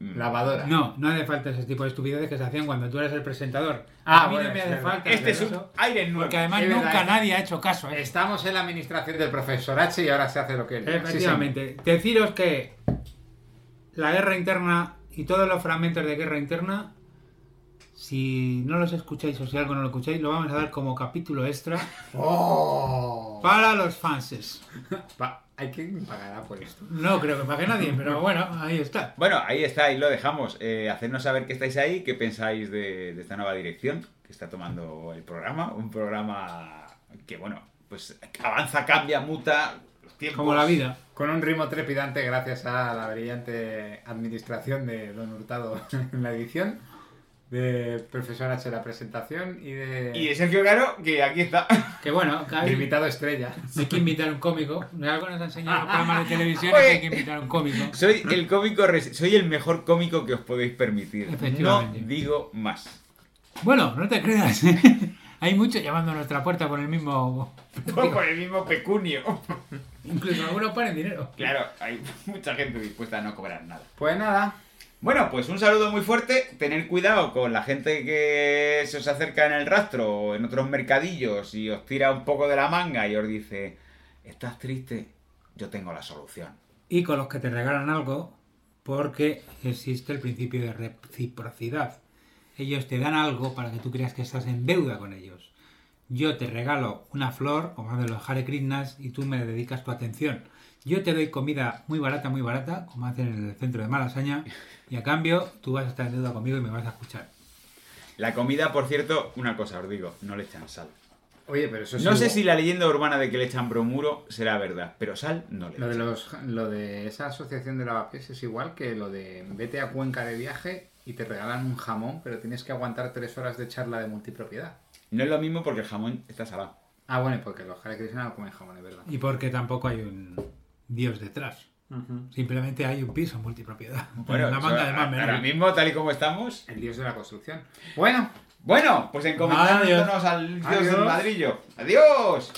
Speaker 9: Mm.
Speaker 11: lavadora.
Speaker 10: No, no hace falta ese tipo de estupideces que se hacían cuando tú eres el presentador.
Speaker 11: Ah,
Speaker 10: a mí
Speaker 11: bueno,
Speaker 10: no me
Speaker 11: es
Speaker 10: hace
Speaker 11: verdad.
Speaker 10: falta.
Speaker 9: Este es
Speaker 10: hacer
Speaker 9: un
Speaker 10: eso,
Speaker 9: aire nuevo.
Speaker 10: Que además
Speaker 11: Es verdad, Este,
Speaker 10: nunca
Speaker 11: es-
Speaker 10: nadie ha hecho caso. ¿eh?
Speaker 11: Estamos en la administración del profesor H y ahora se hace lo que él. diga. Sí,
Speaker 10: Efectivamente. Deciros que la guerra interna y todos los fragmentos de guerra interna, si no los escucháis o si algo no lo escucháis, lo vamos a dar como capítulo extra
Speaker 11: señor. ¡Oh!
Speaker 10: para los fanses.
Speaker 11: Pa- Hay quien pagará por esto.
Speaker 10: No creo que pague nadie, pero bueno, ahí está.
Speaker 9: Bueno, ahí está, ahí lo dejamos. Eh, hacernos saber que estáis ahí, qué pensáis de, de esta nueva dirección que está tomando el programa. Un programa que, bueno, pues avanza, cambia, muta, los tiempos.
Speaker 10: Como la vida.
Speaker 11: Con un ritmo trepidante gracias a la brillante administración de Don Hurtado en la edición, de profesor H en la presentación y de,
Speaker 9: Y de Sergio Caro, que aquí está.
Speaker 10: Que bueno, que
Speaker 11: de
Speaker 10: hay,
Speaker 11: invitado estrella.
Speaker 10: hay que invitar un cómico. Algo nos ha enseñado los programas de televisión es que hay que invitar un cómico.
Speaker 9: Soy el cómico, res- soy el mejor cómico que os podéis permitir. No
Speaker 10: Efectivamente.
Speaker 9: digo más.
Speaker 10: Bueno, no te creas. ¿eh? Hay muchos llamando a nuestra puerta por el mismo.
Speaker 9: Por el mismo pecunio.
Speaker 10: Incluso algunos ponen dinero.
Speaker 9: Claro, hay mucha gente dispuesta a no cobrar nada.
Speaker 11: Pues nada,
Speaker 9: Bueno, pues un saludo muy fuerte. Tener cuidado con la gente que se os acerca en el rastro o en otros mercadillos y os tira un poco de la manga y os dice, estás triste, yo tengo la solución.
Speaker 10: Y con los que te regalan algo, porque existe el principio de reciprocidad. Ellos te dan algo para que tú creas que estás en deuda con ellos. Yo te regalo una flor, como hacen los Hare Krishnas, y tú me dedicas tu atención. Yo te doy comida muy barata, muy barata, como hacen en el centro de Malasaña, y a cambio tú vas a estar en deuda conmigo y me vas a escuchar.
Speaker 9: La comida, por cierto, una cosa os digo, no le echan sal.
Speaker 11: oye, pero eso es
Speaker 9: No sé
Speaker 11: algo-
Speaker 9: si la leyenda urbana de que le echan bromuro será verdad, pero sal no le
Speaker 11: Lo de,
Speaker 9: echan.
Speaker 11: los, lo de esa asociación de lavapiés es igual que lo de vete a Cuenca de viaje y te regalan un jamón, pero tienes que aguantar tres horas de charla de multipropiedad.
Speaker 9: No es lo mismo porque el jamón está salado.
Speaker 11: Ah, bueno, y porque los Hare Krishna no comen jamón, es verdad.
Speaker 10: Y porque tampoco hay un dios detrás. Simplemente hay un piso en multipropiedad. la
Speaker 9: eso,
Speaker 10: manga de más
Speaker 9: ahora
Speaker 10: menor.
Speaker 9: mismo, tal y como estamos.
Speaker 11: El dios de la construcción. Bueno,
Speaker 9: Bueno, pues encomendándonos al dios del
Speaker 11: Adiós.
Speaker 9: ladrillo. ¡Adiós!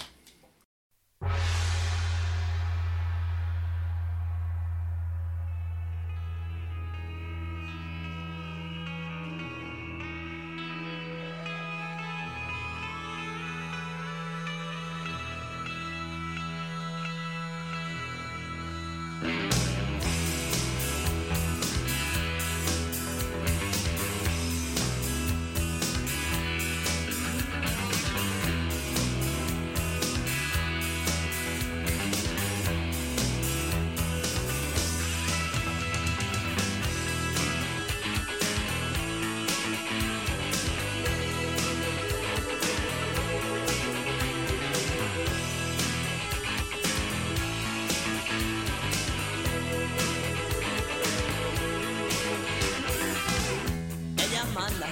Speaker 13: Ella manda,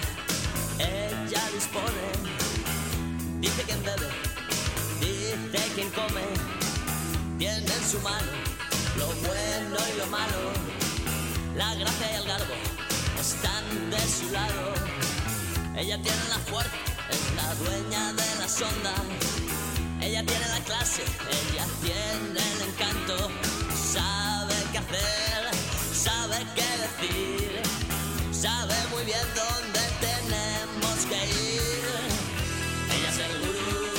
Speaker 13: ella dispone, dice quien bebe, dice quien come, tiene en su mano lo bueno y lo malo, la gracia y el garbo están de su lado. Ella tiene la fuerza, es la dueña de las ondas, ella tiene la clase, ella tiene el encanto, sabe qué hacer, sabe qué decir. Sabe muy bien dónde tenemos que ir. Ella es el gurú,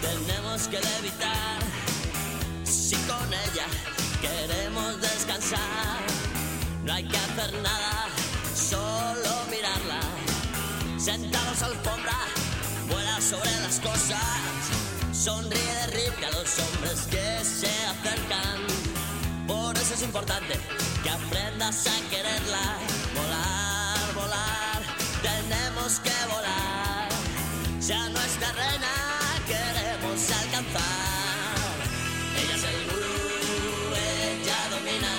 Speaker 13: tenemos que levitar. Si con ella queremos descansar, no hay que hacer nada, solo mirarla. Sentados alfombra, vuela sobre las cosas. Sonríe de ripio a los hombres que se acercan. Por eso es importante que aprendas a quererla. Volar, volar, tenemos que volar. Ya no es terrena, queremos alcanzar. Ella es el gurú, ella domina.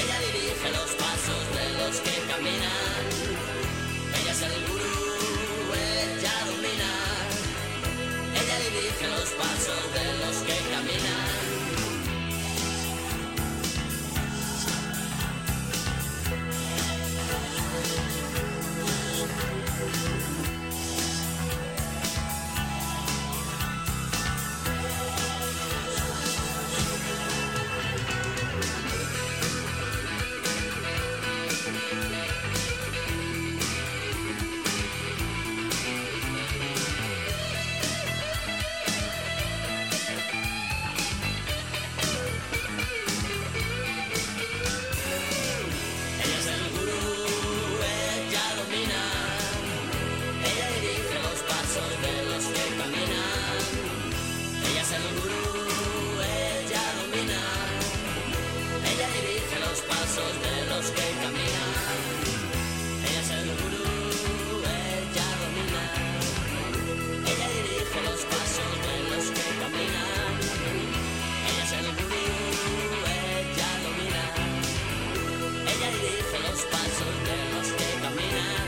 Speaker 13: Ella dirige los pasos de los que caminan. Ella es el gurú, ella domina. Ella dirige los pasos de los que caminan. Ella es el gurú, ella domina. Ella dirige los pasos de los que caminan. Ella es el gurú, ella domina. Ella dirige los pasos de los que caminan. Ella es el gurú, ella domina. Ella dirige los pasos de los que caminan. Ella es el gurú, ella domina. Ella dirige los pasos de los que caminan.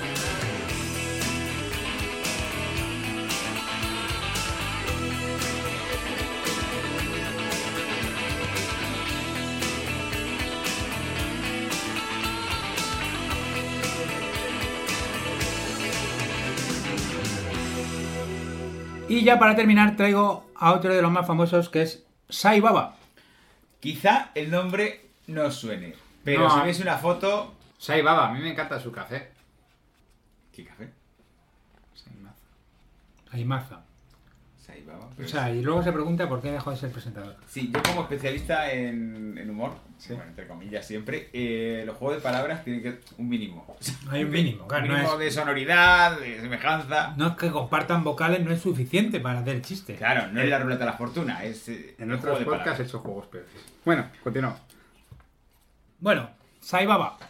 Speaker 10: Y ya para terminar traigo a otro de los más famosos que es Sai Baba.
Speaker 9: Quizá el nombre no suene, pero
Speaker 11: No,
Speaker 9: si
Speaker 11: a-
Speaker 9: veis una foto...
Speaker 11: Sai Baba, a mí me encanta su café.
Speaker 9: ¿Qué café?
Speaker 11: Sai Maza.
Speaker 10: Aimaza.
Speaker 9: Sai Baba.
Speaker 10: O
Speaker 9: pero-
Speaker 10: sea, y luego se pregunta por qué dejó de ser presentador.
Speaker 9: Sí, yo como especialista en, en humor, bueno, entre comillas siempre, eh, los juegos de palabras tienen que un mínimo.
Speaker 10: Hay un mínimo, claro,
Speaker 9: Un
Speaker 10: no
Speaker 9: mínimo
Speaker 10: es-
Speaker 9: de sonoridad, de semejanza.
Speaker 10: No es que compartan vocales, no es suficiente para hacer chistes.
Speaker 9: Claro,
Speaker 10: Eh,
Speaker 9: no es la ruleta de la fortuna, es eh,
Speaker 11: En
Speaker 9: el
Speaker 11: otros
Speaker 9: juego de
Speaker 11: podcasts he
Speaker 9: palabras.
Speaker 11: hecho juegos peores. Bueno, continuamos.
Speaker 10: Bueno, Sai Baba.